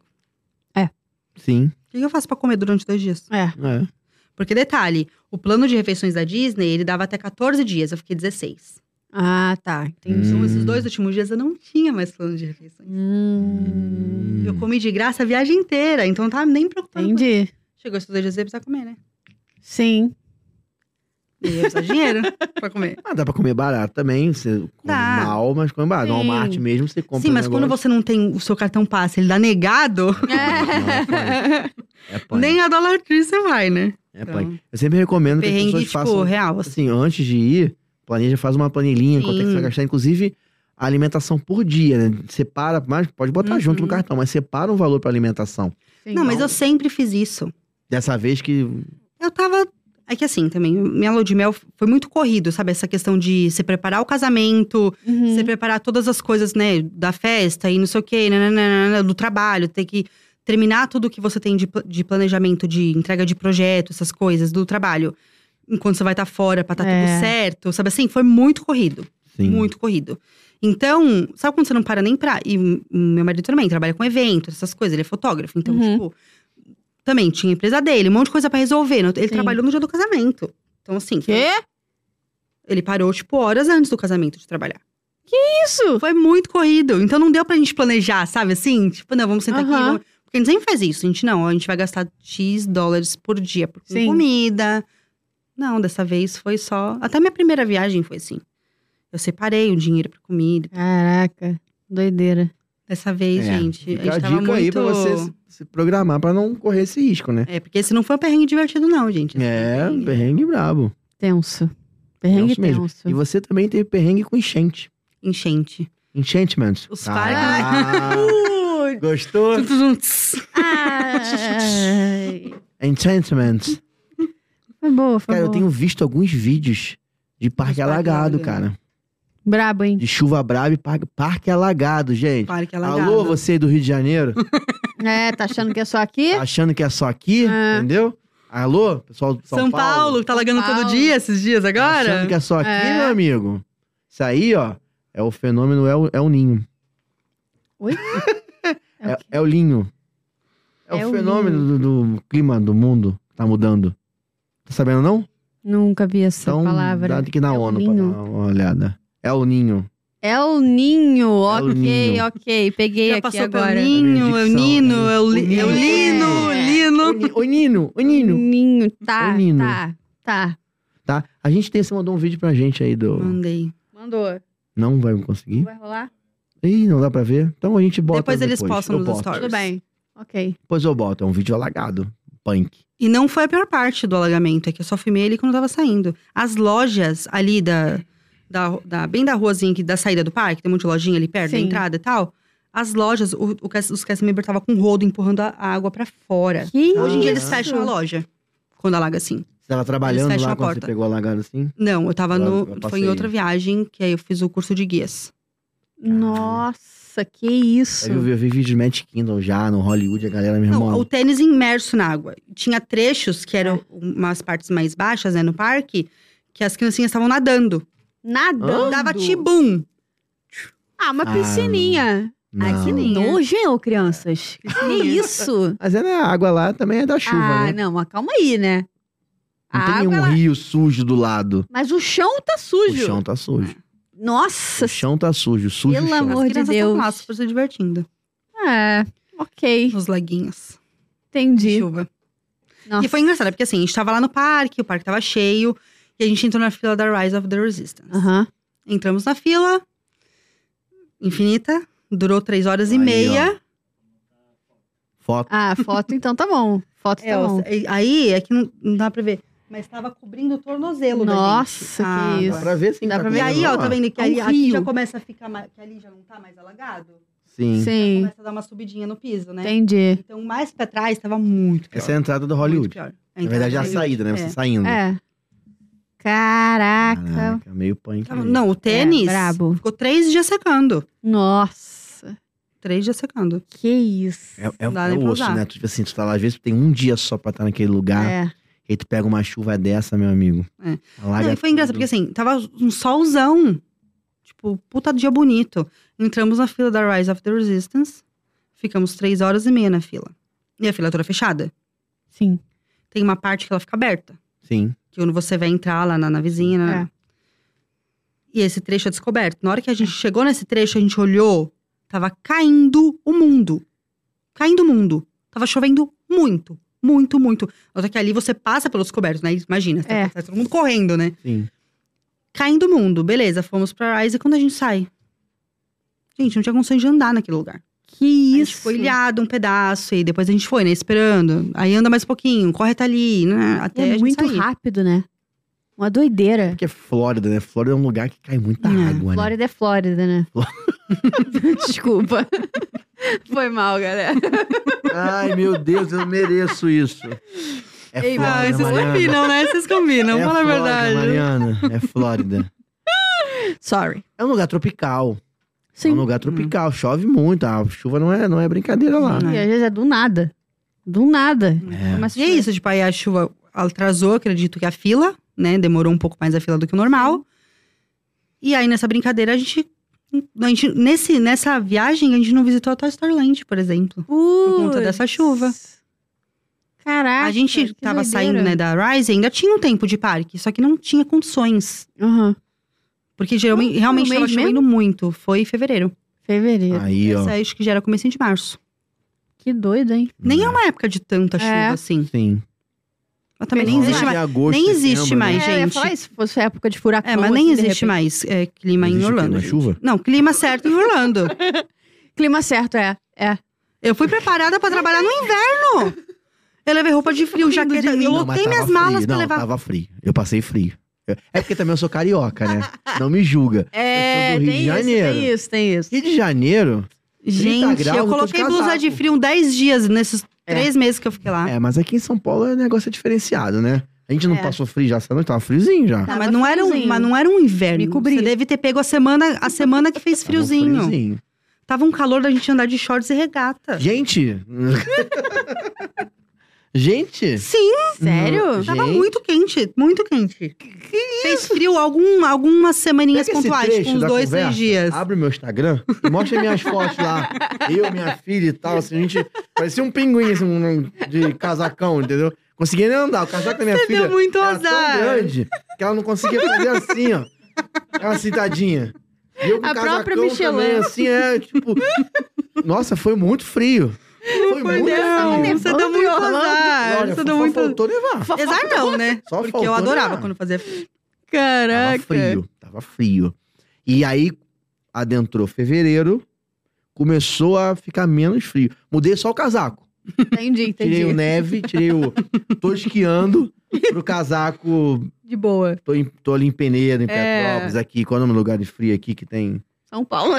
S2: Sim.
S3: o que eu faço pra comer durante dois dias?
S1: É,
S2: É.
S3: Porque, detalhe, o plano de refeições da Disney, ele dava até 14 dias, eu fiquei 16.
S1: ah, tá, entendi.
S3: Então,
S2: Hum.
S3: esses dois últimos dias eu não tinha mais plano de refeições.
S1: Hum,
S3: Eu comi de graça a viagem inteira, então não tava nem preocupada. com-
S1: entendi,
S3: Chegou esses dois dias eu ia precisar comer, né?
S1: sim.
S3: Eu ia precisar de dinheiro pra comer.
S2: Ah, dá pra comer barato também. Você come
S3: Dá.
S2: mal, mas come barato. No
S1: Sim.
S2: Walmart mesmo você compra.
S3: Sim,
S2: um
S3: mas quando
S2: negócio.
S3: você não tem o seu cartão passe, ele dá negado,
S2: É punk.
S3: nem a Dollar Tree você vai, né?
S2: É punk. Eu sempre recomendo que as
S3: perrengue,
S2: pessoas
S3: tipo,
S2: façam.
S3: real, assim.
S2: Assim, antes de ir, planeja, faz uma planilhinha, quanto é que você vai
S3: Sim.
S2: gastar. Inclusive, a alimentação por dia, né? Separa, mas pode botar
S3: Uhum.
S2: junto no cartão, mas separa um valor pra alimentação.
S1: Sim.
S3: Não, mas eu sempre fiz isso.
S2: Dessa vez que.
S3: Eu tava... É que assim, também, minha lua de mel foi muito corrido, sabe? Essa questão de se preparar o casamento,
S1: Uhum.
S3: Você preparar todas as coisas, né? Da festa e não sei o quê, né, nananana, do trabalho, ter que terminar tudo que você tem de, pla- de planejamento, de entrega de projeto, essas coisas, do trabalho. Enquanto você vai estar fora pra estar
S1: É.
S3: tudo certo, sabe assim? Foi muito corrido,
S2: Sim.
S3: muito corrido. Então, sabe quando você não para nem pra. E m- meu marido também trabalha com eventos, essas coisas, ele é fotógrafo. Então,
S1: Uhum.
S3: tipo. também tinha a empresa dele, um monte de coisa pra resolver. Ele
S1: Sim.
S3: trabalhou no dia do casamento. Então, assim,
S1: Quê?
S3: ele parou, tipo, horas antes do casamento de trabalhar.
S1: Isso!
S3: Foi muito corrido. Então não deu pra gente planejar, sabe assim? Tipo, não, vamos sentar aqui.
S1: Aham.
S3: Vamos... Porque a gente sempre faz isso. A gente não, ó, a gente vai gastar X dólares por dia por com
S1: Sim.
S3: comida. Não, dessa vez foi só. Até minha primeira viagem foi assim. Eu separei o dinheiro pra comida.
S1: Caraca, doideira.
S3: Dessa vez,
S2: É,
S3: gente, a
S2: Fica
S3: gente
S2: a
S3: tava
S2: dica
S3: muito.
S2: aí pra você se- se programar pra não correr esse risco, né?
S3: É, porque esse não foi um perrengue divertido, não, gente. Esse
S2: É,
S3: foi um
S2: um perrengue brabo.
S1: Tenso. Perrengue
S2: Tenso mesmo.
S1: tenso.
S2: E você também teve perrengue com enchente.
S3: Enchente.
S2: Enchantment.
S3: Os
S2: Ah, Gostou?
S3: Tum, tum, tum, tss.
S1: Ai.
S2: Enchantment.
S1: Foi boa, foi
S2: Cara, eu
S1: boa.
S2: tenho um visto alguns vídeos de parque
S3: parque
S2: alagado,
S3: alagado.
S2: cara.
S1: Brabo, hein?
S2: De chuva brava e parque, parque alagado, gente.
S3: Para que ela
S2: Alô, você é aí do Rio de Janeiro,
S1: É, tá achando que é só aqui?
S2: tá achando que é só aqui,
S1: É.
S2: entendeu? Alô, pessoal do São,
S3: São Paulo, que tá lagando
S1: Paulo.
S3: todo dia esses dias
S2: Tá
S3: agora?
S2: Achando que é só aqui,
S1: É.
S2: meu amigo. Isso aí, ó, é o fenômeno é o, é o ninho.
S1: Oi?
S2: É,
S1: É o quê?
S2: é o linho. É,
S1: É
S2: o
S1: o
S2: fenômeno do, do clima do mundo que tá mudando. Tá sabendo não?
S1: Nunca vi essa
S2: Então,
S1: palavra.
S2: dá aqui na
S1: É o
S2: ONU
S1: ninho.
S2: pra dar uma olhada. É o ninho.
S1: É o ninho,
S2: É o
S1: ok,
S2: ninho.
S1: ok. Peguei
S3: Já
S1: aqui
S3: passou pelo
S1: agora.
S3: Ninho,
S2: É minha
S3: é o
S2: dicção,
S3: Nino,
S2: é.
S3: é o Li- é o
S1: O
S3: Lino,
S1: Nino.
S2: O,
S3: Lino.
S2: ni, o nino, o nino.
S1: Ninho, tá,
S2: É o ninho.
S1: tá, tá.
S2: Tá? A gente tem, você mandou um vídeo pra gente aí do...
S3: Mandei.
S1: Mandou.
S2: Não vai
S1: Não
S2: conseguir?
S1: vai rolar?
S2: Ih, não dá pra ver. Então a gente bota
S3: Depois
S2: depois.
S3: eles postam
S2: Eu
S3: nos
S2: boto.
S3: stories.
S1: Tudo bem, ok.
S2: Depois eu boto. É um vídeo alagado. Punk.
S3: E não foi a pior parte do alagamento, é que eu só filmei ele quando eu tava saindo. As lojas ali da, da, da- bem da ruazinha aqui, da saída do parque, tem um monte de lojinha ali perto, da
S1: Sim.
S3: entrada e tal. As lojas, o, o, cast- os cast member tava com rodo empurrando a, a água pra
S2: É.
S3: fora.
S1: Que
S2: Tá
S3: Hoje em dia eles
S1: isso?
S3: fecham a loja quando alaga assim.
S2: Você tava trabalhando
S3: fecham
S2: lá
S3: a
S2: quando você
S3: porta.
S2: pegou alagado assim?
S3: Não, eu tava
S2: Lá pra
S3: no. Foi em
S2: passeio.
S3: outra viagem, que aí eu fiz o curso de guias.
S1: Nossa, que isso.
S2: Aí Eu vi, eu vi vídeo de Magic Kingdom já, no Hollywood, a galera, meu
S3: Não,
S2: irmão.
S3: o tênis imerso na água. Tinha trechos, que eram umas partes mais baixas, né, no parque, que as criancinhas estavam nadando.
S1: Nadando.
S3: Dava tibum.
S1: Ah, uma
S2: Ah,
S1: piscininha.
S2: não.
S1: Ah, que nojo,
S2: É.
S1: hein, ô, crianças? Que isso?
S2: Mas é, né, a água lá também é da chuva,
S1: ah,
S2: né?
S1: não, mas calma aí, né?
S2: Não
S1: A
S2: tem
S1: água,
S2: nenhum
S1: ela-
S2: rio sujo do lado.
S1: Mas o chão tá
S2: O
S1: sujo.
S2: chão tá sujo.
S1: Nossa,
S2: O chão tá sujo, sujo
S1: Pelo
S2: o chão.
S1: amor-
S3: as
S1: de
S3: crianças
S1: Deus.
S3: estão lá, super se divertindo.
S1: é, ok,
S3: Nos laguinhos. De
S1: entendi.
S3: chuva.
S1: Nossa.
S3: E foi engraçado, porque assim, a gente tava lá no parque, o parque tava cheio. E a gente entrou na fila da Rise of the Resistance.
S1: Aham.
S3: Entramos na fila. Infinita. Durou três horas
S2: Aí,
S3: e meia.
S2: Foto.
S1: Ah, foto então tá bom. Foto
S3: É,
S1: tá
S3: ó,
S1: bom.
S3: aí- aí é que não, não dá pra ver. Mas tava cobrindo o tornozelo
S1: Nossa,
S3: da Ah, gente.
S1: que
S3: a
S1: isso.
S2: Dá
S3: água.
S2: pra ver sim.
S1: Dá
S2: tá
S1: pra
S2: com
S1: ver.
S3: E
S2: água
S3: aí, ó,
S2: lá.
S3: tá vendo que
S1: É um
S3: ali, aqui
S1: rio.
S3: já começa a ficar mais, que ali já não tá mais alagado?
S2: Sim.
S1: Sim,
S3: Começa a dar uma subidinha no piso, né?
S1: entendi.
S3: Então, mais pra trás, tava muito pior.
S2: Essa é a entrada do
S3: Muito
S2: Hollywood.
S3: pior.
S2: Na verdade, é a
S3: Então,
S2: saída, né?
S3: é.
S2: Você saindo.
S1: É. Caraca. É,
S2: Caraca, meio punk.
S3: É. Tava-
S2: mesmo.
S3: Então, Não, o tênis
S1: brabo.
S3: ficou três dias secando.
S1: Nossa,
S3: Três dias secando.
S1: que isso.
S2: É, é,
S3: Não dá
S2: é
S3: nem
S2: o
S3: pra
S2: osso,
S3: usar.
S2: né? Tu, tipo assim, tu tá lá, às vezes tu tem um dia só pra estar naquele lugar.
S1: É.
S2: E tu pega uma chuva dessa, meu amigo.
S3: É.
S2: Alaga
S3: Não, e foi engraçado,
S2: tudo.
S3: porque assim, tava um solzão. Tipo, puta dia bonito. Entramos na fila da Rise of the Resistance. Ficamos três horas e meia na fila. E a fila toda fechada.
S1: Sim.
S3: Tem uma parte que ela fica aberta.
S2: Sim.
S3: Que quando você vai entrar lá na navezinha, né?
S1: É.
S3: E esse trecho é descoberto. Na hora que a gente chegou nesse trecho, a gente olhou. Tava caindo o mundo. Caindo o mundo. Tava chovendo muito. Muito, muito. Nota que ali você passa pelos descobertos, né? Imagina,
S1: É.
S3: tá, tá todo mundo correndo, né?
S2: Sim.
S3: Caindo o mundo, beleza, fomos pra Rise e quando a gente sai. Gente, não tinha condições de andar naquele lugar.
S1: Que
S3: A
S1: isso.
S3: gente foi ilhado um pedaço e depois a gente foi, né, esperando. Aí anda mais um pouquinho, corre tá ali, né, até a
S1: É
S3: gente
S1: muito
S3: sair.
S1: rápido, né? Uma doideira.
S2: Porque é Flórida, né? Flórida é um lugar que cai muita
S3: É,
S2: água, né?
S1: Flórida é Flórida, né? Desculpa. Foi mal, galera.
S2: Ai, meu Deus, eu mereço isso. É
S1: Ei,
S2: Flórida,
S3: Ah,
S1: Olha,
S3: vocês
S2: Mariana.
S3: combinam, né? Vocês combinam,
S2: é
S3: fala a
S2: Flórida,
S3: verdade.
S2: Mariana, é Flórida.
S1: Sorry.
S2: É um lugar tropical. É
S1: Sim.
S2: um
S3: Hum.
S2: lugar tropical. Chove muito. A chuva não é, não é brincadeira lá.
S3: Não.
S1: E às vezes é do nada. Do nada.
S2: É.
S1: Começa a
S3: E é
S1: chover.
S3: isso, tipo, aí a chuva atrasou, acredito que a fila, né? Demorou um pouco mais a fila do que o normal. E aí, nessa brincadeira, a gente. A gente nesse, nessa viagem, a gente não visitou a Toy Story Land, por exemplo.
S1: Por
S3: conta dessa chuva.
S1: Caraca.
S3: a gente
S1: que
S3: tava
S1: doideira.
S3: saindo, né, da Rise, ainda tinha um tempo de parque, só que não tinha condições.
S1: Aham.
S3: Porque geralmente,
S1: foi
S3: realmente
S1: no
S3: tava
S1: mês
S3: chovendo muito. Foi em fevereiro.
S1: Fevereiro.
S2: Aí, ó.
S3: Essa acho que já era comecinho de março.
S1: Que doido, hein?
S2: Hum.
S3: Nem é uma época de tanta
S1: É.
S3: chuva, assim.
S2: Sim.
S3: Mas também nem
S1: Pois é.
S3: existe mais.
S2: Em agosto,
S3: nem existe
S2: setembro,
S1: É,
S3: mais. Ai,
S2: né?
S1: eu ia
S3: gente.
S1: falar isso, se fosse época de furacão.
S3: É, mas nem
S1: assim, de repente.
S3: existe mais é, clima em
S2: Existe o quê?
S3: Orlando.
S2: Uma
S3: gente.
S2: chuva?
S3: Não, clima certo em Orlando.
S1: Clima certo, é. É.
S3: Eu fui preparada pra trabalhar no inverno. Eu levei roupa de frio,
S1: Rindo
S3: jaqueta.
S1: de mim.
S3: Eu
S1: Não,
S2: mas
S3: lotei
S2: tava
S3: minhas malas
S2: frio.
S3: pra
S2: Não,
S3: levar.
S2: tava frio. Eu passei frio. Eu- É porque também eu sou carioca, né? Não me julga.
S1: É,
S2: Eu sou do Rio
S1: tem
S2: de
S1: isso,
S2: Janeiro.
S1: tem isso, tem isso.
S2: Rio de Janeiro...
S3: Gente,
S2: graus, eu tô
S3: eu
S2: de
S3: coloquei blusa
S2: casaco.
S3: de frio 10 dias nesses
S1: É.
S3: três meses que eu fiquei lá.
S2: É, mas aqui em São Paulo o negócio é diferenciado, né? A gente não
S1: É.
S2: passou frio já essa noite, tava friozinho já.
S3: Tá,
S1: Tava
S3: mas, não era um,
S1: friozinho.
S3: mas não era um inverno.
S1: Me cobri.
S3: Você deve ter pego a semana, a semana que fez
S2: Tava um
S3: friozinho.
S2: friozinho.
S3: Tava um calor da gente andar de shorts e regata.
S2: Gente! gente!
S3: Sim,
S2: Uhum.
S1: Sério?
S2: Não,
S3: tava
S2: Gente.
S3: muito quente, muito quente. Fez frio algum, algumas semaninhas
S2: Pega esse
S3: pontuais,
S2: trecho
S3: tipo uns
S2: da
S3: dois,
S2: conversa,
S3: três dias.
S2: Abre o meu Instagram, mostra minhas fotos lá. Eu, minha filha e tal, assim, a gente parecia um pinguim, assim, um- de casacão, entendeu? Conseguia nem andar, o casaco da minha
S3: Você
S2: filha
S3: deu muito
S2: era é tão
S3: azar.
S2: grande que ela não conseguia fazer assim, ó. Ela citadinha. E eu com
S1: A
S2: casacão
S1: própria
S2: também,
S1: Michelin.
S2: assim, é, tipo... Nossa, foi muito frio. Foi muito
S1: não,
S2: frio.
S1: Orlando,
S3: você deu muito
S1: Orlando.
S3: azar.
S2: Olha,
S3: você
S2: só
S3: deu muito
S2: faltou nevar.
S3: Azar não, né?
S2: Só
S3: Porque
S2: faltou
S3: eu adorava
S2: nevar.
S3: quando fazia frio.
S1: Caraca.
S2: Tava frio, tava frio. E aí, adentrou fevereiro, começou a ficar menos frio. Mudei só o casaco.
S1: Entendi,
S2: Tirei o
S1: entendi.
S2: neve, tirei o... Tô esquiando pro casaco...
S1: De boa.
S2: Tô, em- tô ali em Penedo, em
S1: É.
S2: Petrópolis, aqui. Qual é o nome do lugar de frio aqui que tem?
S1: São Paulo.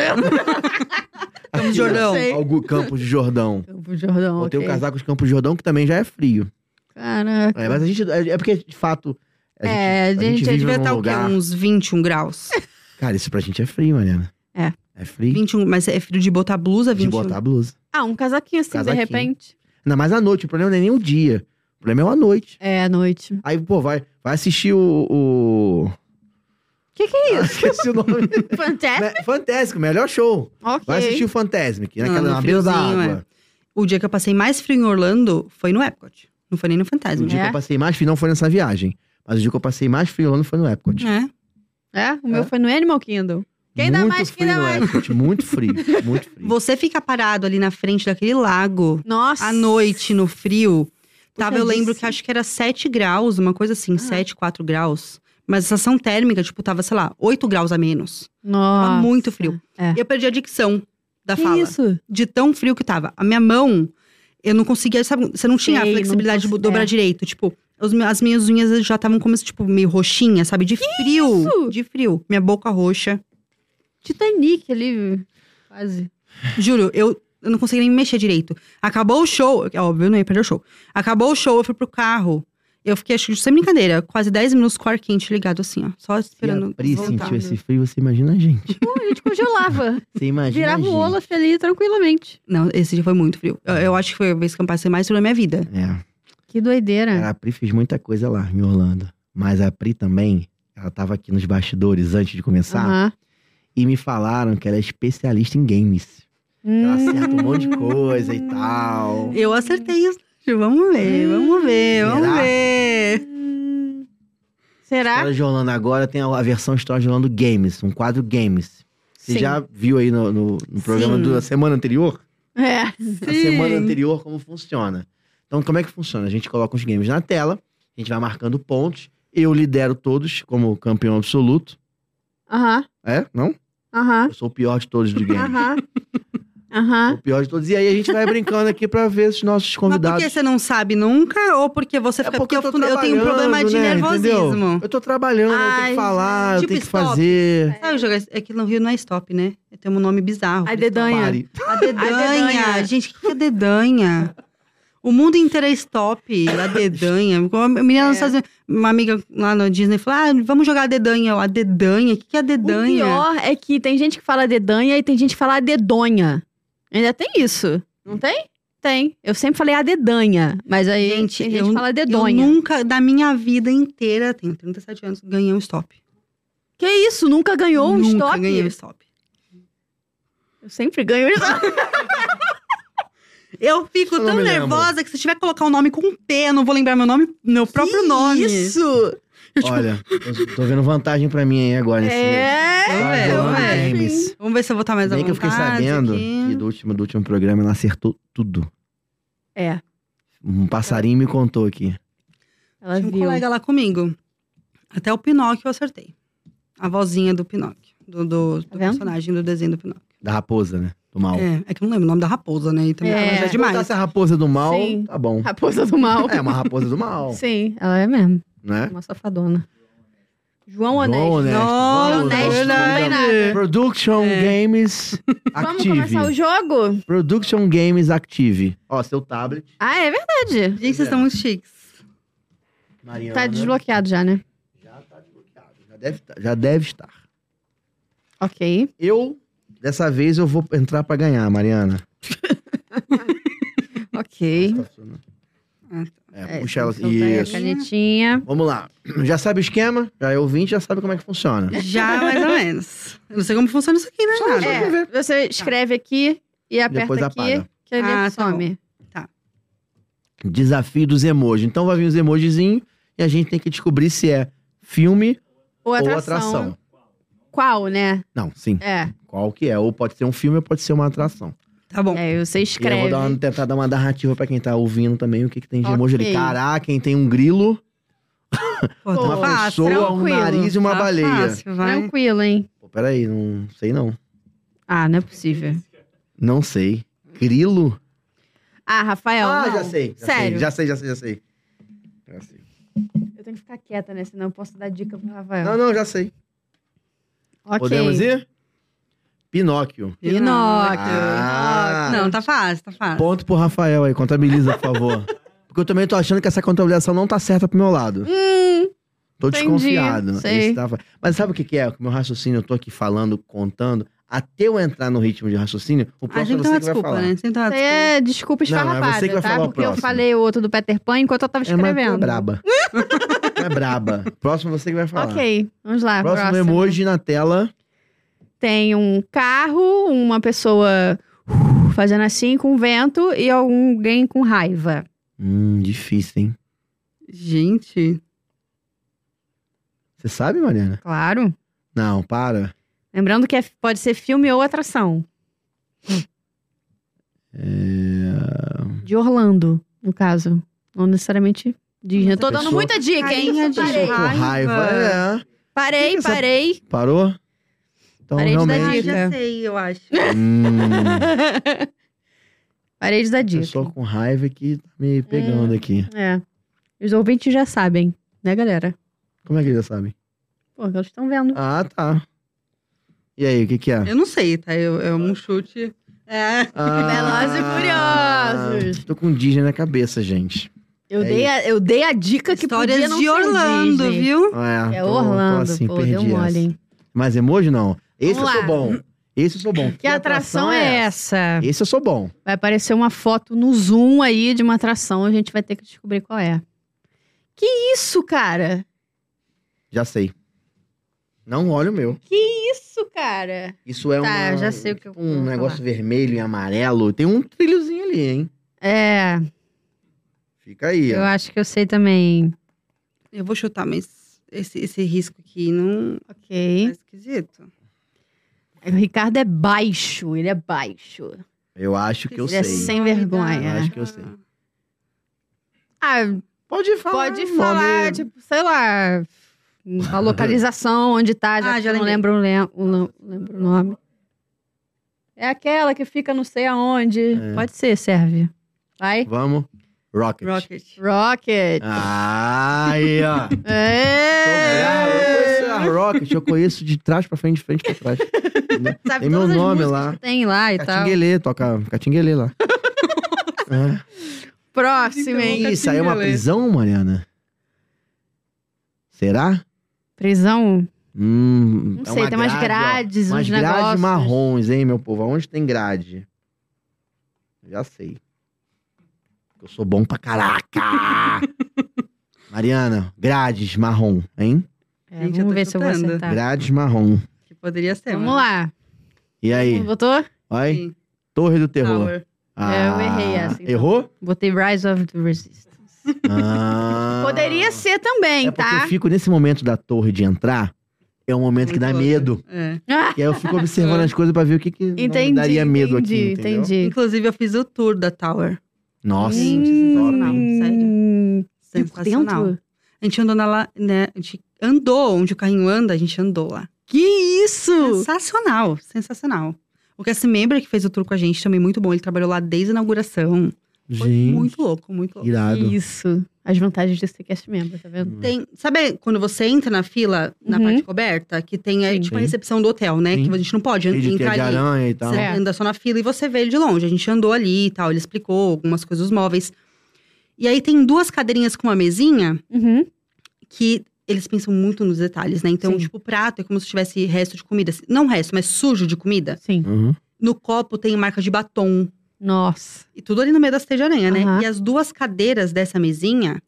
S3: Campos de Jordão.
S1: sei.
S2: Algum Campos de Jordão.
S1: Campo Jordão,
S2: Botei
S1: ok.
S2: o um casaco de Campos de Jordão, que também já é frio.
S1: Caraca.
S2: É, mas a gente... É é porque, de fato... A gente,
S1: É, a gente
S2: vive
S3: Devia
S2: num
S3: estar o quê?
S2: lugar...
S3: Uns 21 graus.
S2: Cara, isso pra gente é frio, Mariana.
S1: É.
S2: É frio
S3: 21, mas é frio de botar blusa,
S2: de
S3: 21.
S2: botar a blusa.
S1: Ah, um casaquinho assim,
S2: Casaquinho.
S1: de repente.
S2: Ainda mais à noite. O problema não é nem o dia. O problema é a noite.
S1: É, à noite.
S2: Aí, pô, vai, vai assistir o. o...
S1: Que que é
S2: Ah, esqueci o nome.
S1: Fantástico.
S2: Me- Fantástico, melhor show.
S1: Ok.
S2: Vai assistir o Fantasmic,
S3: Ah,
S2: naquela,
S3: no
S2: na beira da
S3: friozinho,
S1: é.
S2: água.
S3: O dia que eu passei mais frio em Orlando foi no Epcot. Não foi nem no
S2: O
S3: Fantasma.
S2: um
S3: né?
S2: dia que eu passei mais frio não foi nessa viagem. Mas o dia que eu passei mais frio lá foi no Epcot.
S3: É.
S1: É, o meu foi no Animal Kingdom. Quem dá
S2: muito
S1: mais, quem
S2: frio
S1: dá
S2: no
S1: mais.
S2: Epcot, muito frio, muito frio.
S3: Você fica parado ali na frente daquele lago,
S1: Nossa.
S3: à noite, no frio. Tava, eu lembro que
S1: Puxadíssimo.
S3: acho que era 7 graus, uma coisa assim,
S1: Ah.
S3: 7, 4 graus. Mas a sensação térmica, tipo, tava, sei lá, 8 graus a menos.
S1: Nossa.
S3: Tava muito frio.
S1: É.
S3: E eu perdi a dicção da
S1: Que
S3: fala.
S1: isso?
S3: De tão frio que tava. A minha mão, eu não conseguia, sabe? Você não tinha
S1: Sei,
S3: a
S1: não
S3: flexibilidade de
S1: consigo-
S3: dobrar
S1: é.
S3: direito. Tipo, os me- as minhas unhas já estavam como, se, tipo, meio roxinha, sabe? De frio.
S1: isso?
S3: De frio. Minha boca roxa.
S1: Titanic ali, quase.
S3: Juro, eu, eu não consegui nem me mexer direito. Acabou o show, é óbvio, eu não ia perder o show. Acabou o show, eu fui pro carro. Eu fiquei, acho que sem brincadeira, quase 10 minutos com o ar quente ligado assim, ó. Só
S2: Se a
S3: esperando
S2: Pri
S3: voltar.
S2: sentiu esse frio, você imagina a gente.
S1: Pô, a gente congelava.
S2: Você imagina a
S1: Virava
S2: gente.
S1: o Olaf ali tranquilamente.
S3: Não, esse dia foi muito frio. Eu, eu acho que foi a vez que eu passei mais frio na minha vida.
S2: É.
S1: Que doideira.
S2: Cara, a Pri fez muita coisa lá em Orlando. Mas a Pri também, ela tava aqui nos bastidores antes de começar.
S1: Aham.
S2: E me falaram que ela é especialista em games. Ela
S1: Hum.
S2: acerta um monte de coisa e tal.
S3: Eu acertei isso. Vamos ver, vamos ver, vamos
S2: Hum, Será?
S3: ver.
S1: Hum. Será?
S2: História de Orlando agora tem a a versão História de Orlando Games, um quadro Games. Você
S3: Sim.
S2: já viu aí no, no- no programa
S3: Sim.
S2: do- da semana anterior?
S1: É.
S2: Da semana anterior, como funciona. Então, como é que funciona? A gente coloca os games na tela, a gente vai marcando pontos. Eu lidero todos como campeão absoluto.
S1: Aham.
S2: É? Não?
S1: Aham.
S2: Eu sou o pior de todos do game.
S1: Aham.
S2: Sou
S1: Aham.
S2: o pior de todos. E aí a gente vai brincando aqui pra ver se os nossos
S3: Mas
S2: convidados.
S3: por que você não sabe nunca? Ou porque você
S2: É
S3: fica.
S2: porque
S3: eu,
S2: eu tô
S3: eu tenho um problema de
S2: trabalhando, né, entendeu?
S3: nervosismo.
S2: Eu tô trabalhando, eu tenho
S1: Ai,
S2: que falar, eu
S3: gente.
S2: tenho que
S3: Tipo, stop.
S2: fazer.
S3: Sabe jogar? É que no Rio não é stop, né? Tem um nome bizarro.
S1: A dedanha.
S2: Pare.
S3: A dedanha.
S1: dedanha.
S3: Gente, o que que é dedanha? O mundo inteiro é stop. A dedanha. Uma menina nos
S1: É.
S3: Estados Unidos- uma amiga lá no Disney falou: ah, vamos jogar a dedanha. Eu, A dedanha? O que que é a
S1: O
S3: dedanha?
S1: pior é que tem gente que fala dedanha e tem gente que fala dedonha. Ainda tem isso. Não tem? Tem. Eu sempre falei a dedanha, mas aí
S3: Gente,
S1: tem gente
S3: eu-
S1: é que fala
S3: eu
S1: dedonha.
S3: nunca, da minha vida inteira, tenho 37 anos, ganhei um stop.
S1: Que isso? Nunca ganhou um
S3: Nunca
S1: stop?
S3: ganhei um stop.
S1: Eu sempre ganho.
S3: Eu fico
S2: Eu não
S3: tão
S2: me lembro.
S3: nervosa que se tiver que colocar um nome com um P, eu não vou lembrar meu nome, meu próprio nome.
S1: Isso!
S3: Eu, tipo,
S2: Olha, eu tô vendo vantagem pra mim aí agora. nesse-
S1: É!
S3: Vamos ver,
S2: Guardian
S3: vamos ver.
S2: Games.
S3: é. Vamos ver se eu vou estar mais à
S2: Bem que eu fiquei
S3: vontade
S2: sabendo
S3: aqui.
S2: que do último, do último programa ela acertou tudo.
S1: É,
S2: Um passarinho me contou aqui.
S1: ela
S3: Tinha um
S1: viu.
S3: colega lá comigo. Até o Pinóquio eu acertei. A vozinha do Pinóquio. Do, do- do
S1: Tá vendo?
S3: personagem do desenho do Pinóquio.
S2: Da raposa, né? Do mal.
S3: É, é que eu não lembro o nome da raposa, né? E também
S1: É.
S3: ela já é
S2: Se botar
S3: demais.
S2: essa raposa do mal,
S1: Sim.
S2: tá bom.
S1: Raposa do mal.
S2: É uma raposa do mal,
S1: Sim, ela é mesmo.
S2: né?
S1: Uma safadona. João
S2: João
S1: Honesto.
S2: Honesto.
S3: Nossa,
S2: João
S1: honesto, não tem nada.
S2: Production Games
S1: É. Vamos começar o
S2: Active.
S1: jogo?
S2: Production Games Active. Ó, seu tablet.
S1: Ah, é verdade.
S3: Gente, vocês estão muito chiques.
S2: Mariana.
S1: Tá desbloqueado já, né?
S2: Já tá desbloqueado. Já deve, tá- já deve estar.
S1: Ok.
S2: Eu, dessa vez, eu vou entrar pra ganhar, Mariana.
S1: Ok.
S2: né?
S1: Ah,
S2: É, puxa ela.
S1: tem então tá, que soltar aí a
S2: Isso.
S1: canetinha.
S2: Vamos lá. Já sabe o esquema? Já é ouvinte, já sabe como é que funciona.
S3: Já, mais ou menos. Eu não sei como funciona isso aqui, né?
S2: Ah,
S3: Nada.
S1: É, você escreve aqui e aperta
S2: Tá. Depois
S1: aqui
S2: apaga.
S1: que ele
S3: Ah, tá
S1: some.
S2: Desafio dos emojis. Então vai vir os emojizinhos e a gente tem que descobrir se é filme
S1: Ou atração.
S2: ou atração.
S1: Qual, né?
S2: Não, sim.
S1: É.
S2: Qual que é? Ou pode ser um filme ou pode ser uma atração.
S3: Tá bom.
S1: É, você
S2: E eu
S1: escreve.
S2: vou dar uma- tentar dar uma narrativa pra quem tá ouvindo também o que, que tem de emoji ali.
S1: Ok.
S2: Caraca, quem tem um grilo,
S3: Pô, tá
S1: Pô,
S2: uma
S1: Boa.
S3: fácil.
S2: pessoa, um
S1: tranquilo.
S2: nariz e uma
S3: Tá
S2: baleia.
S3: fácil, vai.
S1: Tranquilo, hein?
S2: Pô, peraí, não sei não.
S1: Ah, não é possível.
S2: Não sei. Grilo?
S1: Ah, Rafael.
S2: ah,
S1: não.
S2: já sei. Já
S1: Sério.
S2: Sei, já sei, já sei, já sei. Já sei.
S1: Eu tenho que ficar quieta, né? Senão eu posso dar dica pro Rafael.
S2: Não, não, já sei.
S1: ok.
S2: Podemos ir? Pinóquio.
S1: Pinóquio.
S2: Ah.
S1: Pinóquio.
S3: Não, tá fácil, tá fácil.
S2: Ponto pro Rafael aí, contabiliza, por favor. Porque eu também tô achando que essa contabilização não tá certa pro meu lado.
S1: Hum,
S2: Tô
S1: Entendi,
S2: desconfiado. né?
S1: sei.
S2: Esse tava- Mas sabe o que, que é? O meu raciocínio, eu tô aqui falando, contando. Até eu entrar no ritmo de raciocínio, o
S3: A
S2: próximo é
S3: gente
S2: você
S3: tem uma
S2: que vai
S3: desculpa,
S2: falar.
S3: né? Sempre tem
S1: isso
S3: uma
S1: aí
S3: desculpa.
S1: é desculpa
S2: Não, é
S1: esfarrapada,
S2: você que vai
S1: tá?
S2: falar o
S1: Porque eu
S2: próximo.
S1: falei o outro do Peter Pan enquanto eu tava
S2: É, mas tu é
S1: Tá escrevendo.
S2: braba. Tu é braba. Próximo você que vai falar.
S1: ok, vamos lá.
S2: Próximo,
S1: Próximo,
S2: emoji na tela.
S1: Tem um carro, uma pessoa uh, fazendo assim com vento e alguém com raiva.
S2: Hum, difícil, hein?
S3: Gente,
S2: Você sabe, Mariana?
S1: Claro.
S2: Não, para.
S1: Lembrando que é- pode ser filme ou atração.
S2: É...
S1: De Orlando, no caso. Não necessariamente Disney. Eu tô dando
S2: Pessoa-
S1: muita dica, hein?
S3: Rainha de
S1: parei.
S2: Pessoa com raiva.
S3: Raiva.
S2: É.
S1: Parei,
S2: Essa-
S1: parei.
S2: Parou? Então,
S1: Parei de dar
S2: realmente.
S1: dica.
S3: sei, eu acho.
S2: Hum,
S1: Parei de dar dica.
S2: pessoa com raiva que tá me pegando aqui.
S1: É. Os ouvintes já sabem, né, galera?
S2: Como é que eles já sabem?
S1: Pô, eles estão vendo.
S2: Ah, tá. E aí, o que que é?
S3: Eu não sei, tá? Eu, é um chute. É.
S2: Ah,
S1: Velozes e Furiosos.
S2: Tô com Disney na cabeça, gente.
S1: Eu,
S2: É
S1: dei, a, eu dei a dica que podia
S3: Histórias
S1: não
S3: de
S1: ser
S3: Orlando,
S1: Disney.
S3: viu?
S2: É,
S1: É
S2: tô- tô
S1: Orlando,
S2: assim,
S1: pô,
S2: perdi
S1: deu mole, hein?
S2: essa. Mas emoji não. Esse
S1: Vamos
S2: eu
S1: lá.
S2: sou bom. Esse eu sou bom.
S1: Que atração é essa?
S2: Esse eu sou bom.
S1: Vai aparecer uma foto no Zoom aí de uma atração, a gente vai ter que descobrir qual é. Que isso, cara?
S2: Já sei. Não olha o meu.
S1: Isso, cara.
S2: Isso é um.
S1: Tá, já sei o que eu vou
S2: Um
S1: falar.
S2: negócio vermelho e amarelo. Tem um trilhozinho ali, hein?
S1: É,
S2: Fica aí,
S1: eu
S2: ó.
S1: acho que eu sei também.
S3: Eu vou chutar, mas esse, esse risco aqui não tá
S1: Ok.
S3: esquisito.
S1: O Ricardo é baixo, ele é baixo.
S2: Eu acho que eu
S1: Ele é
S2: sei.
S1: sem vergonha.
S2: Eu acho que eu sei.
S1: Ah,
S2: Pode falar.
S1: Pode
S2: o nome.
S1: falar, tipo, sei lá, a localização, onde tá, já,
S3: Ah,
S1: que
S3: já
S1: eu não lembro,
S3: lembrei.
S1: o lem- o não- lembro o nome. É aquela que fica não sei aonde.
S2: É.
S1: Pode ser, serve. Vai.
S2: Vamos. Rocket.
S3: Rocket.
S1: Rocket.
S2: Ah, aí, ó. Tô bravo. Eu
S1: É.
S2: conheço a Rocket, eu conheço de trás pra frente, de frente pra trás. Entendeu?
S1: Sabe
S2: Tem meu
S1: É, todas as
S2: nome
S1: músicas
S2: lá.
S1: que Tem lá e tal.
S2: Catinguelê, toca Catinguelê lá. É.
S1: Próximo, hein?
S2: Ih, saiu uma prisão, Mariana? Será?
S1: Prisão?
S2: Hum,
S1: Não
S2: é
S1: sei, tem umas grades,
S2: ó.
S1: uns
S2: Umas grades
S1: negócios.
S2: marrons, hein, meu povo? Aonde tem grade? Já sei. Eu sou bom pra caraca! Mariana, grades marrom, hein?
S1: É,
S3: Gente, eu
S1: vamos
S3: tô é
S1: ver se eu vou
S3: chutando.
S1: acertar.
S2: Grades marrom.
S3: Que poderia ser.
S1: Vamos
S3: mano.
S1: lá.
S2: E aí?
S1: Botou?
S2: Olha aí.
S3: Sim.
S2: Torre do Terror. Ah,
S3: Tower.
S1: É, eu errei essa, então.
S2: Errou?
S1: Botei Rise of the Resistance.
S2: Ah.
S1: Poderia ser também,
S2: É porque
S1: tá?
S2: eu fico nesse momento da torre de entrar, é um momento que dá
S3: Inclusive.
S2: medo.
S3: É.
S1: Ah,
S2: E aí eu fico observando as coisas pra ver o que, que não me
S1: entendi.
S2: daria medo aqui.
S1: entendi,
S2: entendeu?
S1: entendi.
S3: Inclusive, eu fiz o tour da Tower.
S2: Nossa,
S3: sensacional,
S2: top.
S1: Hum,
S3: Sensacional.
S1: dentro?
S3: A gente andou na lá, né? A gente andou onde o carrinho anda, a gente andou lá.
S1: Que isso?
S3: Sensacional, sensacional. O Cassie Membra, que fez o tour com a gente, também muito bom. Ele trabalhou lá desde a inauguração. Foi
S2: Gente,
S3: muito louco, muito louco.
S2: irado.
S1: Isso. As vantagens de ser cast member, tá vendo?
S2: Hum.
S3: Tem, sabe quando você entra na fila, na
S1: Uhum.
S3: parte coberta, que tem é,
S1: Sim.
S3: tipo a
S2: Sim.
S3: recepção do hotel, né?
S2: Sim.
S3: Que a gente não pode
S2: Cheio de teia
S3: entrar
S2: de
S3: ali.
S2: aranha e tal.
S3: Você
S1: É.
S3: anda só na fila e você vê ele de longe. A gente andou ali e tal, ele explicou algumas coisas dos móveis. E aí tem duas cadeirinhas com uma mesinha
S2: Hum.
S1: Uhum.
S3: que eles pensam muito nos detalhes, né? Então,
S1: Sim.
S3: tipo, o prato é como se tivesse resto de comida. Não resto, mas sujo de comida.
S1: Sim.
S2: Uhum.
S3: No copo tem marca de batom.
S1: Nossa.
S3: E tudo ali no meio das teias de aranha, né?
S1: Aham.
S3: E as duas cadeiras dessa mesinha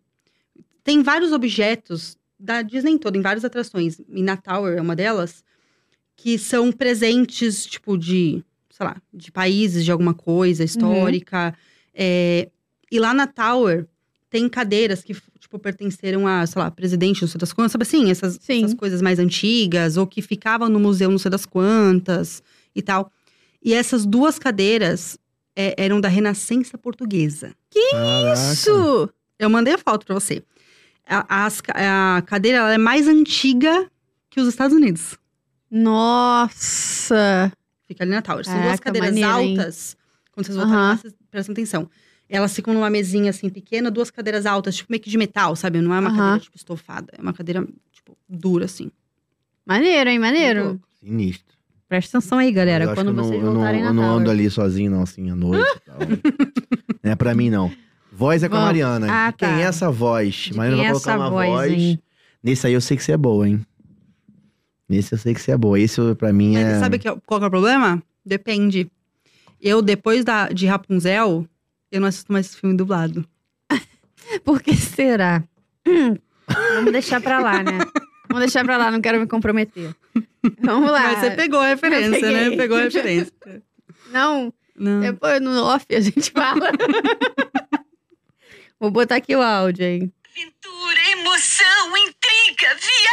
S3: tem vários objetos da Disney toda, em várias atrações. E na Tower é uma delas, que são presentes, tipo, de, sei lá, de países, de alguma coisa histórica. É, e lá na Tower tem cadeiras que, tipo, pertenceram a, sei lá, presidente, não sei das quantas, sabe assim? Essas,
S1: Sim.
S3: essas coisas mais antigas, ou que ficavam no museu, não sei das quantas e tal. E essas duas cadeiras é, eram da Renascença Portuguesa.
S2: Caraca.
S1: Isso!
S3: Eu mandei a foto pra você. A, as ca- a cadeira ela é mais antiga que os Estados Unidos.
S1: Nossa!
S3: Fica ali na Tower. São duas
S1: Caraca,
S3: cadeiras
S1: maneiro, hein?
S3: altas. Quando vocês voltarem lá,
S1: Aham.
S3: vocês prestam atenção. Elas ficam numa mesinha assim pequena, duas cadeiras altas, tipo meio que de metal, sabe? Não é uma
S1: Aham.
S3: cadeira tipo estofada, é uma cadeira tipo dura assim. Tipo,
S1: Maneiro, hein? Maneiro.
S3: Muito
S2: Sinistro.
S1: Presta atenção aí,
S2: Mas eu
S1: galera.
S2: acho
S1: Quando
S2: que eu não-
S1: vocês
S2: eu não,
S1: voltarem
S2: eu
S1: na
S2: não
S1: Tower.
S2: ando ali sozinho, não, assim, à noite. e tal. não é pra mim, não. Voz é com a
S1: Vamos.
S2: Mariana.
S1: Ah,
S2: De Quem
S1: tá.
S2: é essa voz?
S1: De
S2: Mariana
S1: quem é
S2: vai colocar
S1: essa
S2: uma
S1: voz, hein?
S2: Nesse aí eu sei que você é boa, hein? Nesse eu sei que você é boa. Esse eu- pra mim
S3: Mas
S2: é.
S3: sabe que, qual que é o problema? Depende. Eu, depois da, de Rapunzel, eu não assisto mais esse filme dublado.
S1: Por que será? Hum, Vamos deixar pra lá, né? Vamos deixar pra lá, não quero me comprometer. Vamos lá.
S3: Mas você pegou a referência,
S1: peguei.
S3: né? Pegou a referência.
S1: Não,
S3: Não.
S1: depois no off a gente fala. Vou botar aqui o áudio, hein?
S4: Aventura, emoção, intriga, viagem.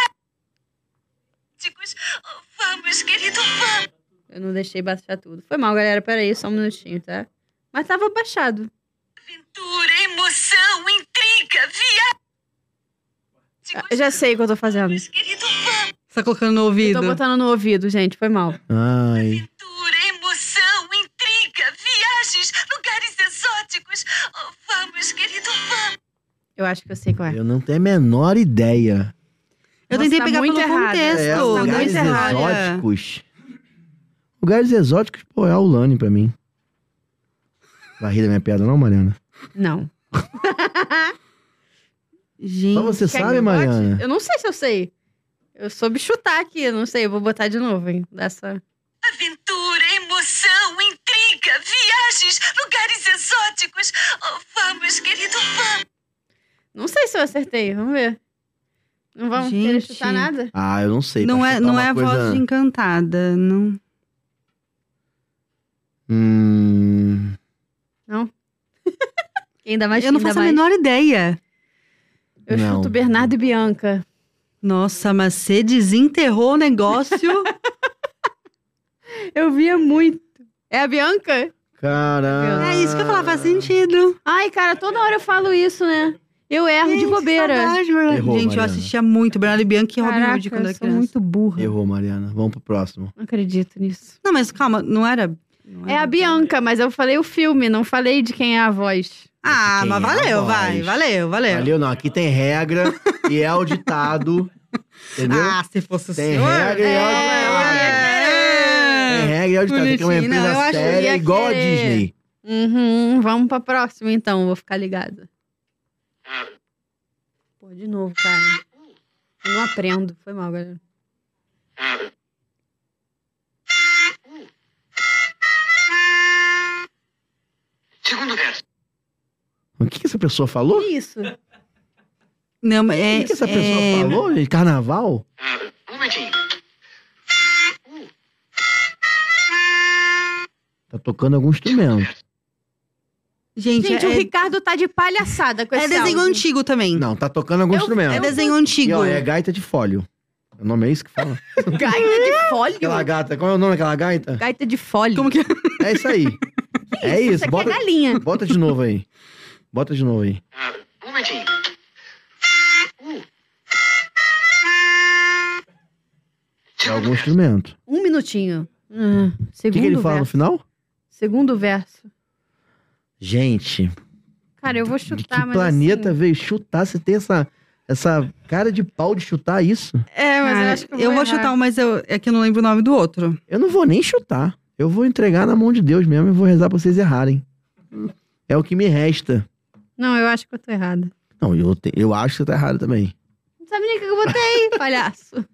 S4: Vamos, querido, vamos.
S1: Eu não deixei baixar tudo. Foi mal, galera. Pera aí, só um minutinho, tá? Mas tava baixado.
S4: Aventura, emoção, intriga,
S1: Eu
S4: viagem.
S1: já sei o que eu tô fazendo.
S4: Vamos, querido, vamos.
S3: Você tá colocando no
S1: Eu
S3: ouvido.
S1: tô botando no ouvido, gente. Foi mal.
S2: Ai.
S4: Aventura, emoção, intriga, viagens, lugares exóticos. Oh, vamos, querido, vamos.
S1: Eu acho que eu sei qual é.
S2: Eu não tenho a menor ideia.
S3: Eu
S1: Nossa,
S3: tentei
S1: tá
S3: pegar
S1: muito
S3: pelo
S1: errado.
S3: contexto.
S1: É,
S3: tá
S1: muito
S2: lugares
S1: errado.
S2: exóticos. Lugares exóticos, pô, é a Ulane pra mim. Vai rir da minha piada, não, Mariana?
S1: Não.
S3: Gente,
S2: Só você
S1: Quer que
S2: sabe,
S1: eu bote?
S2: Mariana?
S1: Eu não sei se eu sei. Eu soube chutar aqui, eu não sei. Eu vou botar de novo, hein? Dessa.
S4: Aventura, emoção, intriga, viagens, lugares exóticos. Oh, vamos, querido, vamos.
S1: Não sei se eu acertei, vamos ver. Não vamos querer
S3: Gente.
S1: chutar nada?
S2: Ah, eu não sei.
S3: não
S2: pra
S3: é,
S2: chutar
S3: não
S2: uma
S3: é a
S2: coisa-
S3: voz de encantada. Não.
S2: Hum.
S1: Ainda mais
S3: eu não faço a menor ideia.
S1: Eu
S2: Não.
S1: chuto Bernardo e Bianca.
S3: Nossa, mas você desenterrou o negócio.
S1: Eu via muito. É a Bianca?
S2: Caralho.
S3: é isso que eu falava, faz sentido.
S1: Ai, cara, toda hora eu falo isso, né? Eu erro de
S3: Gente,
S1: bobeira.
S3: saudade, Bernardo.
S2: Errou,
S3: Gente, eu
S2: Mariana.
S3: assistia muito Bernardo e Bianca e Robin
S1: Caraca,
S3: Hood quando eu
S1: é eu
S3: era
S1: sou
S3: criança.
S1: muito burra.
S2: Errou, Mariana. Vamos pro próximo.
S1: Não acredito nisso.
S3: Não, mas calma, não era. não
S1: É
S3: era-
S1: a Bianca, mas eu falei o filme, não falei de quem é a voz.
S3: Ah,
S2: Quem
S3: mas
S2: é a
S3: valeu,
S2: voz?
S3: vai. Valeu, valeu.
S2: Valeu, não. Aqui tem regra e é auditado. entendeu?
S3: Ah, se fosse o
S2: Tem
S3: senhor.
S2: regra e
S1: É,
S2: Tem regra e auditado. Tem que é uma
S3: Bonitinho. Não,
S2: empresa
S3: eu acho que
S1: eu ia
S2: séria igual a
S1: querer.
S2: Disney.
S1: Uhum, vamos pra próxima então, vou ficar ligada. Pô, de novo, cara. Eu não aprendo. Foi mal, galera.
S4: Segundo verso.
S2: O que, que essa pessoa falou?
S1: Que isso?
S3: Não, mas
S2: o
S3: é.
S2: que, que essa
S3: é-
S2: pessoa falou, gente? Carnaval?
S4: Um momentinho.
S2: Tá tocando algum instrumento.
S3: Gente,
S1: Gente,
S3: é,
S1: o Ricardo tá de palhaçada com
S3: é
S1: esse
S3: desenho
S1: áudio.
S3: antigo também.
S2: Não, tá tocando algum
S1: Eu-
S2: instrumento.
S3: É desenho
S2: E,
S3: antigo.
S2: ó, é gaita de fólio. O nome é isso que fala?
S1: Gaita de
S2: Aquela
S1: fólio.
S2: gata. Qual é o nome daquela gaita?
S1: Gaita de fólio.
S3: Como que é?
S2: É isso aí. é isso.
S1: Isso aqui
S2: Bota,
S1: é galinha.
S2: bota de novo aí. Bota de novo aí.
S5: Boomerang.
S2: É algum instrumento.
S1: Um minutinho. Hum,
S2: O
S1: segundo
S2: que, que ele fala no
S1: verso.
S2: final?
S1: Segundo verso.
S2: Gente,
S1: Cara, eu vou
S2: de
S1: chutar,
S2: que
S1: mas
S2: planeta
S1: assim-
S2: veio chutar? Você tem essa, essa cara de pau de chutar isso?
S1: É, mas eu
S3: Cara,
S1: acho que eu vou
S3: vou
S1: errar.
S3: chutar um, mas eu, é que eu não lembro o nome do outro.
S2: Eu não vou nem chutar. Eu vou entregar na mão de Deus mesmo e vou rezar pra vocês errarem. É o que me resta.
S1: Não, eu acho que eu tô errada.
S2: Não, eu, te- eu acho que você tá errado também.
S1: Não sabe nem o que eu botei, palhaço.
S2: Então-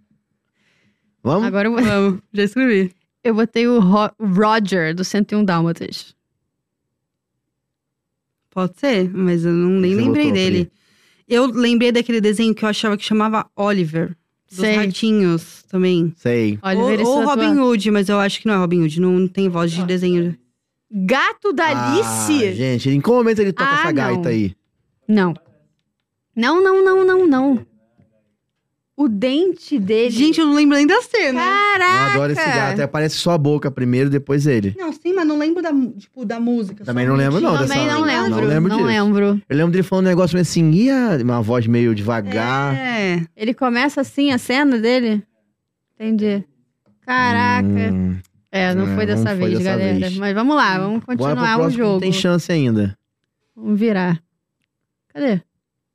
S2: Vamos?
S1: Agora eu vou...
S3: Vamos, já escrevi.
S1: Eu botei o Ro- o Roger, do 101 Dálmatas.
S3: Pode ser, mas eu não nem
S2: Você
S3: lembrei
S2: botou,
S3: dele. Eu lembrei daquele desenho que eu achava que chamava Oliver. Dos
S1: Sei.
S3: ratinhos também.
S2: Sei.
S1: Oliver e
S3: ou ou
S1: sua
S3: Robin
S1: tua-
S3: Hood, mas eu acho que não é Robin Hood. Não tem voz de desenho.
S1: Gato da
S2: Ah,
S1: Alice?
S2: gente, em qual momento ele toca
S1: Ah,
S2: essa gaita
S1: não.
S2: aí?
S1: Não. Não, não, não, não, não. O dente dele.
S3: Gente, eu não lembro nem da cena.
S2: Eu
S1: caraca!
S2: adoro esse gato. é Aí Aparece só a boca primeiro, depois ele.
S3: Não, sim, mas não lembro da, tipo, da música.
S2: Também só não um lembro, não, minutinho.
S1: Também
S2: dessa-
S1: não
S2: não
S1: lembro.
S2: lembro
S1: Não
S2: disso.
S1: lembro.
S2: Eu lembro dele falando um negócio meio assim, e a- uma voz meio devagar.
S3: É.
S1: Ele começa assim a cena dele? Entendi. Caraca.
S2: Hum,
S1: é, não
S2: é,
S1: foi
S2: não
S1: dessa
S2: foi
S1: vez,
S2: dessa
S1: galera.
S2: vez.
S1: Mas vamos lá, vamos
S2: bora pro
S1: continuar o
S2: próximo, que
S1: jogo.
S2: não tem chance ainda.
S1: Vamos virar. Cadê?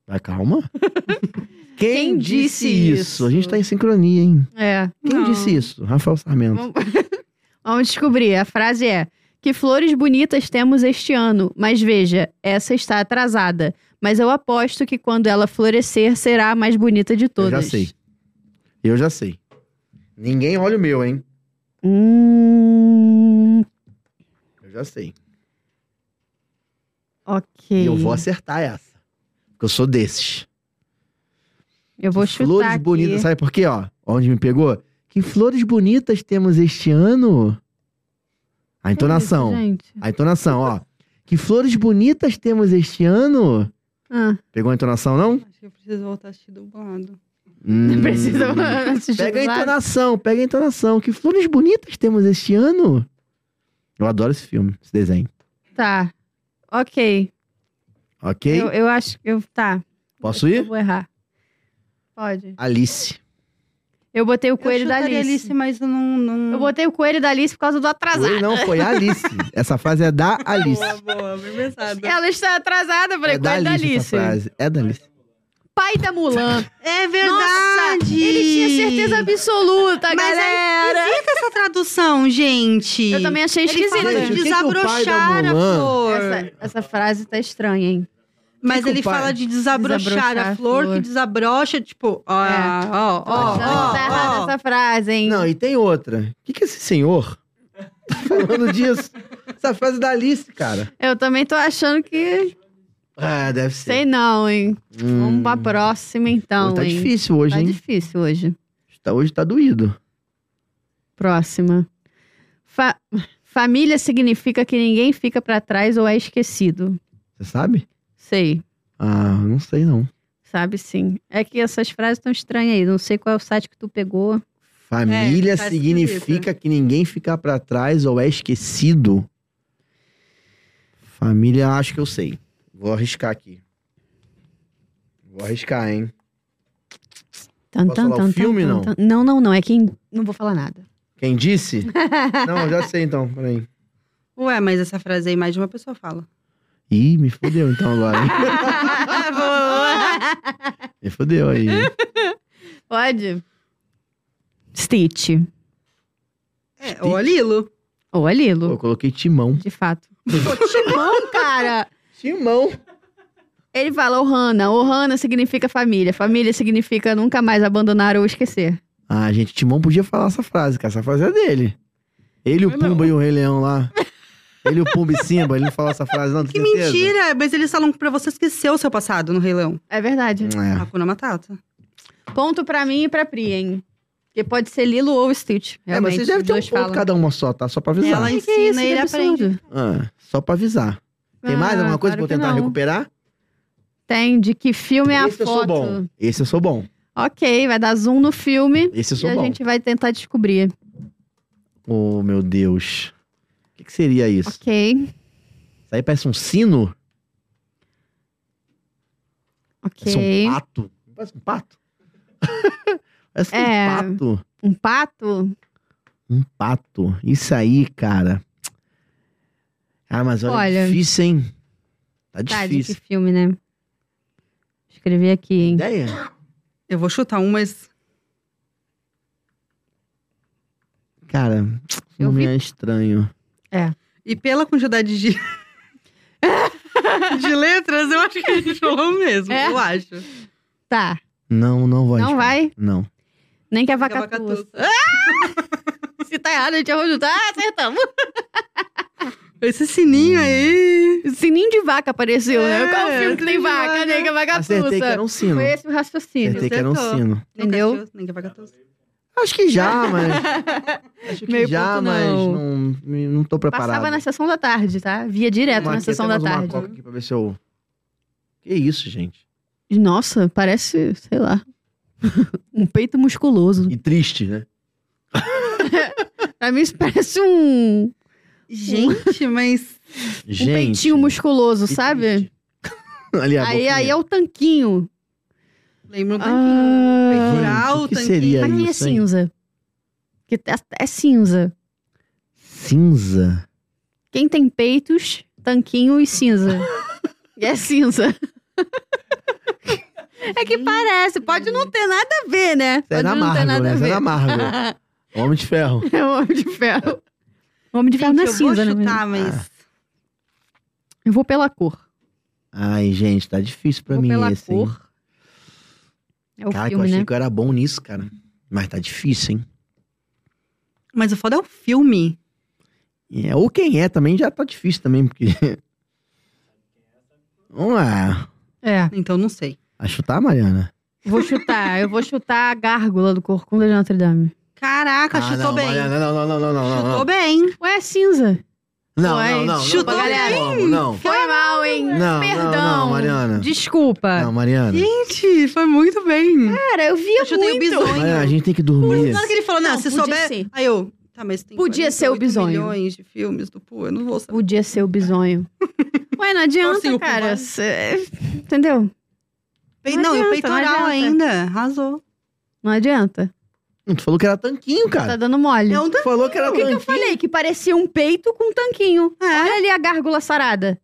S2: Ah, calma. Quem,
S1: Quem
S2: disse
S1: disse
S2: isso?
S1: isso?
S2: A gente tá em sincronia, hein?
S1: É.
S2: Quem
S3: Não.
S2: disse isso? Rafael Sarmento.
S1: Vamos- Vamos descobrir. A frase é: Que flores bonitas temos este ano, mas veja, essa está atrasada. Mas eu aposto que quando ela florescer, será a mais bonita de todas.
S2: Eu já sei. Eu já sei. Ninguém olha o meu, hein?
S1: Hum.
S2: Eu já sei.
S1: Ok.
S2: E eu vou acertar essa. Porque eu sou desses.
S1: Eu vou
S2: Que
S1: chutar.
S2: flores
S1: aqui.
S2: bonitas. Sabe por quê, ó? Onde me pegou? Que flores bonitas temos este ano? A entonação.
S1: Que isso, gente?
S2: a entonação, ó. Que flores bonitas temos este ano?
S1: Ah,
S2: Pegou a entonação, não?
S3: Acho que eu preciso voltar a assistir dublado.
S1: não
S2: Hum.
S1: precisa assistir
S2: Pega a
S1: do lado.
S2: entonação, pega a entonação. Que flores bonitas temos este ano? Eu adoro esse filme, esse desenho.
S1: Tá. Ok.
S2: Ok?
S1: Eu, eu acho que. Eu... Tá.
S2: Posso
S1: Eu
S2: ir?
S1: vou errar. Pode.
S2: Alice.
S1: Eu botei o coelho
S3: eu
S1: da
S3: chutaria
S1: Alice.
S3: Alice, mas eu não... não...
S1: Eu botei o coelho da Alice por causa do atrasado.
S2: Foi, não, foi a Alice. Essa frase é da Alice.
S3: Boa, boa, bem pensado.
S1: Ela está atrasada, eu falei,
S2: É da
S1: coelho da
S2: Alice.
S1: Alice.
S2: Essa frase. É da Alice.
S1: Pai da Mulan.
S3: É
S1: Nossa, ele tinha certeza absoluta,
S3: Mas
S1: galera.
S3: aí, esquisita essa tradução, gente.
S1: Eu também achei
S3: Ele
S1: esquisito.
S3: fala
S2: Gente,
S3: de
S2: o que que o pai da
S3: desabrochar a
S2: Mulan-
S3: flor.
S1: Essa, essa frase tá estranha, hein?
S3: Mas
S2: que o
S3: ele
S2: pai-
S3: fala de desabrochar,
S1: Desabrochar
S3: a flor,
S1: a flor.
S3: que desabrocha, tipo, ó,
S1: É.
S3: ó, ó,
S1: Tô achando que tá errada
S3: ó, ó.
S1: essa frase, hein?
S2: Não, e tem outra. O que, que esse senhor tá falando disso? Essa frase é da Alice, cara.
S1: Eu também tô achando que.
S2: Ah, deve
S1: Sei
S2: ser.
S1: não, hein?
S2: Hum.
S1: Vamos pra próxima, então.
S2: Hoje tá
S1: um hein?
S2: difícil hoje,
S1: Tá
S2: hein?
S1: difícil hoje.
S2: Tá- hoje tá doído.
S1: Próxima. Fa- Família significa que ninguém fica pra trás ou é esquecido.
S2: Você sabe?
S1: Sei.
S2: Ah, não sei não.
S1: Sabe sim. É que essas frases estão estranhas aí. Não sei qual é o site que tu pegou.
S2: Família
S3: É, tá
S2: significa que ninguém fica pra trás ou é esquecido. Família, acho que eu sei. Vou arriscar aqui. Vou arriscar, hein?
S1: Tan,
S2: Posso falar o filme, não?
S1: Não, não, não. É quem. Não vou falar nada.
S2: Quem disse? não, já sei então, peraí.
S3: Ué, mas essa frase aí mais de uma pessoa fala.
S2: Ih, me fodeu então agora. hein? me fodeu aí.
S1: Pode. Stitch.
S3: É, ou a Lilo.
S1: Ou a
S2: Pô,
S1: Lilo,
S2: eu coloquei timão.
S1: de fato. Timão, cara.
S2: Timão.
S1: Ele fala Ohana. Ohana significa família. Família significa nunca mais abandonar ou esquecer.
S2: Ah, gente, Timão podia falar essa frase, cara. Essa frase é dele. Ele, o Pumba e o Rei Leão lá. Ele, o Pumba e Simba, ele não falou essa frase, não. tem
S3: Que
S2: certeza?
S3: mentira! Mas eles falam pra você esquecer o seu passado no Rei Leão.
S1: É verdade.
S2: É.
S3: Hakuna Matata.
S2: Hum.
S1: Ponto pra mim e pra Pri, hein? Porque pode ser Lilo ou Stitch.
S2: É,
S1: Realmente,
S2: mas vocês devem
S1: os
S2: ter um
S1: dois
S2: ponto cada uma só, tá? Só pra avisar.
S3: Ela
S1: Que que é isso?
S3: ensina e
S1: Que
S3: ele
S1: absurdo.
S3: aprende.
S2: Ah, só pra avisar. Tem mais
S1: Ah,
S2: alguma coisa
S1: claro
S2: pra eu
S1: que
S2: tentar
S1: não.
S2: recuperar?
S1: Tem, de que filme é a
S2: Esse eu sou
S1: foto.
S2: bom. Esse eu sou bom.
S1: Ok, vai dar zoom no filme
S2: Esse eu
S1: e
S2: sou
S1: a
S2: bom.
S1: gente vai tentar descobrir.
S2: Oh, meu Deus. O que, que seria isso?
S1: Ok,
S2: Isso aí parece um sino? Parece
S1: ok.
S2: um pato? Parece um pato? parece
S1: É.
S2: um pato.
S1: Um pato?
S2: Um pato. Isso aí, cara. Ah, mas olha,
S1: Olha.
S2: difícil, hein?
S1: Tá,
S2: Tá
S1: de que
S2: difícil.
S1: filme, né? Escrevi aqui, hein?
S2: Ideia?
S3: Eu vou chutar um, mas
S2: Cara,
S1: Eu
S2: não
S1: vi-
S2: me é estranho.
S3: E pela quantidade de. de letras, eu acho que a gente falou mesmo,
S1: É.
S3: eu acho.
S1: Tá,
S2: Não, não vai.
S1: Não
S2: Fran.
S1: vai?
S2: Não.
S1: nem que a vaca
S3: Vaca
S1: tussa.
S3: tussa.
S1: Se tá errado, a gente vai juntar. Ah, acertamos.
S3: Esse sininho
S2: Hum.
S3: aí.
S1: Sininho de vaca apareceu, né?
S3: É,
S1: Qual filme que tem
S3: sininho de
S1: vaca,
S3: vaca.
S1: né? Que é vaca
S2: Acertei que
S1: tussa.
S2: era um sino.
S1: Foi esse o raciocínio.
S2: Acertei que era um
S3: Acertou.
S2: sino.
S3: Nunca
S1: Entendeu?
S3: assistiu, Nem que vaca tussa.
S2: Acho que já, mas. Acho que
S1: Meio
S2: já,
S1: ponto
S2: mas
S1: não.
S2: não, não tô preparado.
S1: Passava na sessão da tarde, tá? Via direto
S2: Vamos
S1: na
S2: aqui,
S1: sessão da
S2: até mais uma
S1: tarde.
S2: coca aqui pra ver se eu... Que isso, gente?
S1: Nossa, parece, sei lá, um peito musculoso.
S2: E triste, né?
S1: Pra mim isso parece um, um
S3: Gente, mas.
S2: gente.
S1: peitinho musculoso,
S2: que
S1: sabe?
S2: triste. Ali a
S1: Aí,
S2: boquinha.
S1: aí é o tanquinho. É
S3: Lembra um tanquinho.
S1: Ah,
S3: Peitoral,
S2: o que
S3: tanquinho.
S2: seria
S1: aqui é
S2: isso, hein?
S1: cinza. Que é, é cinza.
S2: Cinza?
S1: Quem tem peitos, tanquinho e cinza. é cinza. é que parece, pode não ter nada a ver, né?
S2: Isso
S1: pode
S2: é da
S1: não ter
S2: Marvel,
S1: nada
S2: né?
S1: a
S2: Isso é
S1: ver.
S2: da Marvel. Homem de Ferro.
S1: É o Homem de Ferro. O Homem de Ferro
S3: Gente,
S1: não é
S3: eu
S1: cinza,
S3: vou
S1: né?
S3: chutar, mas.
S1: Eu vou pela cor.
S2: Ai, gente, tá difícil pra
S1: vou
S2: mim
S1: pela
S2: esse, hein?
S1: cor. É o
S2: Cara, que eu
S1: filme,
S2: achei
S1: né?
S2: que eu era bom nisso, cara. Mas tá difícil, hein?
S3: Mas o foda é o filme.
S2: É, ou quem é também já tá difícil também, porque... Vamos lá.
S1: É.
S3: Então não sei.
S2: A chutar, Mariana?
S1: Vou chutar. Eu vou chutar a gárgula do Corcunda de Notre Dame.
S3: Caraca,
S2: Ah,
S3: chutou
S2: não,
S3: bem.
S2: Mariana, não, não, não, não, não, não.
S3: Chutou bem.
S1: Ué, é cinza.
S2: Não,
S1: Ué,
S2: não, não.
S3: chutou
S2: não,
S1: bem.
S2: Como, não.
S1: Foi mal, hein?
S2: Não,
S1: Perdão.
S2: não, não, Mariana.
S1: Desculpa.
S2: Não, Mariana.
S3: Gente, foi muito bem.
S1: Cara, eu via
S3: Eu chutei o
S1: É, muito.
S3: bisonho.
S2: Mariana, a gente tem que dormir.
S3: Na hora que ele falou, não,
S1: Não,
S3: se
S1: podia
S3: souber.
S1: ser.
S3: Aí eu. Tá, mas tem
S1: Podia ser o
S3: 48
S1: bisonho.
S3: milhões de filmes do Pô, eu não vou saber.
S1: Podia ser o bisonho. Ué, não adianta,
S3: Focinho pro
S1: cara.
S3: mar.
S1: Cê- Entendeu?
S3: Pe-
S1: Não
S3: Não, e o
S1: adianta, não
S3: peitoral
S1: adianta.
S3: ainda. Arrasou.
S1: Não adianta.
S2: Não, Tu falou que era tanquinho,
S1: Tá
S2: cara.
S1: dando mole.
S3: É um
S2: Tu falou que era
S1: O que, que
S2: tanquinho.
S1: eu falei? Que parecia um peito com um tanquinho. Olha ali a gárgula sarada.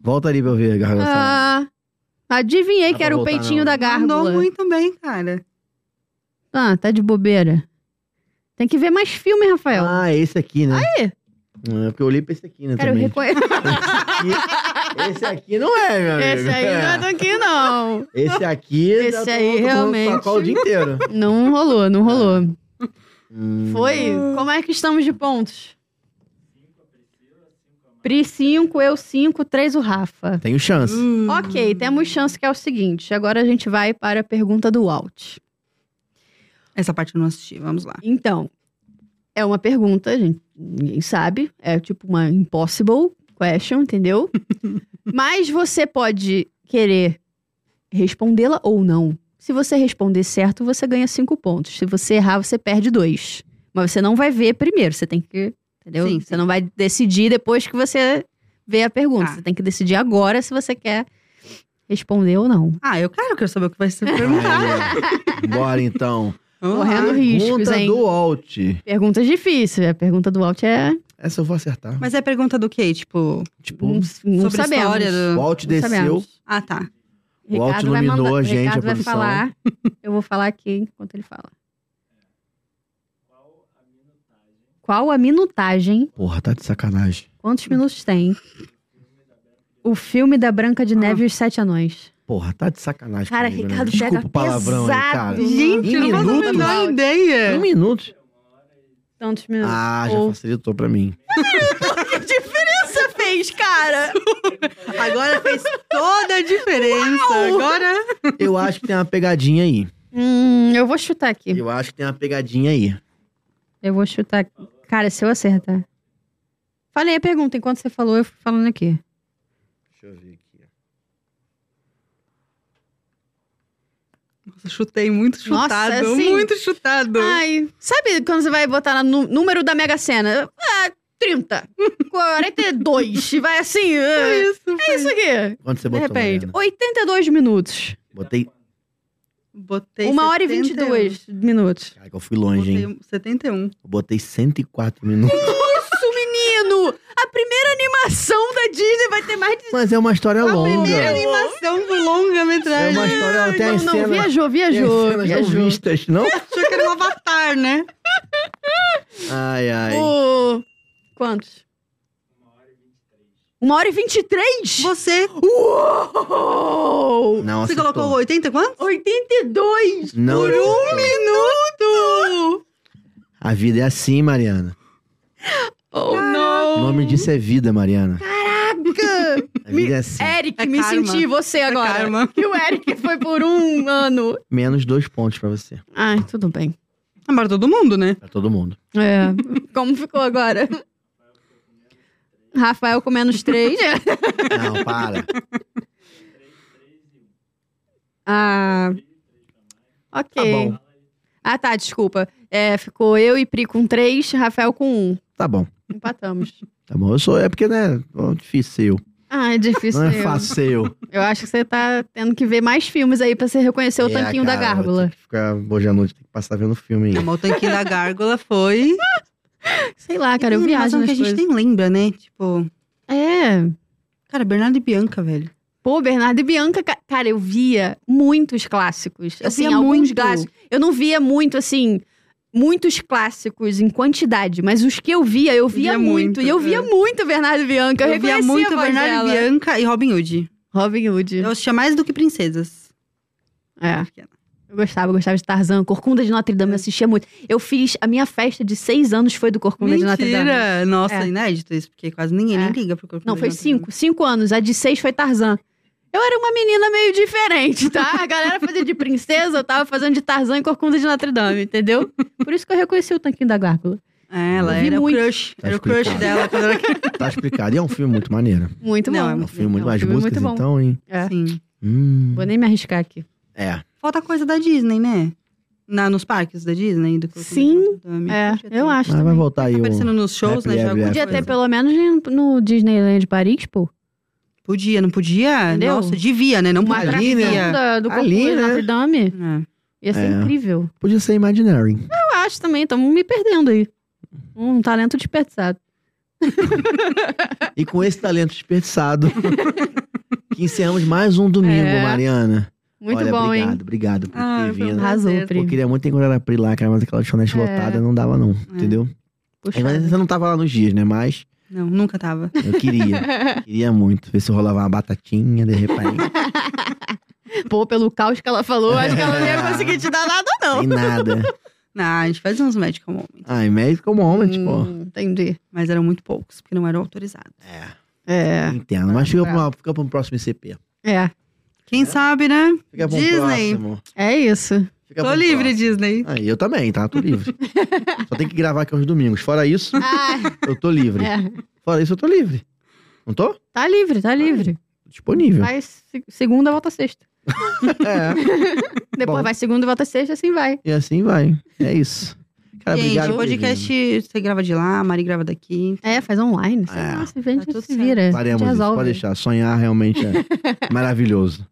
S2: Volta ali pra eu ver a garganta.
S1: Ah, adivinhei
S2: Dá
S1: que
S2: pra
S1: era o
S2: voltar,
S1: peitinho
S2: não.
S1: da
S3: Mandou
S1: gárgula.
S3: muito bem, cara.
S1: Ah, tá de bobeira. Tem que ver mais filme, Rafael.
S2: Ah, é esse aqui, né?
S1: Aí.
S2: É porque eu olhei pra esse aqui, né,
S1: cara, eu
S2: também.
S1: reconheço.
S2: Aqui- esse aqui não é, meu amigo.
S1: Esse aí não é tanquinho, não.
S2: Esse aqui...
S1: Esse
S2: eu tô-
S1: aí,
S2: eu tô falando
S1: realmente.
S2: com a cola o dia inteiro.
S1: Não rolou, não rolou.
S2: Hum,
S1: Foi? Como é que estamos de pontos? Pri 5, eu 5, 3 o Rafa.
S2: Tenho chance.
S1: Hum.
S3: Hum.
S1: Ok, temos chance que é o seguinte. Agora a gente vai para a pergunta do Alt.
S3: Essa parte eu não assisti, vamos lá.
S1: Então, é uma pergunta, gente, ninguém sabe. É tipo uma impossible question, entendeu? Mas você pode querer respondê-la ou não. Se você responder certo, você ganha cinco pontos. Se você errar, você perde dois. Mas você não vai ver primeiro, você tem que. Entendeu?
S3: Sim,
S1: Você não vai decidir depois que você vê a pergunta.
S3: Tá.
S1: Você tem que decidir agora se você quer responder ou não.
S3: Ah, eu claro quero saber o que vai ser perguntado.
S2: Aí, Bora, então.
S3: Vamos lá.
S1: Correndo É riscos,
S2: Pergunta
S1: hein?
S2: do Alt.
S1: Perguntas difíceis. A pergunta do Alt é.
S2: Essa eu vou acertar.
S3: Mas é pergunta do quê? Tipo,
S2: Tipo,
S1: Não, não
S3: sobre
S1: sabemos.
S3: a história
S2: o
S3: do...
S2: Alt
S1: Não
S2: desceu.
S1: sabemos.
S3: Ah, tá.
S2: O Alt
S1: Ricardo vai
S2: iluminou
S1: mandar-
S2: a gente,
S1: Ricardo
S2: a
S1: vai
S2: produção.
S1: falar. Eu vou falar aqui enquanto ele fala. Qual a minutagem?
S2: Porra, tá de sacanagem.
S1: Quantos minutos tem? O filme da Branca de Neve e os Sete Anões.
S2: Porra, tá de sacanagem.
S1: Cara,
S2: comigo, né?
S1: Ricardo
S2: Desculpa
S1: pega
S2: o palavrão aí,
S1: pesado.
S2: cara.
S3: Gente, eu não faço a
S2: Minutos?
S3: menor
S2: Um
S3: ideia.
S2: minuto.
S1: Tantos minutos.
S2: Ah, já
S1: Hum. Ou-
S2: facilitou pra mim.
S1: Que diferença fez, cara?
S3: Agora fez toda a diferença. Agora.
S2: Eu acho que tem uma pegadinha aí.
S1: Hum, eu vou chutar aqui.
S2: Eu acho que tem uma pegadinha aí.
S1: Eu vou chutar. Cara, se eu acertar. Falei a pergunta enquanto você falou, eu fui falando aqui.
S2: Deixa eu ver aqui. ó.
S3: Nossa, chutei muito
S1: Nossa,
S3: chutado.
S1: assim-
S3: Muito chutado.
S1: Ai, sabe quando você vai botar no nú- número da Mega Sena? Ah, 30, 42, e vai assim. ah,
S3: isso.
S1: É isso aqui.
S2: Quanto você
S1: De
S2: botou,
S1: repente,
S2: Mariana?
S1: 82 minutos.
S2: Botei...
S3: Botei
S1: 1 hora e
S3: 71.
S1: 22 minutos.
S2: Caraca, eu fui longe,
S1: um-
S2: hein?
S3: Botei 71.
S2: Eu Botei 104 minutos.
S1: Isso, menino! A primeira animação da Disney vai ter mais de.
S2: Mas é uma história longa.
S3: Primeira animação do
S2: É
S3: longa-metragem.
S2: uma história... Tem
S1: não,
S2: as
S1: não,
S2: cenas...
S1: viajou,
S2: tem as
S1: viajou,
S2: cenas não
S1: viajou.
S2: vistas, não?
S3: Achou que era um avatar, né?
S2: Ai, ai.
S1: O... Quantos? 1 hora e 23?
S3: Você,
S1: Uou!
S2: Não,
S3: você
S2: acertou.
S3: colocou 80 quanto?
S1: 82!
S2: Não
S3: por
S2: acertou.
S3: um minuto!
S2: A vida é assim, Mariana.
S1: Oh,
S2: O
S1: não!
S2: nome disso é vida, Mariana.
S1: Caraca!
S2: A vida é assim.
S1: Eric,
S3: É
S1: me
S3: karma.
S1: senti você agora.
S3: Karma.
S1: que o Eric foi por um ano.
S2: Menos dois pontos pra você.
S1: Ai, tudo bem.
S3: Agora todo mundo, né?
S2: Pra todo mundo.
S1: É. Como ficou agora? Rafael com menos três.
S2: Não, para.
S1: ah. Ok.
S2: Tá bom.
S1: Ah, tá, desculpa. É, ficou eu e Pri com três, Rafael com um.
S2: Tá bom.
S1: Empatamos.
S2: Tá bom. Eu sou... É porque, né? ó, Difícil.
S1: Ah, é difícil.
S2: Não é
S1: eu.
S2: fácil.
S1: Eu acho que você tá tendo que ver mais filmes aí pra você reconhecer o
S2: É,
S1: tanquinho da
S2: cara, eu vou ter
S1: gárgula.
S2: que Ficar hoje à noite, tem que passar vendo um filme.
S3: Não,
S2: hein?
S3: mas o tanquinho da gárgula foi.
S1: Sei lá, cara, eu
S3: Tem
S1: viajo
S3: animação
S1: nas
S3: que a gente
S1: coisas.
S3: nem lembra, né? Tipo,
S1: É.
S3: cara, Bernardo e Bianca, velho.
S1: Pô, Bernardo e Bianca, ca- cara, eu via muitos clássicos.
S3: Eu
S1: assim,
S3: via
S1: alguns
S3: muito.
S1: clássicos. Eu não via muito, assim, muitos clássicos em quantidade, mas os que eu via, eu via,
S3: Via
S1: muito.
S3: muito,
S1: E eu via
S3: é.
S1: muito Bernardo e Bianca. Eu,
S3: Eu via
S1: reconhecia
S3: muito
S1: a voz
S3: Bernardo e
S1: dela.
S3: Bianca e Robin Hood.
S1: Robin Hood.
S3: Eu assistia mais do que princesas.
S1: É. Eu gostava, eu gostava de Tarzan. Corcunda de Notre
S3: É.
S1: Dame, eu assistia muito. Eu fiz. A minha festa de seis anos foi do Corcunda de Notre Dame.
S3: Mentira! Nossa,
S1: É.
S3: inédito isso, porque quase ninguém
S1: É.
S3: nem liga pro corpo
S1: Não,
S3: de
S1: foi
S3: Notre
S1: cinco. Cinco anos. A de seis foi Tarzan. Eu era uma menina meio diferente, tá? A galera fazia de princesa, eu tava fazendo de Tarzan e Corcunda de Notre Dame, entendeu? Por isso que eu reconheci o tanquinho da gárgula.
S3: Dame. É, ela
S1: Eu vi
S3: era o
S1: muito.
S3: crush.
S2: Tá
S3: era o crush
S2: explicado.
S3: dela quando era criança.
S2: Tá explicado. E é um filme muito maneiro.
S1: Muito
S3: Não,
S1: bom.
S3: é
S2: É um
S3: muito
S2: filme muito
S1: É um
S2: mais
S1: filme
S2: músicas,
S1: muito bom.
S2: então, hein?
S1: É.
S3: Sim.
S2: Hum.
S1: Vou nem me arriscar aqui.
S2: É.
S3: assim. Falta coisa da Disney, né? Na, nos parques da Disney. Do Corcunda de
S1: Sim.
S3: Notre Dame.
S1: É,
S3: Podia ter.
S1: eu acho
S2: Mas vai
S1: também.
S2: voltar aí
S3: Tá
S2: o...
S3: aparecendo nos shows, né?
S2: Happily
S3: Já
S2: Ever
S3: alguma
S1: Podia
S2: After.
S1: ter
S3: coisa.
S1: pelo menos em- no Disneyland Paris, pô.
S3: Podia, não podia?
S1: Entendeu?
S3: Nossa, devia, né? Não
S1: Uma
S3: podia.
S2: ali, né?
S1: atração da- do Corcunda
S2: Ali,
S1: de
S2: né?
S1: Notre Dame.
S3: É.
S1: Ia ser
S2: É.
S1: incrível.
S2: Podia ser Imaginary.
S1: Eu acho também, estamos me perdendo aí. Um talento desperdiçado.
S2: E com esse talento desperdiçado, que encerramos mais um domingo,
S1: É.
S2: Mariana.
S1: Muito
S2: Olha,
S1: bom,
S2: obrigado,
S1: hein?
S2: obrigado por
S3: Ah,
S2: ter
S3: foi um
S2: vindo.
S1: Arrasou,
S3: prazer.
S1: Pri.
S2: Eu queria muito encontrar a Pri lá, cara, mas aquela lanchonete
S1: É.
S2: lotada não dava não, entendeu?
S1: Puxa.
S2: Mas você não tava lá nos dias, né? Mas
S3: Não, nunca tava.
S2: eu queria, queria muito. Ver se rolava uma batatinha, de repente.
S1: Pô, pelo caos que ela falou, acho que ela não ia
S2: É.
S1: conseguir te dar nada, não.
S2: Sem nada.
S3: Ah, a gente faz uns medical moments.
S2: Ai, médico moment, pô.
S1: Hum, entendi.
S3: Mas eram muito poucos, porque não eram autorizados.
S2: É,
S1: É.
S2: entendo. Mas fica pra, uma- fica pra um próximo ICP.
S1: É.
S3: Quem sabe, né?
S2: Fica pra um
S3: Disney.
S2: próximo.
S1: É isso.
S2: Fica pra
S3: Tô
S2: um
S3: livre,
S2: próximo.
S3: Disney.
S2: Aí, eu também, tá? Tô livre. Só tem que gravar aqui aos domingos. Fora isso,
S1: Ah,
S2: eu tô livre.
S1: é.
S2: Fora isso, eu tô livre. Não tô?
S1: Tá livre, tá livre.
S2: disponível.
S1: Vai se- segunda, volta sexta.
S2: É,
S1: Depois
S2: Bom.
S1: vai segunda, volta sexta, assim vai.
S2: e assim vai. É isso. Cara,
S3: gente,
S2: obrigado.
S3: o
S2: por ter vindo.
S3: podcast você grava de lá, a Mari grava daqui.
S1: É, faz online. sei
S2: É.
S1: lá, se vende,
S3: Tá tudo
S1: se
S3: certo.
S1: vira.
S2: Faremos
S1: se
S2: isso,
S1: resolve.
S2: pode deixar. Sonhar realmente é maravilhoso.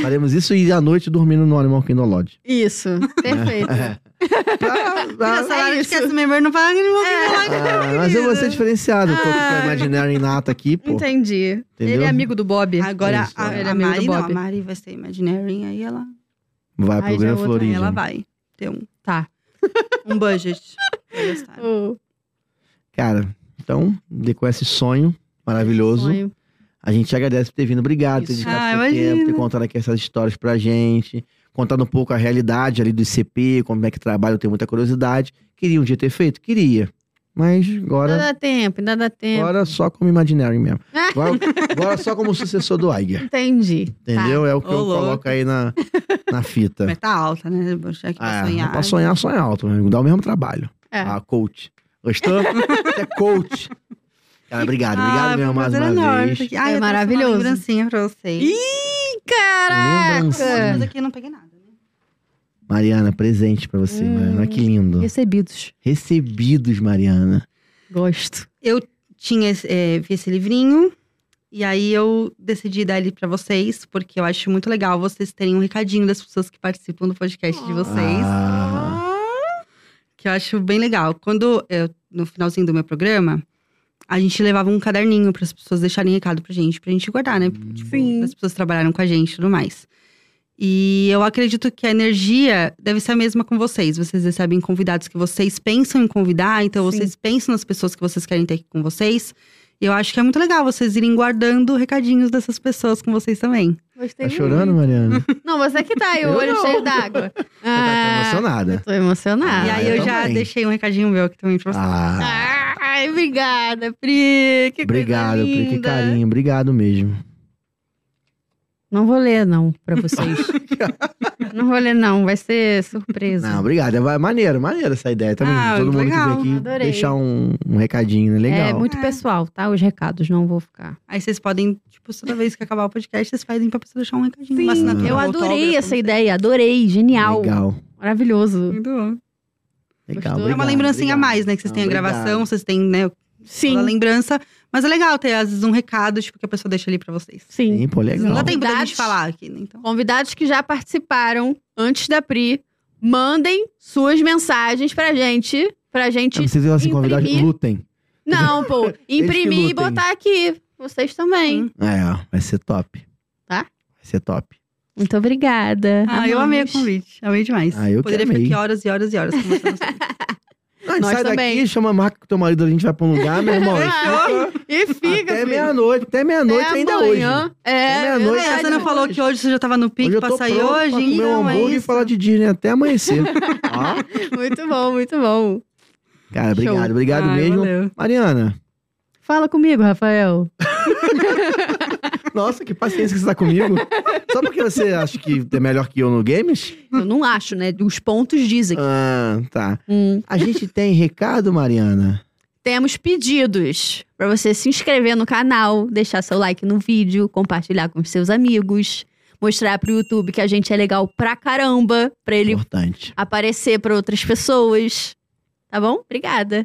S2: Faremos isso e à noite dormindo no Animal Kingdom Lodge.
S1: Isso, perfeito.
S2: É. Pra- pra-
S3: Engraçado, a gente
S1: é isso. É.
S3: que esse member é não paga não vai
S2: Ah, mas eu vou ser diferenciado. Tô aqui com
S1: Ah.
S2: a Imaginary Nata aqui, pô.
S1: Então, Entendi. Ele
S2: Entendeu?
S1: é amigo do Bob.
S3: Agora
S2: Isso,
S3: a,
S2: é.
S1: Ele é
S3: a
S1: amigo do
S3: Mari não, a
S1: Bob.
S3: Mari vai ser Imaginary, aí ela,
S2: Vai
S1: Ai,
S2: pro
S1: já é
S2: Gran
S1: vou também,
S3: aí
S2: Floridian.
S3: ela vai ter um,
S1: Tá.
S3: um budget. pra gastar.
S1: Oh,
S2: Cara, então, de- com esse sonho maravilhoso,
S1: sonho.
S2: a gente agradece por ter vindo. Obrigado por ter
S1: Isso.
S2: dedicado
S3: Ah,
S2: seu
S3: imagina.
S2: tempo, ter contado aqui essas histórias pra gente, contado um pouco a realidade ali do ICP, como é que trabalha, eu tenho muita curiosidade. Queria um dia ter feito? Queria. Mas
S1: Ainda
S2: agora,
S1: dá tempo, ainda dá tempo.
S2: agora só como Imaginary mesmo. Agora, agora só como sucessor do Iger.
S1: Entendi. Tá.
S2: Entendeu? É o que
S3: Ô,
S2: eu
S3: louco.
S2: coloco aí na, na fita.
S3: Mas tá alta, né? Vou achar que
S2: Ah,
S3: vai sonhar. É.
S2: pra sonhar, sonha Ah. alto, meu amigo. Dá o mesmo trabalho.
S1: É.
S2: Ah, coach. Gostou? Você é coach. Cara, obrigado, obrigado
S3: um
S2: mesmo mais uma vez.
S3: Ah,
S1: Foi
S3: eu maravilhoso.
S1: maravilhoso.
S3: Uma lembrancinha pra vocês.
S1: Ih,
S2: Lembrancinha.
S1: Caraca!
S3: Mas aqui eu não peguei nada. né?
S2: Mariana, presente pra você,
S1: Hum.
S2: Mariana. Olha que lindo.
S1: Recebidos.
S2: Recebidos, Mariana.
S1: Gosto.
S3: Tinha, esse- é, vi esse livrinho. E aí eu decidi dar ele pra vocês, porque eu acho muito legal vocês terem um recadinho das pessoas que participam do podcast de vocês.
S2: Ah,
S3: que eu acho bem legal. Quando eu, no finalzinho do meu programa, a gente levava um caderninho para as pessoas deixarem recado pra gente, pra gente guardar, né? Tipo,
S1: Sim.
S3: as pessoas trabalharam com a gente e tudo mais. E eu acredito que a energia deve ser a mesma com vocês. Vocês recebem convidados que vocês pensam em convidar, então
S1: Sim.
S3: vocês pensam nas pessoas que vocês querem ter aqui com vocês. E eu acho que é muito legal vocês irem guardando recadinhos dessas pessoas com vocês também.
S1: Gostei
S2: tá chorando, Mariana?
S1: Não, você que tá aí, o
S2: Eu
S1: olho
S2: não.
S1: cheio d'água.
S2: tá
S1: Ah,
S2: emocionada. Então
S1: eu tô emocionada.
S3: e aí eu,
S2: eu
S3: já
S2: também.
S3: deixei um recadinho meu aqui também pra vocês.
S2: Ah,
S1: Ai, obrigada, Pri. Que coisa
S2: obrigado, Pri, que
S1: linda.
S2: carinho. Obrigado mesmo.
S1: Não vou ler, não, pra vocês. não vou ler, não. Vai ser surpresa.
S2: Não, obrigado. É va- maneiro, maneiro essa ideia. Também
S3: Ah,
S2: todo mundo
S3: legal,
S2: que vem aqui
S1: adorei.
S2: deixar um, um recadinho, né? Legal.
S1: É muito
S3: É.
S1: pessoal, tá? Os recados, não vou ficar.
S3: Aí vocês podem, tipo, toda vez que acabar o podcast, vocês pedem pra pessoa deixar um recadinho. uma assinatura,
S1: eu
S3: um
S1: adorei
S3: autógrafo,
S1: essa ideia, adorei, genial,
S2: Legal.
S1: maravilhoso.
S3: Muito bom.
S1: Gostou?
S2: Legal.
S3: É uma
S2: obrigado,
S3: É lembrancinha a
S2: obrigado.
S3: mais, né? Que vocês
S2: Não,
S3: têm a
S2: obrigado.
S3: gravação, vocês têm, né,
S1: Sim,
S3: toda a lembrança. Mas é legal ter, às vezes, um recado, tipo, que a pessoa deixa ali pra vocês.
S1: sim.
S2: Sim, pô,
S3: Não dá
S2: legal.
S1: tem-
S3: tempo da
S1: Convidados.
S3: gente falar aqui, né? Então.
S1: Convidados que já participaram antes da Pri, mandem suas mensagens pra gente, pra gente
S2: Não precisa assim convidar,
S1: imprimir.
S2: lutem.
S1: Não, pô.
S2: Eles
S1: Imprimir
S2: que
S1: e
S2: lutem.
S1: botar aqui. Vocês
S3: Hum.
S1: também.
S2: É, ó, vai ser top.
S1: Tá?
S2: Vai ser top.
S1: Muito obrigada.
S3: Ah, eu amei o
S1: Amamos.
S3: convite. Amei demais.
S2: Ah, eu que
S3: Poderia ficar
S2: amei.
S3: aqui horas e horas e horas conversando sobre isso.
S2: Não, a gente
S1: Nós
S2: sai
S1: também.
S2: daqui, chama a marca com teu marido, a gente vai pra um lugar, meu irmão.
S1: Ah, E fica,
S2: é até
S1: filho.
S2: meia-noite, até meia-noite
S1: Até
S2: ainda
S1: amanhã.
S2: hoje.
S1: É,
S2: Até meia-noite.
S1: verdade.
S3: Você não falou que hoje você já tava no pique
S2: hoje
S3: pra
S2: eu tô
S3: sair
S2: pronto pra
S3: hoje?
S2: comer um
S3: Então, é
S2: hambúrguer e
S3: isso.
S2: falar de Disney até amanhecer. Ó,
S1: Muito bom, muito bom.
S2: cara, obrigado,
S1: Show. Ah,
S2: obrigado
S3: Ai,
S2: mesmo.
S3: Ah, valeu.
S2: Mariana,
S1: Fala comigo, Rafael.
S2: nossa, que paciência que você tá comigo. Só porque você acha que é melhor que eu no games?
S1: Eu não acho, né? Os pontos dizem.
S2: Ah, tá.
S1: Hum.
S2: A gente tem recado, Mariana?
S1: Temos pedidos para você se inscrever no canal, deixar seu like no vídeo, compartilhar com os seus amigos, mostrar pro YouTube que a gente é legal pra caramba, pra ele
S2: Importante.
S1: aparecer pra outras pessoas. Tá bom? Obrigada.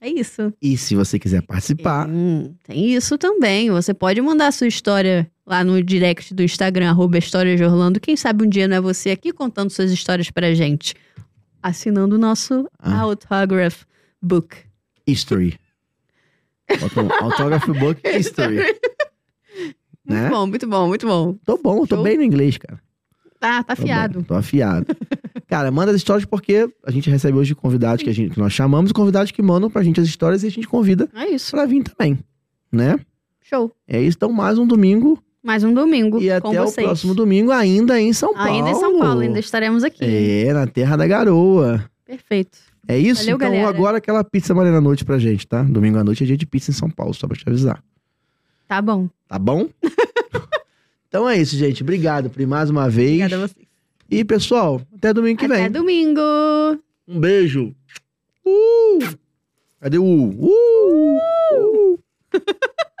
S1: É isso.
S2: E se você quiser participar,
S1: Hum, tem isso também. Você pode mandar sua história lá no direct do Instagram, arroba Histórias de Orlando. Quem sabe um dia não é você aqui contando suas histórias pra gente. Assinando o nosso
S2: Ah.
S1: Autograph Book.
S2: history. Bota um Autograph book history. né?
S1: Muito bom, muito bom, muito bom.
S2: Tô bom, tô
S1: Show.
S2: bem no inglês, cara.
S1: Tá, tá
S2: Tô bem,
S1: afiado.
S2: Tô afiado. Cara, manda as histórias porque a gente recebe hoje convidados que, a gente, que nós chamamos, convidados que mandam pra gente as histórias e a gente convida
S1: É isso.
S2: pra vir também, né?
S1: Show.
S2: É isso, então mais um domingo
S1: Mais um domingo
S2: e
S1: com
S2: até o
S1: vocês.
S2: próximo domingo ainda em São Paulo.
S1: Ainda em São Paulo, ainda estaremos aqui.
S2: É, na Terra da Garoa.
S1: Perfeito.
S2: É isso?
S1: Valeu,
S2: então
S1: galera.
S2: agora aquela pizza Mariana à noite pra gente, tá? Domingo à noite é dia de pizza em São Paulo, só pra te avisar.
S1: Tá bom.
S2: Tá bom? então é isso, gente. Obrigado por mais uma vez.
S3: Obrigada a vocês.
S2: E, pessoal, até domingo que
S1: até
S2: vem.
S1: domingo.
S2: Um beijo.
S3: Uh!
S2: Uh! Cadê o U? Uh! Uh!